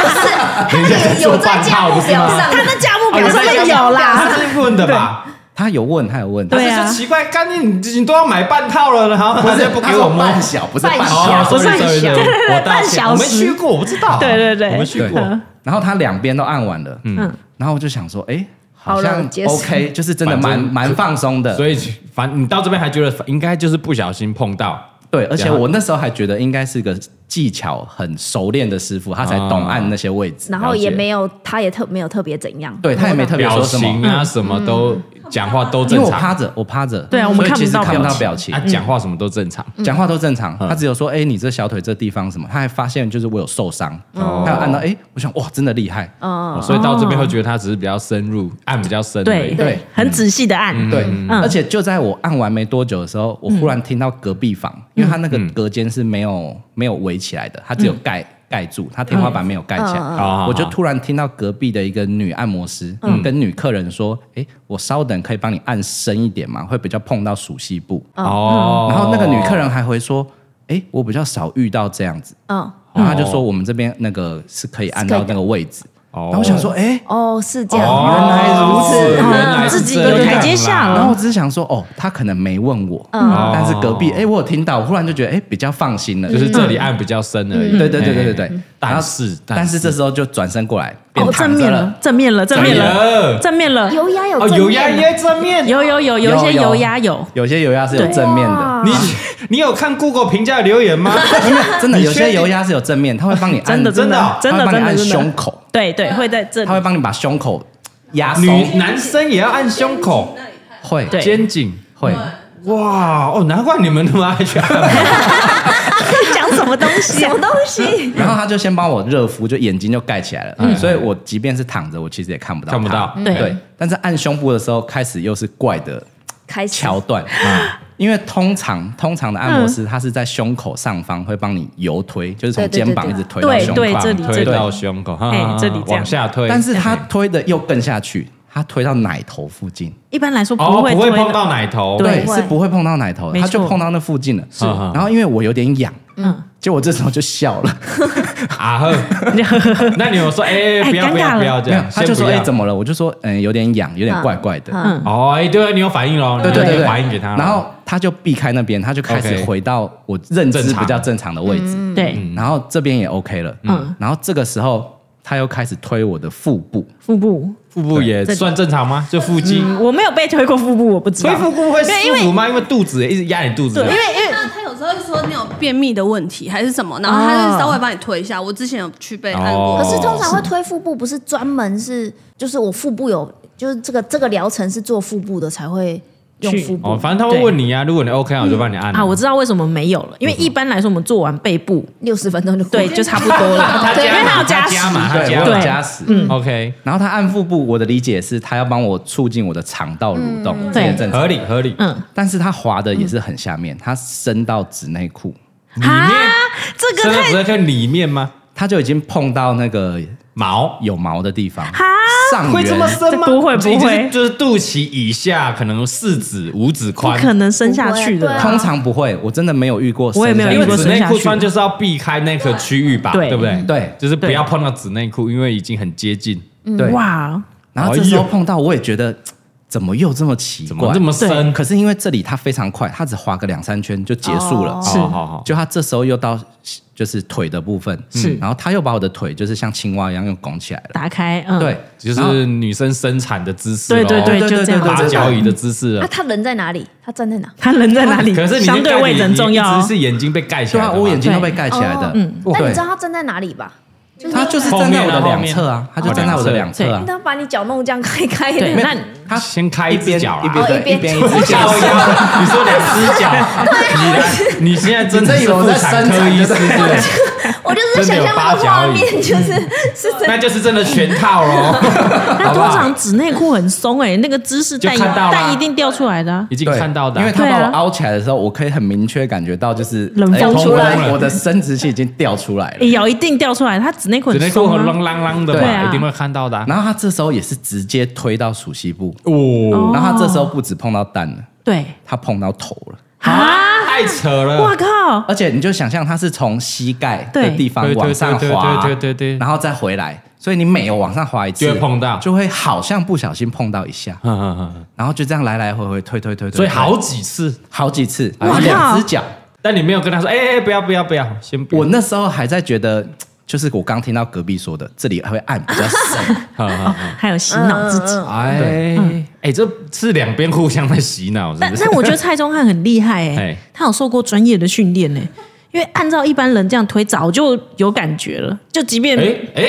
S1: 人家在
S4: 也
S1: 做
S4: 有在
S1: 半
S4: 价
S1: 套不
S4: 目
S1: 是
S4: 表
S1: 吗？
S4: 上，
S2: 他的价目
S1: 哦
S2: 表上面有啦，
S1: 他是问的吧？
S3: 他有问，他有问，
S2: 对啊
S1: 他是说奇怪，干你你你都要买半套了，然后
S3: 不
S1: 他
S3: 是
S1: 就不给我摸。
S3: 半小，不是半
S4: 半
S3: 小。
S1: 哦，
S2: 不是
S1: sorry，
S2: 半
S1: sorry，
S2: 小
S1: sorry，我道
S2: 半
S1: 歉，
S2: 小时
S1: 我没去过，我不知道。
S2: 对对对嗯
S1: 我没去过。
S3: 对然后他两边都按完了，嗯，然后我就想说，哎，好
S4: 好
S3: 像
S4: 了结束
S3: OK，就是真的
S1: 反
S3: 蛮
S1: 正
S3: 蛮放松的，
S1: 所以反你到这边还觉得应该就是不小心碰到，
S3: 对，而且
S1: 对啊
S3: 我那时候还觉得应该是个技巧很熟练的师傅，他才懂
S1: 啊
S3: 按那些位置，
S4: 然后
S1: 了解
S4: 也没有，他也特没有特别怎样，
S3: 对他也没特别
S1: 表
S3: 说什
S1: 情
S3: 么，
S1: 啊什么都
S2: 嗯
S1: 讲话都
S3: 因为
S1: 正
S3: 我嗯
S1: 常，
S3: 趴着，我趴着，
S2: 对啊我们
S3: 所以其实
S2: 看
S3: 看
S2: 不
S3: 不
S2: 到
S3: 到表情
S1: 啊，讲话什么都正常。
S3: 讲话都正常，他只有说，哎、你这小腿这地方什么，他还发现就是我有受伤，他有按到，哎、我想哇，真的厉害，
S2: 嗯
S1: 哦所以到这边会觉得他只是比较深入，按比较深。
S2: 哦对
S3: 对，
S2: 很仔细的按，
S3: 对，
S2: 嗯
S3: 而且就在我按完没多久的时候，我忽然听到隔壁房，因为他那个隔间是没有没有围起来的，他只有盖。盖住，他天花板没有盖起来，
S4: 嗯
S1: 嗯嗯
S3: 我就突然听到隔壁的一个女按摩师、跟女客人说：“哎、我稍等，可以帮你按深一点吗？会比较碰到熟悉部。
S1: 哦
S2: 嗯
S3: 然后那个女客人还回说：“哎、我比较少遇到这样子。”
S4: 嗯，
S3: 然后
S2: 哦
S3: 他就说我们这边那个是可以按到那个位置。
S1: 哦
S3: 然后我想说，哎、
S4: 哦，是这
S1: 哦，
S4: 样，
S1: 原来
S2: 哦自
S1: 是
S2: 己
S1: 这样啊
S2: 有台阶下
S1: 啦
S3: 然后我
S2: 了。
S3: 只是想说，哦，他可能没问我，
S2: 哦
S1: 嗯
S3: 但是隔壁，哎、我有听到，我忽然就觉得，哎、比较放心了，
S1: 就是
S2: 嗯
S1: 这里按比较深而已。
S3: 对对对对对对。然
S1: 但
S3: 后
S1: 是
S3: 但是这时候就转身过来，变
S2: 哦，正
S3: 躺着
S2: 面
S3: 了
S2: 了，，正面了，正面了，
S1: 了，
S2: 正面了，
S4: 油压有
S1: 哦，
S4: 正
S1: 有压
S4: 面
S1: 也正面。
S2: 有有有有一些油压有，
S3: 有些油压是有
S2: 对
S3: 正面的，
S4: 哇
S1: 你 你有看 Google 评价留言吗？
S3: 因为真的
S1: 你
S3: 有
S1: 确
S3: 些
S1: 定
S3: 油压是有正面，他会帮你按，
S2: 真的
S1: 真的哦
S2: 的真
S3: 他
S2: 的
S3: 会帮
S2: 真
S3: 你
S2: 的
S3: 按
S2: 真的
S3: 胸，口，
S2: 对对，会在这里
S3: 他。会帮你把胸口压松，
S1: 女男生也要按胸口、
S3: 会
S2: 对
S1: 肩颈，
S3: 会，
S1: 哇哦，难怪你们那 么爱去按摩
S2: 讲什么东西、
S4: 什
S2: 啊
S4: 么？东西？
S3: 然后他就先帮我热敷，就眼睛就盖起来了，嗯所以我即便是躺着，我其实也看不到
S1: 嗯
S3: 他，
S1: 看不到
S2: 嗯对
S3: 对，但是按胸部的时候，开始又是怪的
S4: 开始
S3: 桥段，
S1: 嗯
S3: 因为通常通常的按
S2: 嗯
S3: 摩师，他是在胸口上方会帮你游推，就是从
S4: 对对对
S3: 肩膀
S4: 对
S3: 一直推到胸
S2: 对
S3: 口，
S2: 这里
S1: 推到胸口，哈
S2: 哎
S1: 哈哈
S2: 这里这样
S1: 往下推，
S3: 但是他推的又更下去，他推到奶头附近，
S2: 一般来说
S1: 哦
S2: 会
S1: 不
S2: 推
S1: 会
S2: 的
S1: 碰到奶头，
S2: 对
S3: 是不会碰到奶头的，
S2: 没
S3: 他
S2: 错
S3: 就碰到那附近了。是
S1: 嗯
S3: 然后因为我有点痒，
S2: 嗯，
S3: 结果这时候就笑了，
S1: 啊呵，那你有 说哎
S2: 哎
S1: 不要不
S2: 尴尬
S1: 要
S2: 了
S1: 啊不要这
S3: 没有
S1: 样，
S3: 他就说哎怎
S1: 么？
S3: 么了？我就说嗯有点痒，有点怪怪的。
S4: 嗯
S1: 哦，哎，对，你有反应喽，
S3: 对对
S1: 你
S3: 对
S1: 有
S3: 对，
S1: 反应给他，
S3: 然后他就避开那边，他就开始
S1: OK
S3: 回到我认知
S1: 正常
S3: 比较正常的位置，
S2: 对
S3: 然后这边也 OK 了，
S2: 嗯
S3: 嗯，然后这个时候他又开始推我的腹部，
S2: 腹部，
S1: 腹部也算正常吗？就腹肌，
S2: 嗯我没有被推过腹部，我不知道
S1: 推。腹部会
S2: 对因
S1: 舒
S2: 为
S1: 服吗？因为肚子一直压你肚子，啊
S5: 因为因为他他有时候会说你有便秘的问题还是什么，然后他就稍微帮你推一下。我之前有去被按过，
S1: 啊哦
S5: 可
S4: 可
S5: 是
S4: 是通常会推腹部，不是专门是就是我腹部有，就是这个这个疗程是做腹部的才会用
S2: 去
S4: 腹部。
S1: 哦，反正他会问你啊，如果你 OK，我就帮你按
S2: 啊，我知道为什么没有了，因为一般来说我们做完背部，
S4: 六十分钟就过
S2: 对，
S4: 了
S2: 就差不多了，
S1: 他
S2: 对，因为
S1: 加码，
S2: 它有加时
S1: 加码，他
S3: 对
S1: 啊
S3: 嗯
S1: 加
S3: 我有
S1: 码
S3: 加死。
S1: ，OK，
S3: 然后他按腹部，我的理解是他要帮我促进我的肠道蠕动，这也
S2: 对
S3: 正常
S1: 合。理合理，
S2: 嗯，
S3: 但是他滑的也是很下面，他伸到纸内裤，
S1: 里面
S2: 啊这
S1: 真
S2: 个
S1: 的
S2: 太
S1: 不是在里面吗？
S3: 他就已经碰到那个
S1: 毛
S3: 有毛的地方，
S2: 哈，
S3: 上缘
S1: 深
S2: 这不会不会
S1: 已经是就是肚脐以下可能四指五指
S2: 不
S1: 宽，
S2: 可能生下去的啦，
S3: 通常不会，我真的没有遇过伸
S2: 我
S3: 下
S2: 也
S3: 去的，
S2: 没
S1: 因
S2: 有遇
S1: 为
S2: 过
S1: 纸
S2: 伸
S1: 内
S2: 下
S1: 裤
S2: 去
S1: 穿就是要避开那个区域吧，
S2: 对
S1: 对不对？
S3: 对
S1: 就是不要碰到纸内裤，因为已经很接近，
S3: 对。
S2: 哇，
S3: 然后这时候碰到，我也觉得怎么又这么奇
S1: 怎
S3: 怪
S1: 么，这么
S2: 对
S1: 深？
S3: 可是因为这里它非常快，它只滑个两三圈就结束了。
S1: 哦好好好，
S3: 就他这时候又到就是腿的部分，
S2: 是
S3: 嗯然后他又把我的腿就是像青蛙一样又拱起来了，
S2: 打开，嗯，
S3: 对，
S1: 就
S3: 然后
S1: 是女生生产的姿势
S2: 对
S1: 咯，
S2: 对对，
S3: 对
S2: 就这样
S3: 对对
S1: 八
S3: 对
S2: 子。
S1: 角椅的姿势
S4: 那
S1: 了。
S4: 啊他人在哪里？他站在哪？
S2: 他人在哪里？
S1: 可是你
S2: 相对位置很重要
S1: 只
S2: 哦。
S1: 是眼睛被盖起
S3: 对
S1: 来
S3: 啊，
S1: 的嘛，
S3: 我眼睛都被盖起来的
S4: 哦，
S3: 嗯，
S4: 但你
S3: 对
S4: 知，道他站在哪里吧？
S3: 他就是站在我的两侧啊，他
S1: 后面
S3: 就站在我的两侧啊，
S4: 他把你脚弄这样开开
S2: 对，
S4: 的，
S2: 那
S1: 他先开一只
S3: 边
S1: 脚
S3: 一
S1: 啊。
S3: 边
S4: 哦
S3: 对
S4: 一边
S3: 一边一只
S1: 吓
S3: 脚
S1: 我一。跳！你说两啊只脚，你你现在真的是妇产科医师，是不是
S4: 我就是想象那个画面，就是是真
S2: 嗯
S1: 那就是真的全套哦喽，
S2: 那
S1: 好不
S2: 通
S1: 好
S2: 常纸内裤很松哎，那个姿势
S1: 就
S2: 蛋
S1: 看到啦
S2: 蛋一定掉出来的啊。
S1: 已经
S3: 对
S1: 看到的啊，
S3: 因为他
S2: 对
S3: 把
S2: 啊
S3: 我凹起来的时候，我可以很明确感觉到，就是
S2: 冷
S3: 哎
S2: 风
S1: 出来
S3: 我的生殖器已经掉出来了
S2: 哎。咬一定掉出来，它纸内裤
S1: 只
S2: 很
S1: 能够
S2: 松
S1: 和
S2: 啊
S1: 啷啷啷的
S2: 对
S1: 嘛，
S2: 啊
S1: 一定会看到的啊。
S3: 然后他这时候也是直接推到熟悉部，
S1: 哦，
S3: 然后他这时候不止碰到蛋了，
S2: 对
S3: 他碰到头了。
S1: 啊，太扯
S2: 哇
S1: 了！
S2: 靠，
S3: 而且你就想象它是从膝盖的地方
S1: 对
S3: 往上
S1: 对对
S3: 滑，
S1: 对对对对对
S3: 然后再回来，所以你每往上滑一次，
S1: 就会碰到
S3: 就会好像不小心碰到一下，
S1: 嗯嗯嗯
S3: 然后就这样来来回回推推推推，
S1: 所以
S3: 推
S1: 好几次，
S3: 好几次，
S2: 哇靠
S3: 两只脚。
S1: 但你没有跟他说，哎、哎、不要不要不要，先不
S3: 我
S1: 要。
S3: 那时候还在觉得，就是我刚听到隔壁说的，这里还会按比较 深，
S1: 哈哈哈
S2: 还有洗脑自己。
S1: 哎哎、这是两边互相在洗脑，是
S2: 但
S1: 不是
S2: 但？我觉得蔡宗翰很厉害哎
S1: 哎，
S2: 他有受过专业的训练哎，因为按照一般人这样推早就有感觉了，就即便
S1: 哎哎、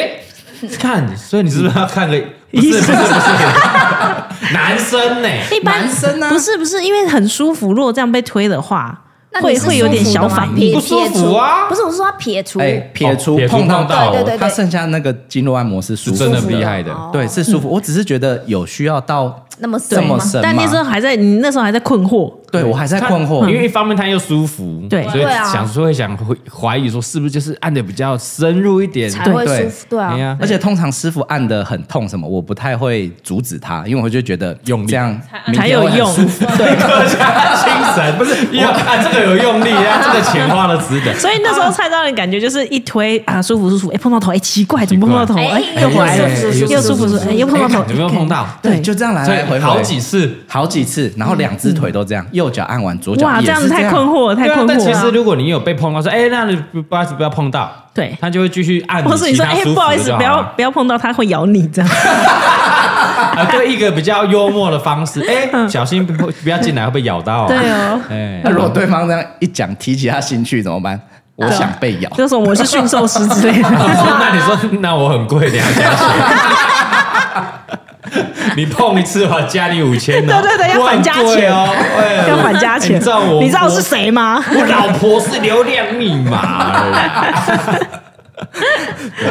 S1: 看，所以你是不是要看个？不是不是不是， 男生呢、
S2: 一般
S3: 男生啊
S2: 不是不是，因为很舒服。如果这样被推的话，
S4: 那你
S2: 会
S4: 是
S2: 会有点小反
S4: 撇
S2: 应
S1: 不。舒服啊
S4: 撇除不是，我是说他撇除。
S3: 哎，撇除
S1: 哦撇除
S3: 碰到
S1: 碰到
S3: 头，
S4: 对对对对
S3: 它剩下那个经络按摩是
S1: 是
S3: 舒
S1: 真
S3: 服
S1: 的厉害的，
S4: 哦
S3: 对，是舒服。我只是觉得有需要到
S4: 那么
S3: 这
S4: 深
S3: 么
S4: 吗？
S3: 深吗？
S2: 但那时候还在，你那嗯时候还在困惑，
S3: 对我还在困惑，
S1: 因为一方面他又舒服，
S2: 对
S1: 所以
S4: 对啊
S1: 想说会想会怀疑说是不是就是按的比较深入一点，
S4: 才会
S3: 对
S4: 舒服，对
S1: 哎
S4: 啊，
S1: 呀，
S3: 而且通常师傅按的很痛，什么我不太会阻止他，因为我就觉得
S1: 用力
S3: 这样明
S2: 才
S3: 天
S2: 有
S3: 会很
S2: 用
S3: 舒服。对，
S1: 客家精 神不是要看这个有用力啊，这个钱花的值得。
S2: 所以 那时候蔡昭的感觉就是一推啊，舒服舒服，哎，碰到头，哎，奇怪，怎么
S1: 奇
S2: 碰
S1: 怪
S2: 到头？哎
S4: 哎，
S2: 又回来了
S1: 哎，
S2: 又舒服舒服，哎，又碰到头，
S1: 有没有碰到？
S2: 对，
S3: 就这样来
S1: 所以
S3: 来回回
S1: 好几次。
S3: 好几次，然后两只腿都这样，右脚按完，左
S2: 嗯
S3: 脚
S2: 哇，
S3: 也
S2: 这样
S3: 是
S2: 子
S3: 这
S2: 太
S3: 样
S2: 困惑了，太
S1: 对啊
S2: 困，
S1: 但其
S2: 惑
S1: 实
S2: 了。
S1: 如果你有被碰到，说哎，那你不不好意思，不要碰到，
S2: 对
S1: 他就会继续按
S2: 或是你
S1: 其
S2: 说，
S1: 他
S2: 哎，
S1: 舒服
S2: 不好意思，
S1: 就啊
S2: 不要
S1: 了
S2: 不要碰到它会咬你这 样。
S1: 啊，对一个比较幽默的方式，哎，小心不不要进来会被咬到，
S2: 嗯对，哦，
S1: 哎
S3: 那，如果对方这样一讲提起他兴趣怎么办？
S2: 啊
S3: 我想被咬，
S2: 就说我是驯兽 师之类的。
S1: 那你说那我很贵，两下 你碰一次还加你五千哦，
S2: 对对对要返家钱
S1: 哇很贵哦，哎
S2: 要还家钱。
S1: 你知道我，
S2: 你知道我是？谁吗？
S1: 我老婆是流量密码，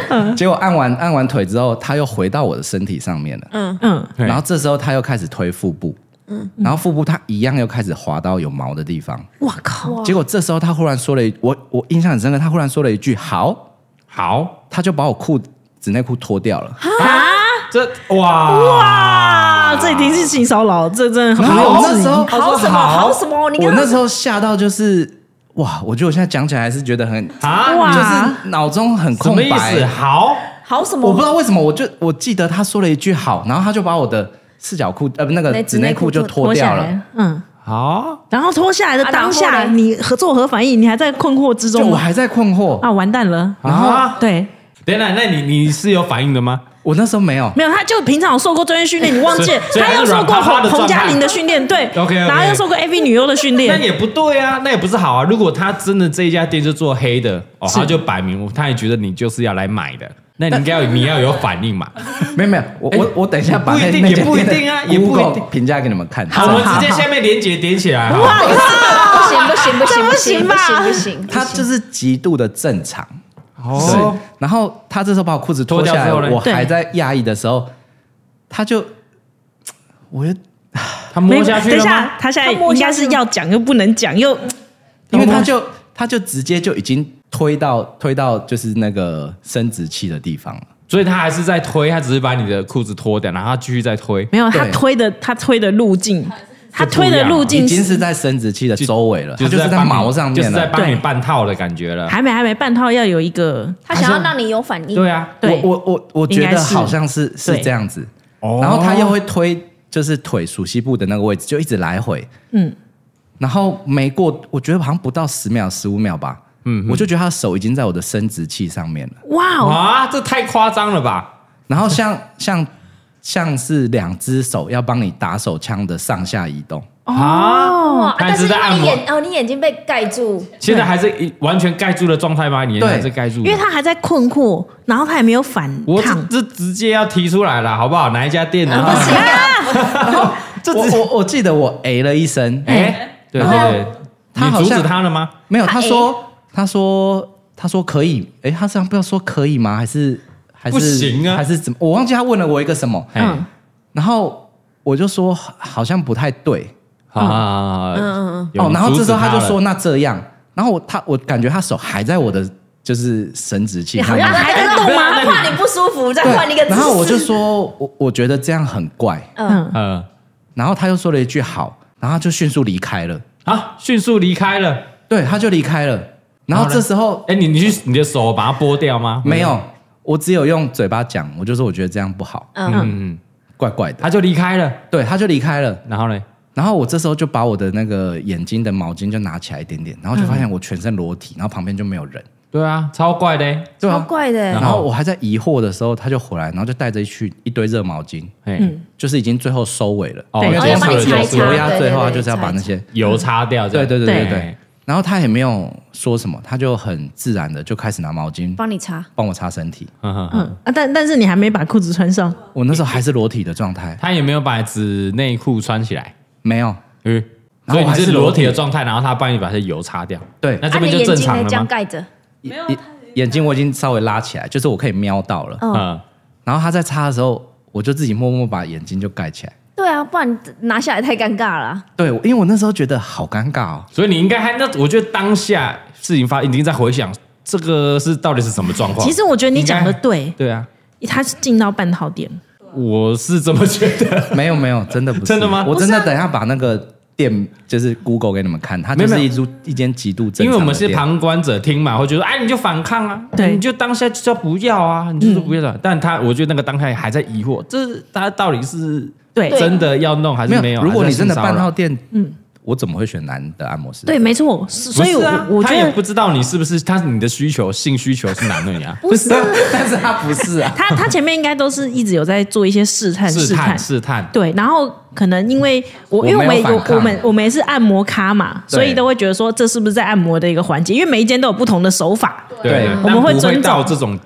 S2: 啊
S3: 结果按完按完腿之后，他又回到我的身体上面了。
S2: 嗯，
S1: 对
S3: 然后这时候他又开始推腹部，然后腹部他一样又开始滑到有毛的地方。
S2: 哇靠，
S3: 结果这时候他忽然说了一，我我印象很深刻，他忽然说了一句“好
S1: 好”，，
S3: 他就把我裤子内裤脱掉了。
S1: 啊这哇哇
S2: 啊，这一定是性骚扰，这真的很
S3: 然后
S2: 好
S3: 我那时候，
S4: 好什么好什么？你
S3: 我
S4: 跟
S3: 那时候吓到就是哇！我觉得我现在讲起来还是觉得很，
S1: 啊，
S3: 就是脑中很
S1: 什
S3: 空
S1: 么意思？
S3: 白。
S1: 好，
S4: 好什么？
S3: 我不知道为什么，我就我记得他说了一句“好”，然后他就把我的四角裤呃不那个
S4: 那
S3: 纸内裤
S4: 纸
S3: 就
S4: 内裤就
S3: 脱掉了。，
S2: 嗯，
S1: 好，
S2: 然后脱下来的
S4: 啊
S2: 当
S4: 然
S2: 下，
S4: 后嘞
S2: 你合作何反应？你还在困惑之
S3: 就
S2: 中
S3: 我
S2: 吗
S3: 还在困惑，
S2: 啊，完蛋了！
S1: 然后
S2: 对，
S1: 等等，那你你是有反应的吗？
S3: 我那时候 没有。
S2: 没有，他就平常有受过专业训练，你忘记了
S1: 所以所以
S2: 他
S1: 还
S2: 又
S1: 是
S2: 受
S1: 软
S2: 过
S1: 趴趴
S2: 洪
S1: 的
S2: 洪
S1: 状态
S2: 嘉玲的训练，对
S1: OK，OK
S2: 然后又受过 AV 女优的训
S1: 那
S2: 练，
S1: 也不对啊，那也不是好啊。如果他真的这一家店就做黑的，哦，他就摆明，他也觉得你就是要来买的，那你应该有你要有反应嘛。
S3: 没有没有，我我我等一下把
S1: 哎不一
S3: 那
S1: 定
S3: 那
S1: 也
S3: 间
S1: 不一
S3: 店的
S1: 定啊也不一
S3: Google
S1: 定
S3: 评价给你们看。
S1: 好，我们
S2: 好
S1: 直接
S2: 好
S1: 下面连结点起来哈。
S4: 不行不行不行不行不行不行，
S3: 他就是极度的正常。
S1: 哦
S3: 对，，然后他这时候把我裤子脱
S1: 脱
S3: 下
S1: 掉
S3: 来，
S1: 之后嘞
S3: 我
S2: 对
S3: 还在压抑的时候，他就，我就
S1: 他
S2: 没
S1: 摸下去
S2: 等一
S1: 了吗？
S2: 下，他现在
S4: 他摸
S2: 应
S4: 下
S2: 该
S4: 去
S2: 是
S4: 了
S2: 要讲又不能讲，又
S3: 因为他就他就直接就已经推到推到就是那个生殖器的地方了。
S1: 所以他还是在推，他只是把你的裤子脱掉，然后他继续再推。
S2: 没有
S3: 对
S2: 他推的他推的路径，他
S1: 就不一
S2: 推
S1: 样啊
S2: 的路
S3: 已
S2: 径
S3: 经是在生殖器的周围了，他就是在
S1: 帮你
S3: 毛上
S1: 就
S3: 面
S1: 是在
S3: 了。
S1: 帮你
S2: 对
S1: 半套的感觉了。
S2: 还没还没半套要有一个
S4: 他想要让你有反应，
S1: 对啊，
S2: 对
S3: 我我我我
S2: 应
S3: 觉
S2: 该
S3: 得
S2: 是
S3: 好像是是
S2: 对
S3: 这样子，
S1: 哦
S3: 然后他又会推，就是腿熟悉部的那个位置，就一直来回，
S2: 嗯，
S3: 然后没过，我觉得好像不到十秒十五秒吧，嗯，我就觉得他的手已经在我的生殖器上面了，
S2: 哇哦，
S1: 啊，这太夸张了吧？
S3: 然后 像像像是两只手要帮你打手枪的上下移动，
S1: 啊，
S4: 哇，啊
S1: 他
S4: 但
S1: 只
S4: 是
S1: 是在
S4: 因为
S1: 按
S4: 你
S1: 摩
S4: 眼哦，你眼睛被盖住，
S1: 现在还是一完全盖住的状态吗？你
S3: 对
S1: 还是盖住的？
S2: 因为他还在困惑，然后他也没有反
S1: 我这
S2: 抗，
S1: 这直接要提出来了，好不好？哪一家店
S3: 呃
S1: 呢？
S3: 我我我记得我哎了一声，
S4: 嗯
S1: 哎，对
S3: 然后
S1: 对对，
S3: 他
S1: 你
S3: 好
S1: 阻
S3: 像
S1: 止他了吗？
S3: 没有，他
S4: 他
S3: 说他说他说可以，哎，他这样不要说可以吗？还是还是
S1: 不行啊
S3: 还是怎么？我忘记他问了我一个什么，
S1: 哎，
S3: 然后我就说好像不太对
S1: 啊，嗯
S3: 哦，然后这时候他就说，那这样，然后我他我感觉他手还在我的就是生殖器上
S2: 好
S3: 面
S2: 像，还在动吗？
S1: 哎
S4: 他怕你啊不舒服，再
S3: 对
S4: 换一个姿势。
S3: 然后我就说我我觉得这样很怪，
S2: 嗯，
S1: 呃，
S3: 然后他又说了一句好，然后他就迅速离开了，
S1: 啊，迅速离开了。
S3: 对，他就离开了，
S1: 然
S3: 然后
S1: 后呢
S3: 这时候
S1: 哎，你你去你的手把它剥掉吗？
S3: 没有，我只有用嘴巴讲，我就说我觉得这样不好，
S1: 嗯，嗯，嗯
S3: 怪怪的。
S1: 他就离开了。
S3: 对，他就离开了。
S1: 然后呢？
S3: 然后我这时候就把我的那个眼睛的毛巾就拿起来一点点，然后就发现我全身裸体，然后旁边就没有人，
S1: 对啊，超怪的欸。
S3: 对
S4: 超
S3: 啊。
S4: 怪
S1: 然
S4: 的，
S3: 然后我还在疑惑的时候，他就回来，然后就带着一去一堆热毛巾，
S1: 哎，
S3: 就是已经最后收尾了。
S1: 哦
S3: 因
S1: 对
S3: 为通常
S1: 要帮你擦一
S3: 有
S1: 擦
S3: 油压
S4: 对
S3: 最后
S4: 对
S3: 他
S4: 对
S3: 就是要把
S4: 擦一
S3: 那
S4: 擦
S3: 些，
S1: 油擦掉这
S3: 对
S1: 样。
S3: 对对对
S2: 对
S3: 对。然后他也没有说什么，他就很自然的就开始拿毛巾
S4: 帮你擦，
S3: 帮我擦身体。
S1: 嗯哼哼
S2: 嗯啊，但但是你还没把裤子穿上，
S3: 我那时候还是裸体的状态，
S1: 他也没有把纸内裤穿起来。
S3: 没有。
S1: 嗯，
S3: 然
S1: 所
S3: 后
S1: 以你
S3: 我还
S1: 是
S3: 是
S1: 裸
S3: 裸
S1: 体
S3: 体
S1: 的状态，然后他帮你把这油擦掉。
S3: 对
S1: 那
S4: 啊，
S1: 这
S4: 你
S1: 边就
S4: 眼
S1: 正
S4: 睛
S1: 常
S4: 呢
S1: 了
S4: 这样
S1: 吗？
S4: 盖着，
S3: 眼眼睛我已经稍微拉起来，就是我可以瞄到了。
S1: 嗯，
S3: 然后他在擦的时候，我就自己默默把眼睛就盖起来。
S4: 对啊，不然拿下来太尴尬了。
S3: 对，因为我那时候觉得好尴尬 哦。
S1: 所以你应该还那，我觉得当下事情发已经在回想这个是到底是什么状况。
S2: 其实我觉得你讲的
S1: 应该
S2: 对，
S1: 对啊，
S2: 他是进到半套店，
S1: 我是这么 觉得。
S3: 没有没有，真的不是。
S1: 真的吗啊
S3: 我真的等一下把那个店就是 Google 给你们看，它就
S1: 没有
S3: 是
S1: 没
S3: 一
S1: 有
S3: 株一间极度正常的
S1: 因为我们是
S3: 店
S1: 旁观者听嘛，会觉得哎，你就反抗啊，
S2: 对嗯
S1: 你就当下就叫不要啊，你就说不要了。但他，我觉得那个当下还在疑惑，这是他到底是
S2: 对
S1: 真的要弄还是
S3: 没
S1: 没有？
S3: 如果
S1: 还
S3: 你
S1: 是
S3: 真的半套
S1: 性
S3: 店，嗯，我怎么会选男的按摩师？？
S2: 对，，没错，是
S1: 骚
S2: 所
S1: 扰，不是
S2: 以我
S1: 啊
S2: 我
S1: 他
S2: 觉
S1: 也
S2: 得
S1: 不知道你是不是他你的需求性需求是男的呀
S3: 不是，但是他不是 啊。
S2: 他他前面应该都是一直有在做一些试探
S1: 试
S2: 探
S1: 探试探，
S2: 对，然后可能因为我
S3: 我
S2: 因为我们
S3: 没有
S2: 有
S3: 反抗
S2: 我们我们也是按摩咖嘛，
S3: 对
S2: 所以都会觉得说这是不是在按摩的一个环节？因为每一间都有不同的手法，
S1: 对，
S3: 嗯
S1: 但
S2: 我们会
S1: 不
S2: 尊重
S1: 到这种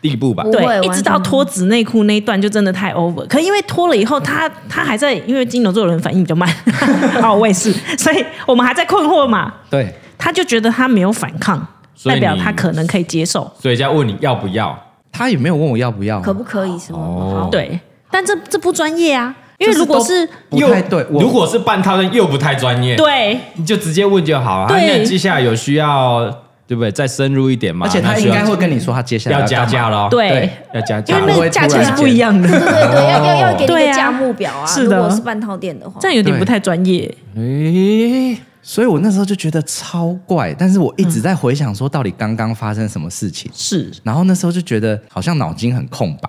S1: 地步吧？
S4: 不会
S2: 对，一直
S4: 完全
S2: 到
S4: 不
S2: 脱脂内裤那一段就真的太 over。可因为脱了以后，他他还在，因为金牛座的人反应比较慢， 哦，我也是，所以我们还在困惑嘛。
S3: 对，
S2: 他就觉得他没有反抗，
S1: 所以
S2: 代
S1: 你哦
S2: 表他可能可以接受。
S1: 所以人家问你要不要，
S3: 他也没有问我要不
S1: 哦
S3: 要啊，
S4: 可不可以什么不好？
S2: 对，但这这不专业啊，因为
S3: 就是
S2: 如果
S3: 都
S2: 是
S3: 不
S1: 又
S3: 太对我
S1: 如果是半套，但又不太专业，，
S2: 对
S1: 你就直接问就好了。啊
S2: 对
S1: 那接下来有需要，对不对？再深入一点嘛。
S3: 而且他
S1: 那需
S3: 应
S1: 要
S3: 该会跟你说他接下来
S1: 要
S3: 干
S1: 加
S3: 嘛
S1: 价喽，
S2: 对，
S1: 要加价
S2: 因
S1: 咯，
S2: 为那个价钱是不一样的，
S4: 对对对，要要要给你
S2: 对
S4: 一
S2: 啊
S4: 个价目表啊！
S2: 是
S4: 如
S2: 的
S4: 果是半套店的话，
S2: 这样有点不太专业。
S3: 诶、所以我那时候就觉得超怪，但是我一直在回想说，到底刚刚发生什么事情。
S2: 是
S3: 然后那时候就觉得好像脑筋很空白。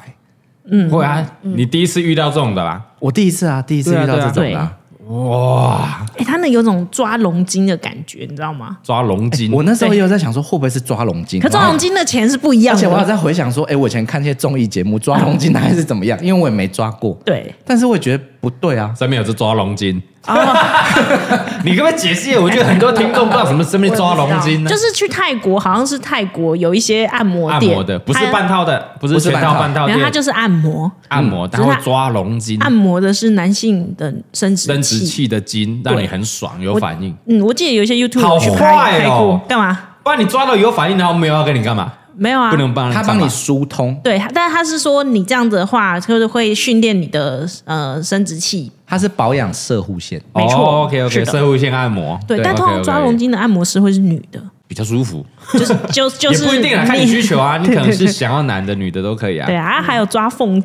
S2: 嗯
S1: 会啊。你第一次遇到这种的吧？
S3: 我第一次啊，第一次遇到这种
S2: 对
S3: 的、
S2: 啊
S3: 啊。
S1: 哇，
S2: 哎、他那有种抓龙筋的感觉，你知道吗？
S1: 抓龙筋，
S3: 哎我那时候也有在想说，会不会是抓龙筋？
S2: 可抓龙筋的钱是不一
S3: 然
S2: 样
S3: 后。而且我有
S2: 的，
S3: 在回想说，哎，我以前看一些综艺节目抓龙筋的还是怎么样，因为我也没抓过。
S2: 对，
S3: 但是我也觉得不对啊，
S1: 身边有只抓龙筋。
S2: 啊
S1: 你可不可以解释？我觉得很多听众不知道什么身边抓龙 筋呢
S2: 就。是去泰国，好像是泰国有一些按摩
S1: 按
S2: 店，
S1: 摩的不是
S2: 它
S1: 半套的，不是
S3: 不是
S1: 全套半
S3: 半
S1: 套
S2: 然
S1: 店，
S2: 后它就是按摩，
S1: 按摩，
S2: 只
S1: 它
S2: 是它
S1: 会抓龙筋，
S2: 按摩的是男性的生殖
S1: 生殖器的筋，让你很爽有
S2: 我
S1: 反应。
S2: 嗯，我记得有一些 YouTube
S1: 好
S2: 有去
S1: 坏
S2: 拍拍
S1: 哦
S2: 过，干嘛？
S1: 不然你抓到有反应，然后没有要跟你干嘛？
S2: 没有啊，
S1: 不能帮
S3: 他帮你疏通，
S2: 对，但是他是说你这样子的话，就是会训练你的呃生殖器。
S3: 他是保养射护线。
S2: 没错
S1: OK
S2: 是
S1: OK，
S2: 的
S1: 射护线按摩，
S2: 对，但通
S1: OK，OK，
S2: 常抓龙筋的按摩师会是女的，
S1: 比较舒服，
S2: 就是 就就
S1: 也
S2: 是
S1: 不一定啊，看你需求啊，你可
S2: 对
S1: 能是
S2: 对对
S1: 想要男的、女的都可以啊
S2: 对。啊，还有抓凤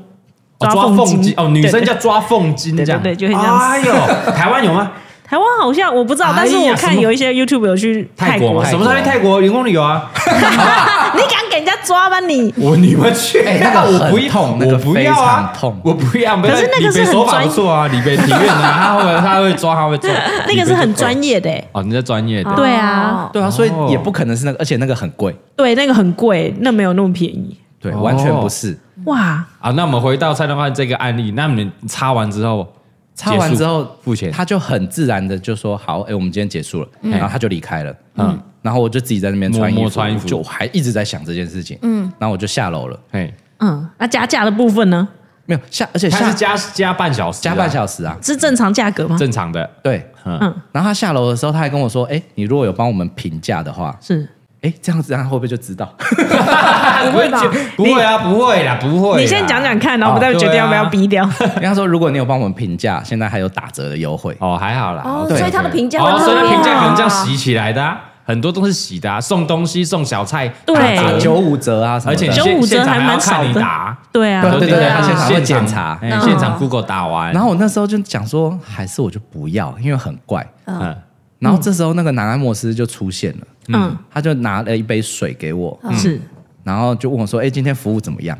S1: 哦
S2: 筋
S1: 凤筋哦，女
S2: 对
S1: 生
S2: 对
S1: 叫抓凤筋这样，
S2: 对对对就会这样
S1: 哎 呦，台湾有吗？
S2: 台湾好像我不知道，但是
S1: 哎呀
S2: 我
S1: 什
S2: 看
S1: 么
S2: 有一些 YouTube 有去
S1: 泰国
S2: 国
S1: 吗？什么时候去泰国？员工旅游啊？
S2: 你敢给人家抓吗你？
S1: 我你们去，
S3: 哎那个
S1: 我
S3: 很
S1: 不要
S3: 痛那
S1: 我
S3: 个
S1: 不
S3: 非
S1: 要啊，
S3: 常痛
S1: 我不要。
S2: 可是那个是
S1: 李北手
S2: 很
S1: 法
S2: 专
S1: 不错啊，李北体院 啊，他会他会抓，他会抓，
S2: 那个是很专
S1: 业
S2: 业的、欸，
S1: 哦，你是专业的
S4: 哦
S2: 对啊，
S3: 对啊，所以
S1: 哦
S3: 也不可能是那个，而且那个很贵，
S2: 对，那个很贵，那没有那么便宜。
S3: 对，
S1: 哦
S3: 完全不是。
S2: 哇，
S1: 啊。那我们回到蔡东汉这个案例，那你擦完之后，
S3: 擦完之后
S1: 结束付钱，
S3: 他就很自然的就说好，哎、我们今天结束了，然后他就离开了，嗯，然后我就自己在那边穿衣服，
S1: 默默穿衣服
S3: 就我还一直在想这件事情，嗯，然后我就下楼了，
S1: 哎，
S2: 嗯，那加价的部分呢，
S3: 没有下，而且
S1: 他
S3: 欸下
S1: 是加加半小时啊，
S3: 加半小时啊，
S2: 是正常价格吗？
S1: 正常的，
S3: 对，
S2: 嗯，
S3: 然后他下楼的时候，他还跟我说，哎、你如果有帮我们评价的话，
S2: 是。
S3: 哎、这样子他会不会就知道？
S1: 不会吧？不会啊，不会啦，不会啦。
S2: 你先讲讲看，然后我们再
S1: 哦
S2: 决定要不要
S1: 对啊
S2: 逼掉。
S3: 跟他说，如果你有帮我们评价，现在还有打折的 优惠，
S1: 哦，还好啦。
S4: 哦，
S1: OK，
S4: 所以他的评价会
S1: 哦，所以
S4: 特
S1: 他
S4: 别
S1: 评价可能这样
S4: 好
S1: 洗起来的啊，很多都是洗的啊，送东西、送小菜，
S2: 对
S1: 打
S3: 打
S1: 折
S3: 九五折啊什么
S1: 哎而
S3: 的，
S1: 且你
S2: 九
S1: 现
S2: 五折
S1: 现场
S2: 还蛮
S1: 要看
S2: 少
S1: 你
S2: 的
S1: 打，
S2: 对啊，
S3: 对对对
S1: 对
S3: 他现场
S1: 现
S3: 会检查
S1: 哎
S4: 嗯
S1: 现场 Google 打完，
S3: 然后我那时候就想说，还是我就不要，因为很怪。
S1: 嗯，
S3: 然后这时候那个男按摩师就出现了，
S2: 嗯，
S3: 他就拿了一杯水给我，
S1: 嗯
S2: 是
S3: 然后就问我说：“哎、今天服务怎么样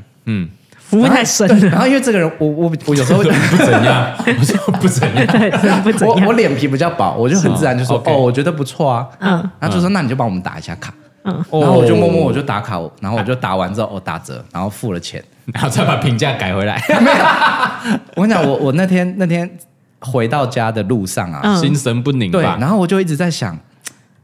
S2: 服务太？”深
S3: 对， 然
S2: 了，
S3: 后因为这个人，我我我有时候
S1: 不怎样， 我说不怎 样，
S2: 对，真的不怎
S3: 我我
S2: 样。
S3: 脸皮比较薄，我就很自然就说：“
S1: 哦，OK
S3: 哦，我觉得不错啊。”
S2: 嗯
S3: 嗯，他就说：“那你就帮我们打一下卡。”
S2: 嗯
S3: 嗯，然后我就默默我就打卡，然后我就打完之后，哦，打折，然后付了钱。
S1: 然后再把评价改回来，
S3: 我跟你讲， 我我那天那天回到家的路上啊，
S2: 嗯
S1: 心神不宁
S3: 对，
S1: 吧
S3: 然？后我就一直在想，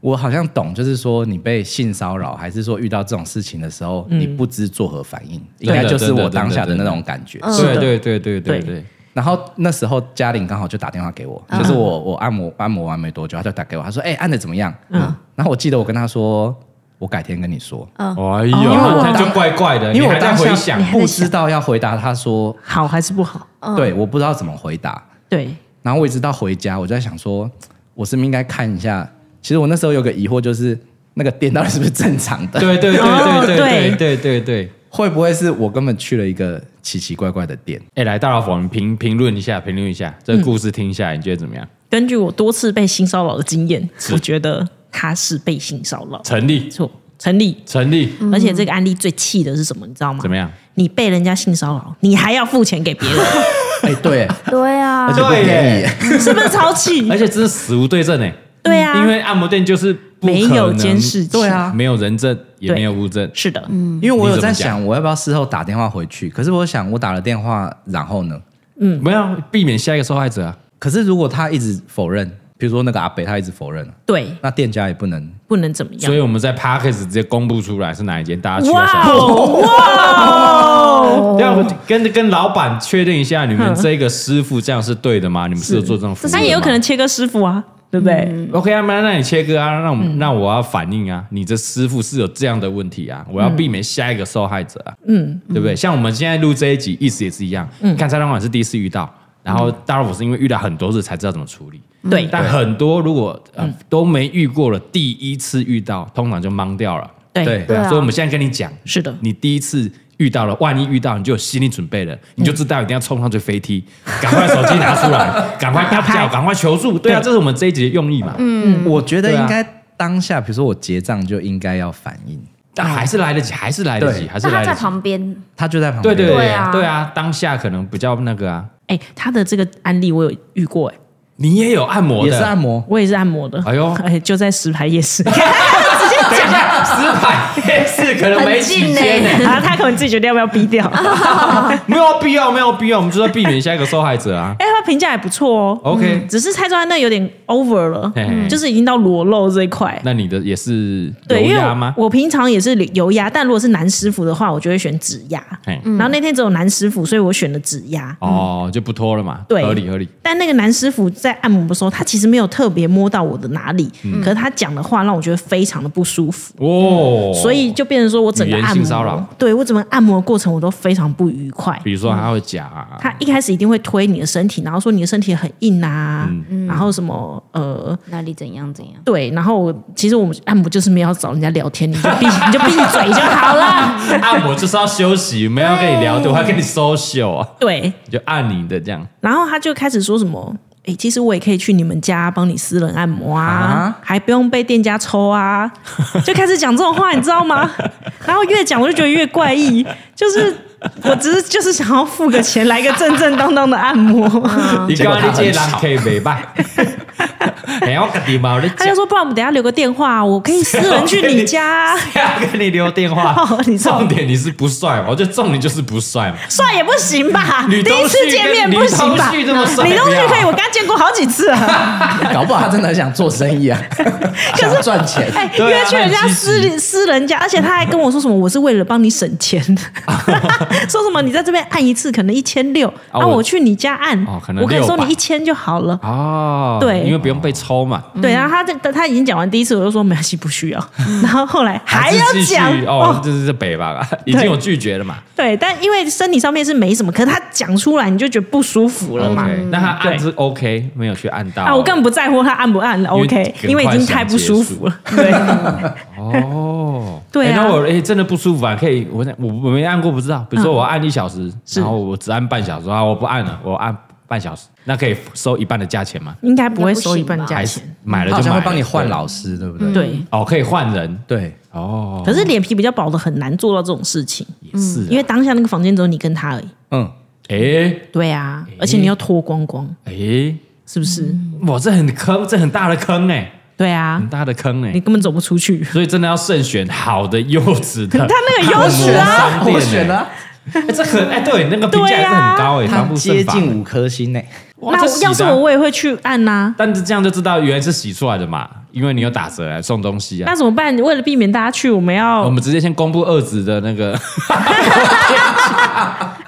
S3: 我好像懂，就是说你被性骚扰，还是说遇到这种事情的时候，你不知作何反应，应该就是我当下的那嗯种感觉。
S1: 对对对对对
S2: 对
S1: 对，
S3: 然后那时候嘉玲刚好就打电话给我，就是我我按摩按摩完没多久，她就打给我，她说：“哎、按的怎么样？”嗯，然后我记得我跟她说：“我改天跟你说。
S1: 哎
S2: 嗯哦因为
S1: 呦，
S2: 我
S1: 他就
S3: 当
S1: 怪怪的，
S3: 因为
S1: 你
S3: 我
S1: 还在
S3: 当
S1: 回
S3: 下
S1: 想，
S3: 不知道要回答她说，
S2: 好还是不好？
S3: 对，我不知道怎么回答。
S2: 对，
S3: 然后我一直到回家，我就在想说，我是不是应该看一下？其实我那时候有个疑惑，就是那个店到底是不是正常的？
S1: 对对对
S2: 哦
S1: 对对
S2: 对
S1: 对对对。
S3: 会不会是我根本去了一个奇奇怪怪的店？
S1: 哎，来大老虎，你评评论一下，评论一下这个故事，听一下，你觉得怎么样？
S2: 根据我多次被性骚扰的经验，我觉得他是被性骚扰，
S1: 成立
S2: 没，错，成立。
S1: 成立，
S2: 而且这个案例最气的是什么，你知道吗？
S1: 怎么样？
S2: 你被人家性骚扰，你还要付钱给别 人，
S3: 哎、对，
S4: 对啊
S3: 而，且不便宜耶，
S2: 是不是超气
S1: 而？且这是死无对证哎，
S2: 对啊，
S1: 因为按摩店就是不
S2: 没
S1: 可
S2: 有
S1: 能
S2: 监视器，
S3: 对啊
S1: 没有人证，也
S2: 对
S1: 没有物证，
S2: 是的，
S1: 嗯
S3: 因为我有在
S1: 你怎么
S3: 想，我要不要事后打电话回去？可是我想，我打了电话，然后呢？
S1: 没有避免下一个受害者啊。
S3: 可是如果他一直否认，比如说那个阿北他一直否认，
S2: 对，
S3: 那店家也不能
S2: 不能怎么样
S1: 所以。我们在 p a r k a s 直接公布出来是哪一间，大家去一
S2: 嗯哇
S1: 下。
S2: 哦
S1: 要不跟跟老板确定一下，你们
S2: 嗯
S1: 这个师傅这样是对的吗？你们是有做这种服务的吗？
S2: 那也有可能切割师傅啊，对不对？
S1: OK 啊，那那你切割啊，那我们那我要反映啊，你这师傅是有这样的问题啊，我要避免下一个受害者啊，嗯，对不对？像我们现在录这一集，意思也是一样，嗯，看蔡老板是第一次遇到，然后当然我是因为遇到很多次才知道怎么处理，
S2: 对，
S1: 但很多如果呃都没遇过了，第一次遇到通常就懵掉了，
S2: 对
S4: 对啊
S1: 所以我们现在跟你讲，
S2: 是的
S1: 你第一次。遇到了，万一遇到你就有心理准备了，你就知道一定要冲上去飞踢， 赶快手机拿出来，赶快大叫，赶快求助。对啊，
S2: 对
S1: 这是我们这一集的用意嘛。
S3: 我觉得
S1: 对啊
S3: 应该当下，比如说我结账就应该要反应，
S1: 但还是来得及，还是来得及，
S3: 对
S1: 还是
S4: 但他
S1: 来
S4: 在
S1: 得及。
S4: 旁边，
S3: 他就在旁
S1: 对
S3: 边。
S1: 对
S4: 对啊
S1: 对啊，当下可能比较那个啊。
S2: 哎，他的这个案例我有遇过，哎，
S1: 你也有按摩的，
S3: 也是 按摩。
S2: 我也是按摩的，
S1: 哎呦
S2: 哎，就在石牌夜市，
S1: 等一下，石牌夜市可能没几间呢、
S2: 然后他可能自己决定要不要 逼掉，哎，
S1: 没有必要，没有必要，我们就是要避免下一个受害者 啊。
S2: 哎他评价还不错哦
S1: OK
S2: 嗯只是蔡庄那有点 over 了嗯
S1: 嘿嘿，
S2: 就是已经到裸露这一块。
S1: 那你的也是
S2: 对，因
S1: 油
S2: 为
S1: 压
S2: 我
S1: 吗？
S2: 我平常也是油压，但如果是男师傅的话，我就会选指压。
S1: 嘿
S2: 然后那天只有男师傅，所以我选了指压。
S1: 哦，就不拖了嘛，
S2: 对
S1: 合理合理。
S2: 但那个男师傅在按摩的时候，他其实没有特别摸到我的哪里，
S1: 嗯
S2: 可是他讲的话让我觉得非常的不舒服，
S1: 哦，
S2: 所以就变成说我整个
S1: 语言
S2: 按
S1: 性骚扰
S2: 摩，对我整个按摩的过程我都非常不愉快。
S1: 比如说他会夹、啊，
S2: 他一开始一定会推你的身体，然后说你的身体很硬啊，然后什么呃，
S4: 哪里怎样怎样，
S2: 对，然后我其实我们按摩就是没有要找人家聊天，你就闭你就闭嘴就好了。
S1: 按摩啊就是要休息，没有要跟你聊天，我要跟你 social 啊，
S2: 对，
S1: 你就按你的这样。
S2: 然后他就开始说什么。哎、其实我也可以去你们家帮你私人按摩啊，
S3: 啊
S2: 还不用被店家抽啊，就开始讲这种话，你知道吗？然后越讲我就觉得越怪异，就是我只是就是想要付个钱来个正正当当的按摩，
S1: 你
S3: 结果
S1: 刚
S3: 他
S1: 刚这
S3: 很
S1: 人
S3: 吵
S1: 可以袂歹，哎呀，我个地嘛，我咧
S2: 他 就说不然我们等一下留个电话，我可以私人去你家啊，
S1: 要跟你留电 话
S2: 哦你。说
S1: 重点你是不帅嘛？我觉得重点 就是不帅嘛。
S2: 帅也不行吧？
S1: 女
S2: 第
S1: 东
S2: 一次
S1: 旭
S2: 见
S1: 跟
S2: 面
S1: 女
S2: 不行吧？
S1: 东旭这么帅
S2: 女东旭
S1: 不要
S2: 可以，我跟他见过好几次啊 了。
S3: 搞不好他真的很想做生 意啊，想赚钱。
S2: 哎，
S1: 对啊
S2: 约去人家私
S1: 很积
S2: 私人家，而且他还跟我说什么，我是为了帮你省 钱，说什么你在这边按一次可能一千六，
S1: 啊
S2: 啊，
S1: 我
S2: 我去你家按，
S1: 哦可能
S2: 我可以收
S1: 600
S2: 你一千就好了。
S1: 哦，
S2: 对
S1: 因为不用被抽嘛。
S2: 对，然后他这他已经讲完第一次，我就说没关系，不需要。 然后后来还要
S1: 嗯是继续
S2: 讲
S1: 哦，，这是这北吧，已经有拒绝了嘛。
S2: 对，但因为身体上面是没什么，可是他讲出来你就觉得不舒服了嘛。
S1: OK，那他按是 OK，没有去按到。
S2: 啊，我根本不在乎他按不按
S1: 为
S2: ，OK，
S1: 很
S2: 因为已经太不舒服了。对，
S1: 哦，
S2: 对啊
S1: 哎那我哎真的不舒服啊，可以我我我没按过不知道。比如说我按一小时，
S2: 嗯是
S1: 然后我只按半小时啊，我不按了，我按半小时，那可以收一半的价钱吗？
S2: 应该不会收一半价
S1: 还是
S2: 钱。
S1: 买了
S3: 他好
S1: 就
S3: 像
S1: 买
S3: 会
S1: 了，
S3: 帮你换
S1: 对
S3: 老师，对不对？
S2: 对，
S1: 哦，可以换人
S3: 对，
S1: 哦，
S2: 可是脸皮比较薄的很难做到这种事情，
S1: 也是啊，
S2: 因为当下那个房间只有你跟他而已。
S3: 嗯，
S1: 诶
S2: 对啊，
S1: 诶
S2: 而且你又脱光光，
S1: 诶，
S2: 是不是？
S1: 哎哇，这很坑，这很大的坑哎，
S2: 对
S1: 很
S2: 啊，
S1: 大的坑哎
S2: 你，根本走不出去。
S1: 所以真的要慎选好的、优质的。
S2: 他那个优质啊，
S1: 按摩商店
S3: 我选了啊，
S1: 哎这很哎，对，那个评价也是很高哎，
S3: 他
S1: 防不胜
S3: 接
S1: 防
S3: 近五颗星欸呢。
S1: 哇这洗
S2: 那
S1: 的啊
S2: 要是我，我也会去按呐、
S1: 但是这样就知道原来是洗出来的嘛，因为你有打折来送东西啊哦
S2: 那。怎么办？为了避免大家去，我们
S1: 我
S2: 要
S1: 们直接先公布二子的那 个，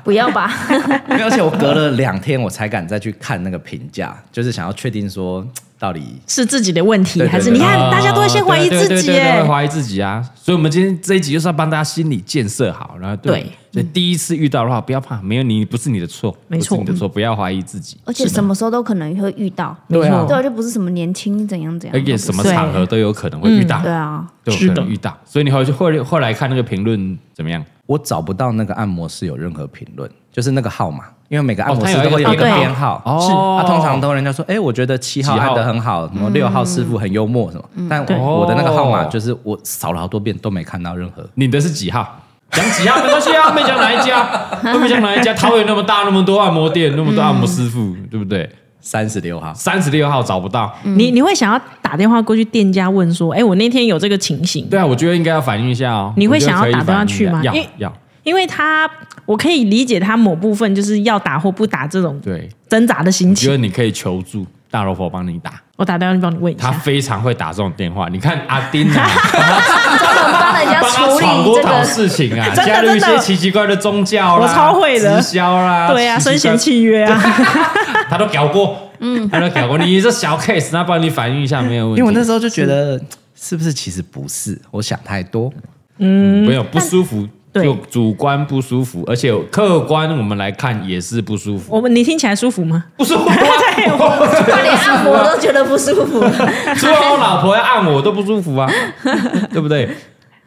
S4: 不要吧，
S3: 没有而且我隔了两天我才敢再去看那个评价，就是想要确定说嘖到底
S2: 是自己的问题，
S3: 对对
S2: 还是
S3: 对
S2: 你看
S1: 哦
S2: 大家都会先怀疑
S1: 对对
S2: 自己
S1: 对对对
S2: 耶
S1: 会？怀疑自己啊。所以，我们今天这一集就是要帮大家心理建设好，然后
S2: 对，
S1: 所以第一次遇到的话，不要怕，没有你不是你的错，
S2: 没错
S1: 不是你的错，不要怀疑自己，
S4: 而且什么时候都可能会遇到，
S2: 没
S3: 对啊
S2: 错
S4: 对，就不是什么年轻怎样怎样，
S1: 而且什么场合都有可能会遇到，
S4: 对啊，
S1: 都有
S2: 是
S1: 可
S2: 的
S1: 能遇到。所以你后就后后来看那个评论怎么样？
S3: 我找不到那个按摩师有任何评论，就是那个号码，因为每个按摩师
S1: 哦它有
S3: 都会有
S1: 一
S3: 一
S1: 个
S3: 个
S4: 编号
S3: 编号，
S1: 哦
S3: 是啊，通常都人家说，哎，我觉得七号
S1: 几号
S3: 按的很好，什么六号师傅很幽默什么，但
S2: 对
S3: 我的那个号码
S1: 哦
S3: 就是我扫了好多遍都没看到任何。
S1: 你的是几 号？讲几号没关系啊，没讲哪一家，都没讲哪一 家。桃园那么大，那么多按摩店，那么多按摩师傅，对不对？
S3: 三十六号，
S1: 三十六号找不到，
S2: 你你会想要打电话过去店家问说，哎，我那天有这个情形，
S1: 对啊，我觉得应该要反映一下哦。
S2: 你会
S1: 我觉得
S2: 想要
S1: 可以
S2: 打电话
S1: 反映一
S2: 去
S1: 下
S2: 吗
S1: 要
S2: 因为
S1: 要，
S2: 因为他我可以理解他某部分就是要打或不打这种
S1: 对，
S2: 挣扎的心
S1: 觉
S2: 情
S1: 得。你可以求助，大老婆帮你打，
S2: 我打电话去帮你问一
S1: 他
S2: 下。
S1: 非常会打这种电话。你看阿丁啊，
S4: 帮人家
S1: 帮他
S4: 处
S1: 闯
S4: 理
S1: 多
S4: 这
S1: 少
S4: 个
S1: 事情啊，
S2: 真的
S1: 加入一
S2: 真
S1: 些
S2: 的
S1: 奇奇怪怪的宗教啦，
S2: 我超会的
S1: 直销啦，
S2: 对啊，
S1: 奇
S2: 生
S1: 奇怪
S2: 前契约啊，
S1: 他都搞过，嗯，他都搞过。你这小 case，他帮你反映一下没有问
S3: 因
S1: 题。
S3: 为我那时候就觉得是不是其实不是，我想太多。
S1: 没
S2: 嗯
S1: 有不舒服，
S2: 但
S1: 就主观不舒服，而且客观我们来看也是不舒服，
S2: 我们你听起来舒服吗？
S1: 不 舒服啊。
S4: 他连按摩都觉得不 舒服，
S1: 除了我老婆要按我都不舒服啊， 对不对？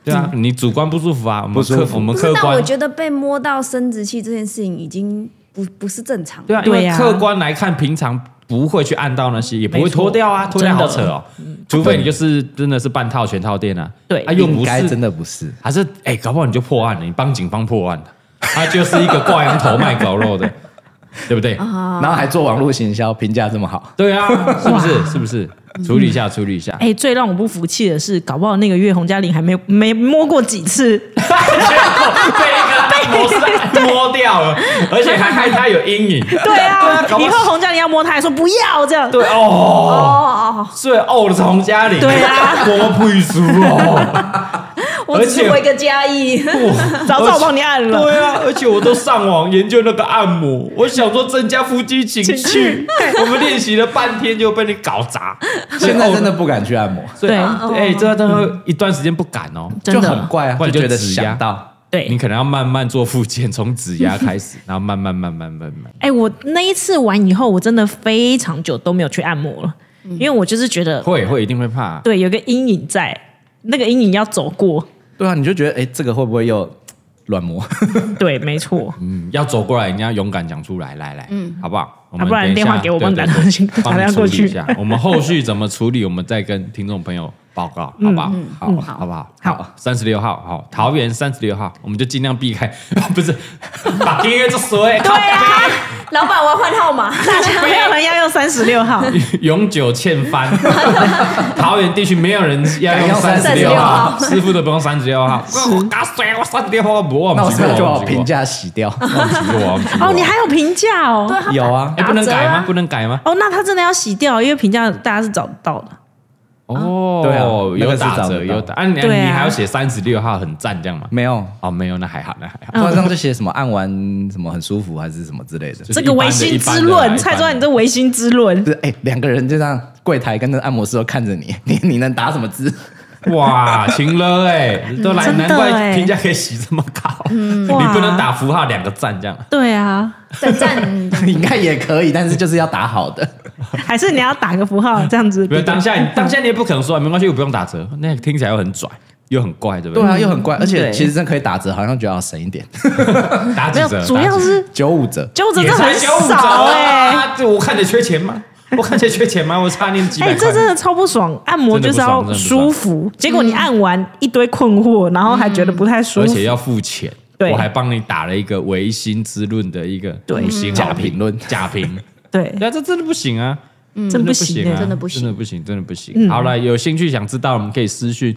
S1: 对啊，
S2: 嗯
S1: 你主观不舒服啊，我们
S3: 不舒服
S1: 客我们
S4: 不
S1: 客
S4: 是？但我
S1: 观。
S4: 觉得被摸到生殖器这件事情已经不不是 正常。
S1: 对啊，因
S2: 对
S1: 为
S2: 啊
S1: 客观来看，平常不会去按到那些，也不会
S2: 没错
S1: 脱掉啊，脱掉
S2: 真
S1: 好
S2: 的
S1: 扯哦。除非你就是真的是半套全套店啊，
S2: 对
S1: 啊又不
S3: 应该
S1: 是
S3: 真的不是，
S1: 还是哎、搞不好你就破案了，你帮警方破案的，他就是一个挂羊头卖狗肉的， 对不对？
S2: 哦
S3: 然后还做网络行销，评价这 么好，
S1: 对啊，是不是？是不是？处理一下，处理一下。
S2: 嗯哎，最让我不服气的是，搞不好那个月洪嘉玲还没没摸过几 次，
S1: 被一个 按摩师摸掉了，而且还害他有阴影。
S2: 对啊，
S1: 搞不
S2: 以后
S1: 好
S2: 洪嘉玲要摸他，还说不要这样，
S1: 对哦，
S4: 哦，
S1: 最呕的从家里，
S2: 对啊
S1: 多配书 哦。
S4: 我
S1: 而
S4: 只是
S1: 且
S4: 回个加一，
S1: 哇
S2: 早知道我帮你按了。
S1: 对啊，而且我都上网研究那个按摩，我想说增加夫妻情
S2: 情趣
S1: 趣， 我们练习了半天就被你搞砸。
S3: 现在真的不敢去按摩，
S1: 所以，
S2: 对
S1: 哎，这他会一段时间不敢哦，
S2: 真的
S3: 就很怪啊，
S1: 或者
S3: 就觉得
S1: 指压
S3: 想到
S2: 对
S1: 你可能要慢慢做复健，从指压开始，然后慢慢慢慢慢慢。
S2: 哎、我那一次完以后，我真的非常久都没有去按摩了，
S1: 嗯
S2: 因为我就是觉得
S1: 会会一定会怕，
S2: 对有个阴影在，那个阴影要走过。
S3: 对啊，你就觉得哎、这个会不会又软磨？
S2: 对，没错，
S1: 嗯，要走过来，你要勇敢讲出来，来来，嗯，好不好？我们
S2: 啊不然
S1: 等一下
S2: 电话给我
S1: 对
S2: 帮你
S1: 对
S2: 打过
S1: 对
S2: 去打电话
S1: 帮你处理
S2: 过去
S1: 一下。我们后续怎么处理，我们再跟听众朋友报告，好不好？好，好不好？好，三十六号，好，桃园三十六号，我们就尽量避开，不是把音乐就衰，靠
S4: 对啊，老板我要换号码，
S2: 大家没有人要用三十六号，
S1: 永久欠翻。桃园地区没有人要用三十六
S4: 36
S1: 号，
S4: 号
S1: 师傅都不用三十六号。我打水，我三十六号不忘
S3: 那我
S1: 记
S3: 是不是就把
S1: 过，
S3: 我评价洗掉？
S1: 忘记过，忘记过。
S2: 哦，你还有评价哦，
S4: 对他
S3: 有啊，
S1: 哎，不能
S4: 打折啊
S1: 改吗？不能改吗？
S2: 哦，那他真的要洗掉，因为评价大家是找不到的。
S1: 哦，
S3: 对啊那
S1: 有
S3: 个是
S1: 打
S3: 找得
S1: 折，
S3: 到
S1: 有打。啊，你
S2: 对啊
S1: 你还要写三十六号很赞这样吗？
S3: 没有，
S1: 哦，没有，那还好，那还好。
S2: 哦
S3: 通常就写什么按完什么很舒服还是什么之类的，
S1: 就
S2: 这
S1: 是
S2: 个
S1: 一般
S2: 唯
S1: 的
S2: 心之
S1: 一般的啦
S2: 论，蔡庄，你这唯心之论
S3: 就，是哎两、个人就这样柜台跟那按摩师都看着你，你你能打什么字？
S1: 哇，晴了哎，都来，
S2: 真的
S1: 难
S2: 欸嗯
S1: 怪评价可以洗这么 高。 你
S2: 哇
S1: 不能打符号两个赞这样。
S2: 对啊，
S4: 再站，
S3: 应该也可以，但是就是要打好的。
S2: 还是你要打个符号这样子？
S1: 没有 当下你，当下你也不可能说哎没关系，我不用打折， 那听起来又很拽，又很怪，对不
S3: 对啊，又很怪，而且
S2: 对
S3: 其实真的可以打折，好像觉得要省一点，
S1: 打
S2: 啊没
S1: 几
S2: 有
S1: 折？，
S2: 主要是
S3: 九五折。
S2: 就这
S1: 也
S2: 真的
S1: 才
S2: 很
S1: 九五折
S2: 少哎、
S1: 啊！这我看着缺钱 吗？我看着缺钱吗？我差那几
S2: 哎、
S1: 百块
S2: 这。真的超不爽！按摩就是要舒服，结果你按完一堆困惑，然后还觉得不太舒
S1: 嗯而
S2: 服
S1: 且。要付钱。
S2: 对
S1: 我还帮你打了一个唯心之论的一个
S2: 对
S1: 五星
S3: 假评论
S1: 假评，
S2: 对，
S1: 那这真的不行啊！
S2: 真不
S1: 不
S2: 行嗯
S1: 啊，
S2: 哎、
S4: 的不行
S1: 真的不行，真的不行。好了，有兴趣想知道，我们可以私讯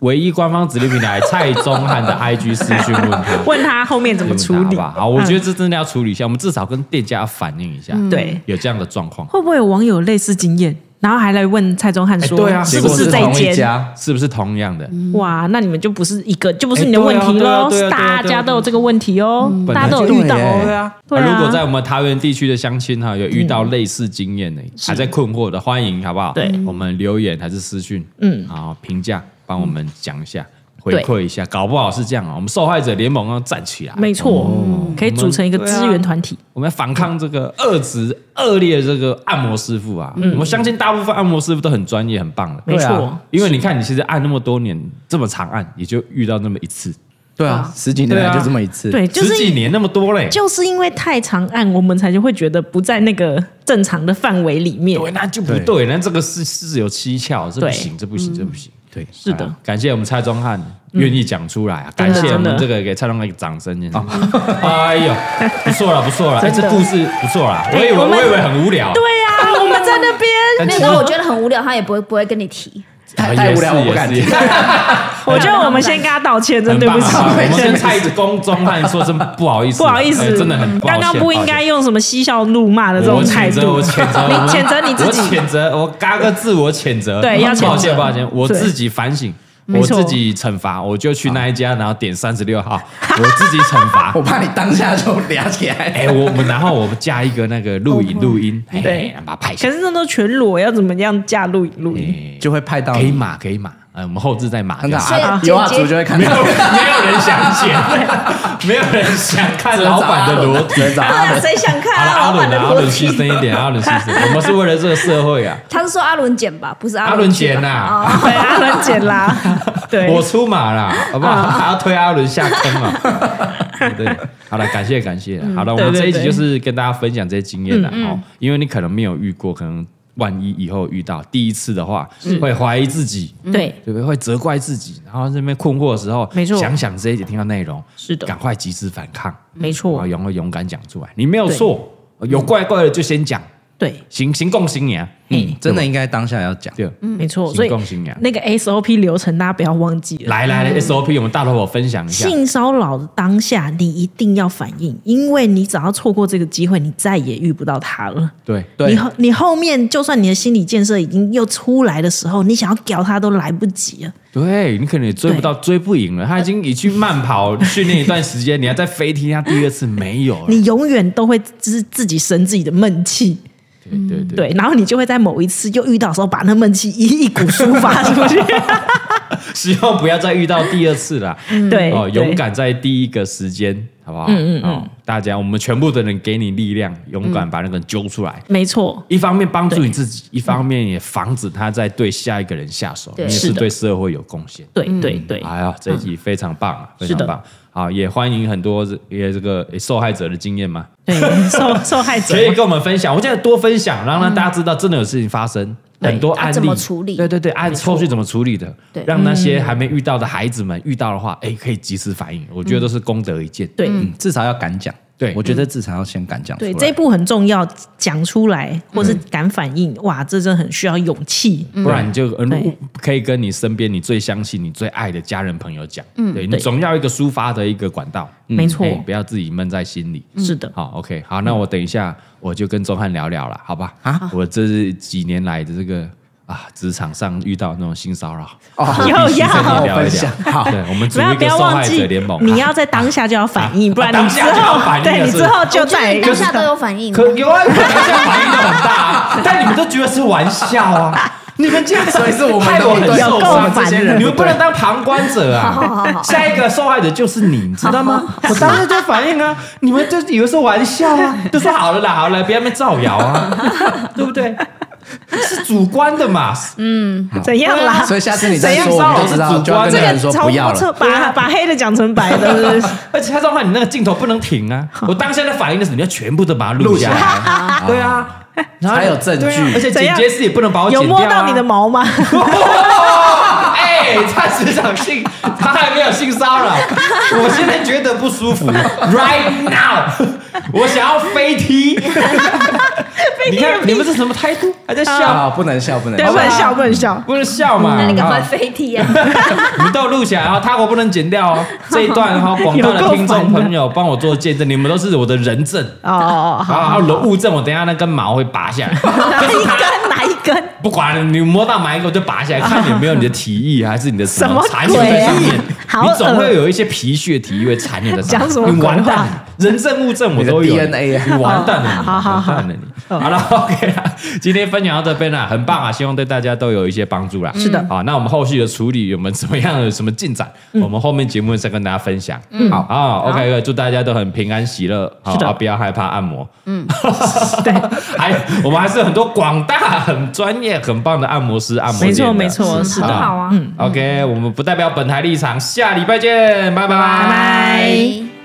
S1: 唯一官方指令平台蔡宗翰的 IG 私讯问 他。
S2: 问他后面怎么处理？嗯
S1: 吧？嗯好，我觉得这真的要处理一下，我们至少跟店家反映一下，
S2: 对，
S1: 有这样的状况，
S2: 会不会有网友类似经验，然后还来问蔡宗翰说：“
S1: 哎对啊
S2: 是
S1: 结
S2: 不
S1: 果
S2: 是
S1: 是
S2: 这
S3: 同一
S2: 间？
S3: 家？
S1: 是不是同样的？
S2: 哇，那你们就不是一个，就不是
S1: 哎
S2: 你的问题
S1: 对啊
S2: 喽、
S1: 对啊对啊对啊
S2: 大家都有这个问题哦，
S1: 本
S2: 大
S1: 来
S2: 家
S1: 就
S2: 都有遇到
S3: 对耶
S2: 哦。对啊
S1: 如果在我们桃园地区的乡亲哈，有遇到类似经验的，还在困惑的，欢迎好不好？
S2: 嗯对
S1: 我们留言还是私讯，
S2: 嗯
S1: 然后评价，帮我们讲一下，回
S2: 对
S1: 馈一下，搞不好是这样啊。我们受害者联盟要站起来，
S2: 没错、
S1: 哦
S2: 可以组成一个支援团体。
S1: 我们要反抗这个恶质恶劣的这个按摩师傅啊！我相信大部分按摩师傅都很专业，很棒的。
S2: 嗯没错
S1: 对啊因为你看，你其实按那么多年，这么长按，也就遇到那么一次，
S3: 对啊，十几年
S1: 对
S3: 来
S1: 啊
S3: 就这么一次。
S2: 对，就
S1: 十几
S2: 是
S1: 年那么多嘞。
S2: 就是因为太长按，我们才就会觉得不在那个正常的范围里面。
S1: 对，那就不对，那这个是是有蹊�跷，这不
S2: 对
S1: 行，这不行，这不行。
S3: 对，
S2: 是的，
S1: 哎感谢我们蔡宗翰愿意讲出来啊！
S2: 真
S1: 感
S2: 的
S1: 谢我
S2: 真
S1: 们
S2: 的哦
S1: 这个给蔡宗翰一个掌声，真是。 哎呦，不错了，不错了，哎，这故事不错了。我以为
S2: 哎我
S1: 我
S2: 们
S1: 以为很无聊，啊
S2: 啊对呀、我们在那边。
S1: 但
S4: 那
S1: 其
S4: 个我
S1: 实
S4: 觉得很无聊，他也不会不会跟你提，
S3: 太太无聊，我不敢听。
S2: 我觉得我们先跟他道歉， 真
S1: 哎很
S2: 对
S1: 棒
S2: 不起，
S1: 啊我们跟蔡公宗汉说声不好意思，
S2: 不好意
S1: 哎
S2: 思，
S1: 真的很抱歉
S2: 刚刚不应该用什么嬉笑怒骂的这种
S1: 我
S2: 态
S1: 谴责，
S2: 度
S1: 我。谴责，
S2: 你
S1: 我
S2: 谴责你自己
S1: 我谴责，我嘎个自我谴责，
S2: 对要谴责
S1: 抱歉抱歉，我自己反省。
S2: 没
S1: 我
S2: 错
S1: 自己惩罚，我就去那一家，然后点三十六号，我自己惩罚
S3: 我。怕你当下就俩 起
S1: 哎、
S3: 来。
S1: 我们然后我们加一个那个录影录 音，哎、
S2: 对
S1: 把它拍下
S2: 可
S1: 来，
S2: 是这都全裸，要怎么样架录影录影？
S3: 就会派到
S1: 可以码可以码，哎、我们后置再码
S3: 很
S1: 就
S3: 搞
S1: 好。
S4: 所以
S3: 啊，
S4: 姐
S3: 有啊，
S4: 姐
S3: 族就会看
S1: 没有
S3: 到。
S1: 没有人想剪，没有人想看
S3: 啊
S1: 老板的裸体。
S3: 找
S4: 不
S3: 阿
S4: 然
S3: 伦，
S4: 谁想看
S1: 好了，
S4: 啊？
S1: 阿
S4: 老
S1: 伦
S4: 板
S1: 啊，
S4: 的
S1: 阿
S4: 裸
S1: 伦牺
S4: 体？
S1: 牲一点，阿伦牺牲，我们是为了这个社会啊。
S4: 他是说阿伦剪吧，不是
S1: 阿伦
S4: 伦
S1: 剪啊呐、
S4: 哦，
S2: 对，阿伦剪啦，对，
S1: 嗯
S2: 啊
S1: 我出马 啦，好不好？还要推阿伦下坑啊！对，好了，感谢感谢。好了，我们
S2: 嗯对对
S1: 这一集
S2: 对嗯
S1: 就是跟大家分享这些经验了哦，因为你可能没有遇过，可能万一以后遇到第一次的话，
S2: 嗯
S1: 会怀疑自己。
S2: 对，
S1: 对不对？会责怪自己，然后在那边困惑的时候，
S2: 没错
S1: 想想这一集听到内容，
S2: 是的
S1: 赶快及时反抗，
S2: 没
S1: 然后
S2: 错，
S1: 勇会勇敢讲出来，你没有错，有怪怪的就先讲，
S2: 对，
S1: 行行共行言，
S2: 嗯
S3: 真的应该当下要讲。
S1: 对吧，
S2: 没错。
S1: 嗯行
S2: 所
S1: 啊
S2: 以
S1: 共行言。
S2: 那个 SOP 流程大家不要忘记了。
S1: 来来来，SOP，我们大头我分享一下，
S2: 性骚扰的当下，你一定要反应，因为你只要错过这个机会，你再也遇不到他了。
S1: 对
S3: 对
S2: 你后你后面就算你的心理建设已经又出来的时候，你想要屌他都来不及了。
S1: 对，你可能也追不到，追不赢了。他已经已去慢跑训练一段时间，你还在飞踢他第二次没有了。
S2: 你永远都会自自己生自己的闷气，
S1: 对对对，
S2: 嗯对，然后你就会在某一次又遇到的时候，把那闷气一一股抒发出 去，
S1: 希望不要再遇到第二次了。
S2: 对，
S1: 哦，
S2: 对
S1: 勇，敢在第一个时间，好不好？嗯嗯哦，大家，我们全部的人给你力量，勇敢把那个人揪出来。
S2: 没错，
S1: 一方面帮助
S2: 对
S1: 你自己，一方面也防止他再对下一个人下手，你
S4: 对
S1: 也
S2: 是
S1: 是
S2: 的
S1: 对社会有贡献。
S2: 对对对，嗯
S1: 哎呀，这一集非常棒啊，非
S2: 是的
S1: 常棒！好，也欢迎很多这也这个也受害者的经验嘛，
S2: 对，受受害者
S1: 可以跟我们分享。我现在多分享，让让大家知道真的有事情发生，
S2: 对
S1: 很多
S4: 啊
S1: 案例
S4: 怎么处理
S1: 对对对，按后续怎么处理的
S4: 对，嗯
S1: 让那些还没遇到的孩子们遇到的话，哎，可以及时反应，我觉得都是功德一件。
S2: 对
S3: 嗯，至少要敢讲。
S1: 对
S3: 我觉得至少要先敢讲出
S2: 对
S3: 来。
S2: 这一步很重要，讲出来或是敢反应，哇，这真的很需要勇气。
S1: 不然你就呃
S2: 嗯对
S1: 可以跟你身边你最相信、你最爱的家人朋友讲，对你总要一个抒发的一个管道，嗯
S2: 嗯没错
S1: 哎不要自己闷在心里。
S2: 是的，
S1: 好，OK，好，那我等一下我就跟钟汉聊聊了，好吧？
S3: 啊，
S1: 我这是几年来的这个啊，职场上遇到那种性骚扰，
S3: 哦，
S2: 又
S1: 必须跟你
S2: 要
S1: 聊一
S3: 分
S1: 聊
S3: 享。好
S1: 对，我们
S2: 不
S1: 组
S2: 要
S1: 一
S2: 不
S1: 个
S2: 要
S1: 受
S2: 忘
S1: 害
S2: 记
S1: 者联盟，，
S2: 你要在当下就要反应，不然
S1: 当
S2: 你之
S1: 下就要
S2: 后
S1: 反应
S2: 对
S1: 了
S2: 你
S1: 是
S2: 之后就
S4: 我觉得
S2: 在
S4: 你当下都有反应，
S1: 可有啊，我当下反应都很大、 啊，但你们都觉得是玩笑啊。你们这样子
S3: 所以是我们
S1: 害我很
S3: 的问题
S1: 受伤，
S2: 有够烦
S1: 这些 人你们不能当旁观者啊！
S4: 好好好
S1: 下一个受害者就是你，你知道吗？我当时就反应啊，你们就以为是玩笑啊，就说好了啦，好了，不要那么造谣啊，对不对？是主观的嘛，
S2: 怎样
S4: 啊
S2: 啦？
S3: 所以下次你再
S1: 谁
S3: 说，我
S1: 要
S3: 们就知
S1: 骚
S3: 道，
S1: 扰
S3: 就要
S4: 哦
S1: 这
S3: 跟
S1: 主
S3: 那
S1: 观
S3: 个人说不要了。
S2: 把
S4: 啊
S2: 把黑的讲成白的，是不是？
S1: 而且他说话，你那个镜头不能停啊！我当下的反应的时候，你要全部都把它录下
S3: 录下
S1: 来，对啊，然 后
S3: 才有证据
S1: 对啊而且剪接师也不能把我剪
S2: 有
S1: 掉啊
S2: 摸到你的毛吗？
S1: 哎，他职场性，他还没有性骚扰，我现在觉得不舒服，right now，我想要飞踢。你看你们是什么态度？还在笑？
S3: 啊，不能笑，不能
S2: 对，
S3: 笑
S2: 不。能笑，不能笑。
S1: 不能笑嘛？
S4: 那你赶快
S1: 啊
S4: 飞踢啊！
S1: 你们都有录起来哦，他我不能剪掉哦。这一段哈，广大
S2: 有
S1: 的
S2: 够
S1: 听
S2: 烦
S1: 众
S2: 的
S1: 朋友帮我做见证，你们都是我的人证
S2: 哦哦，哦
S1: 啊，还有物证，我等一下那根毛会拔下来，
S2: 哪一根？哪一根？
S1: 不管你摸到哪一个，我就拔下来，看有没有你的体液还是你的
S2: 啊什么
S1: 残留在上面
S2: 鬼。好
S1: 你总
S2: 恶
S1: 会有一些皮屑、体液会残留在上
S2: 讲什么
S1: 面，你
S2: 鬼啊
S1: 完
S2: 话
S1: 蛋了，人证物证我都有
S3: 你的 DNA 啊
S1: 你完蛋了，你
S2: 好好好哦
S1: 完蛋了你。好了，OK 啦，今天分享到这边啦，很棒啊，希望对大家都有一些帮助啦。是
S2: 的嗯
S1: 好，那我们后续的处理有没有什么样的什么进展？我们后面节目再跟大家分享。好啊，OK，祝大家都很平安喜乐，好
S2: 是的
S1: 啊不要害怕按摩。
S2: 对，
S1: 还我们还是有很多广大、很专业、很棒的按摩师、按摩店
S2: 没
S1: 的
S2: 错，没。错，是
S1: 啊
S4: 很
S2: 的。
S4: 好啊，
S1: OK，我们不代表本台立场，下礼拜见，拜拜
S2: 拜
S4: 拜。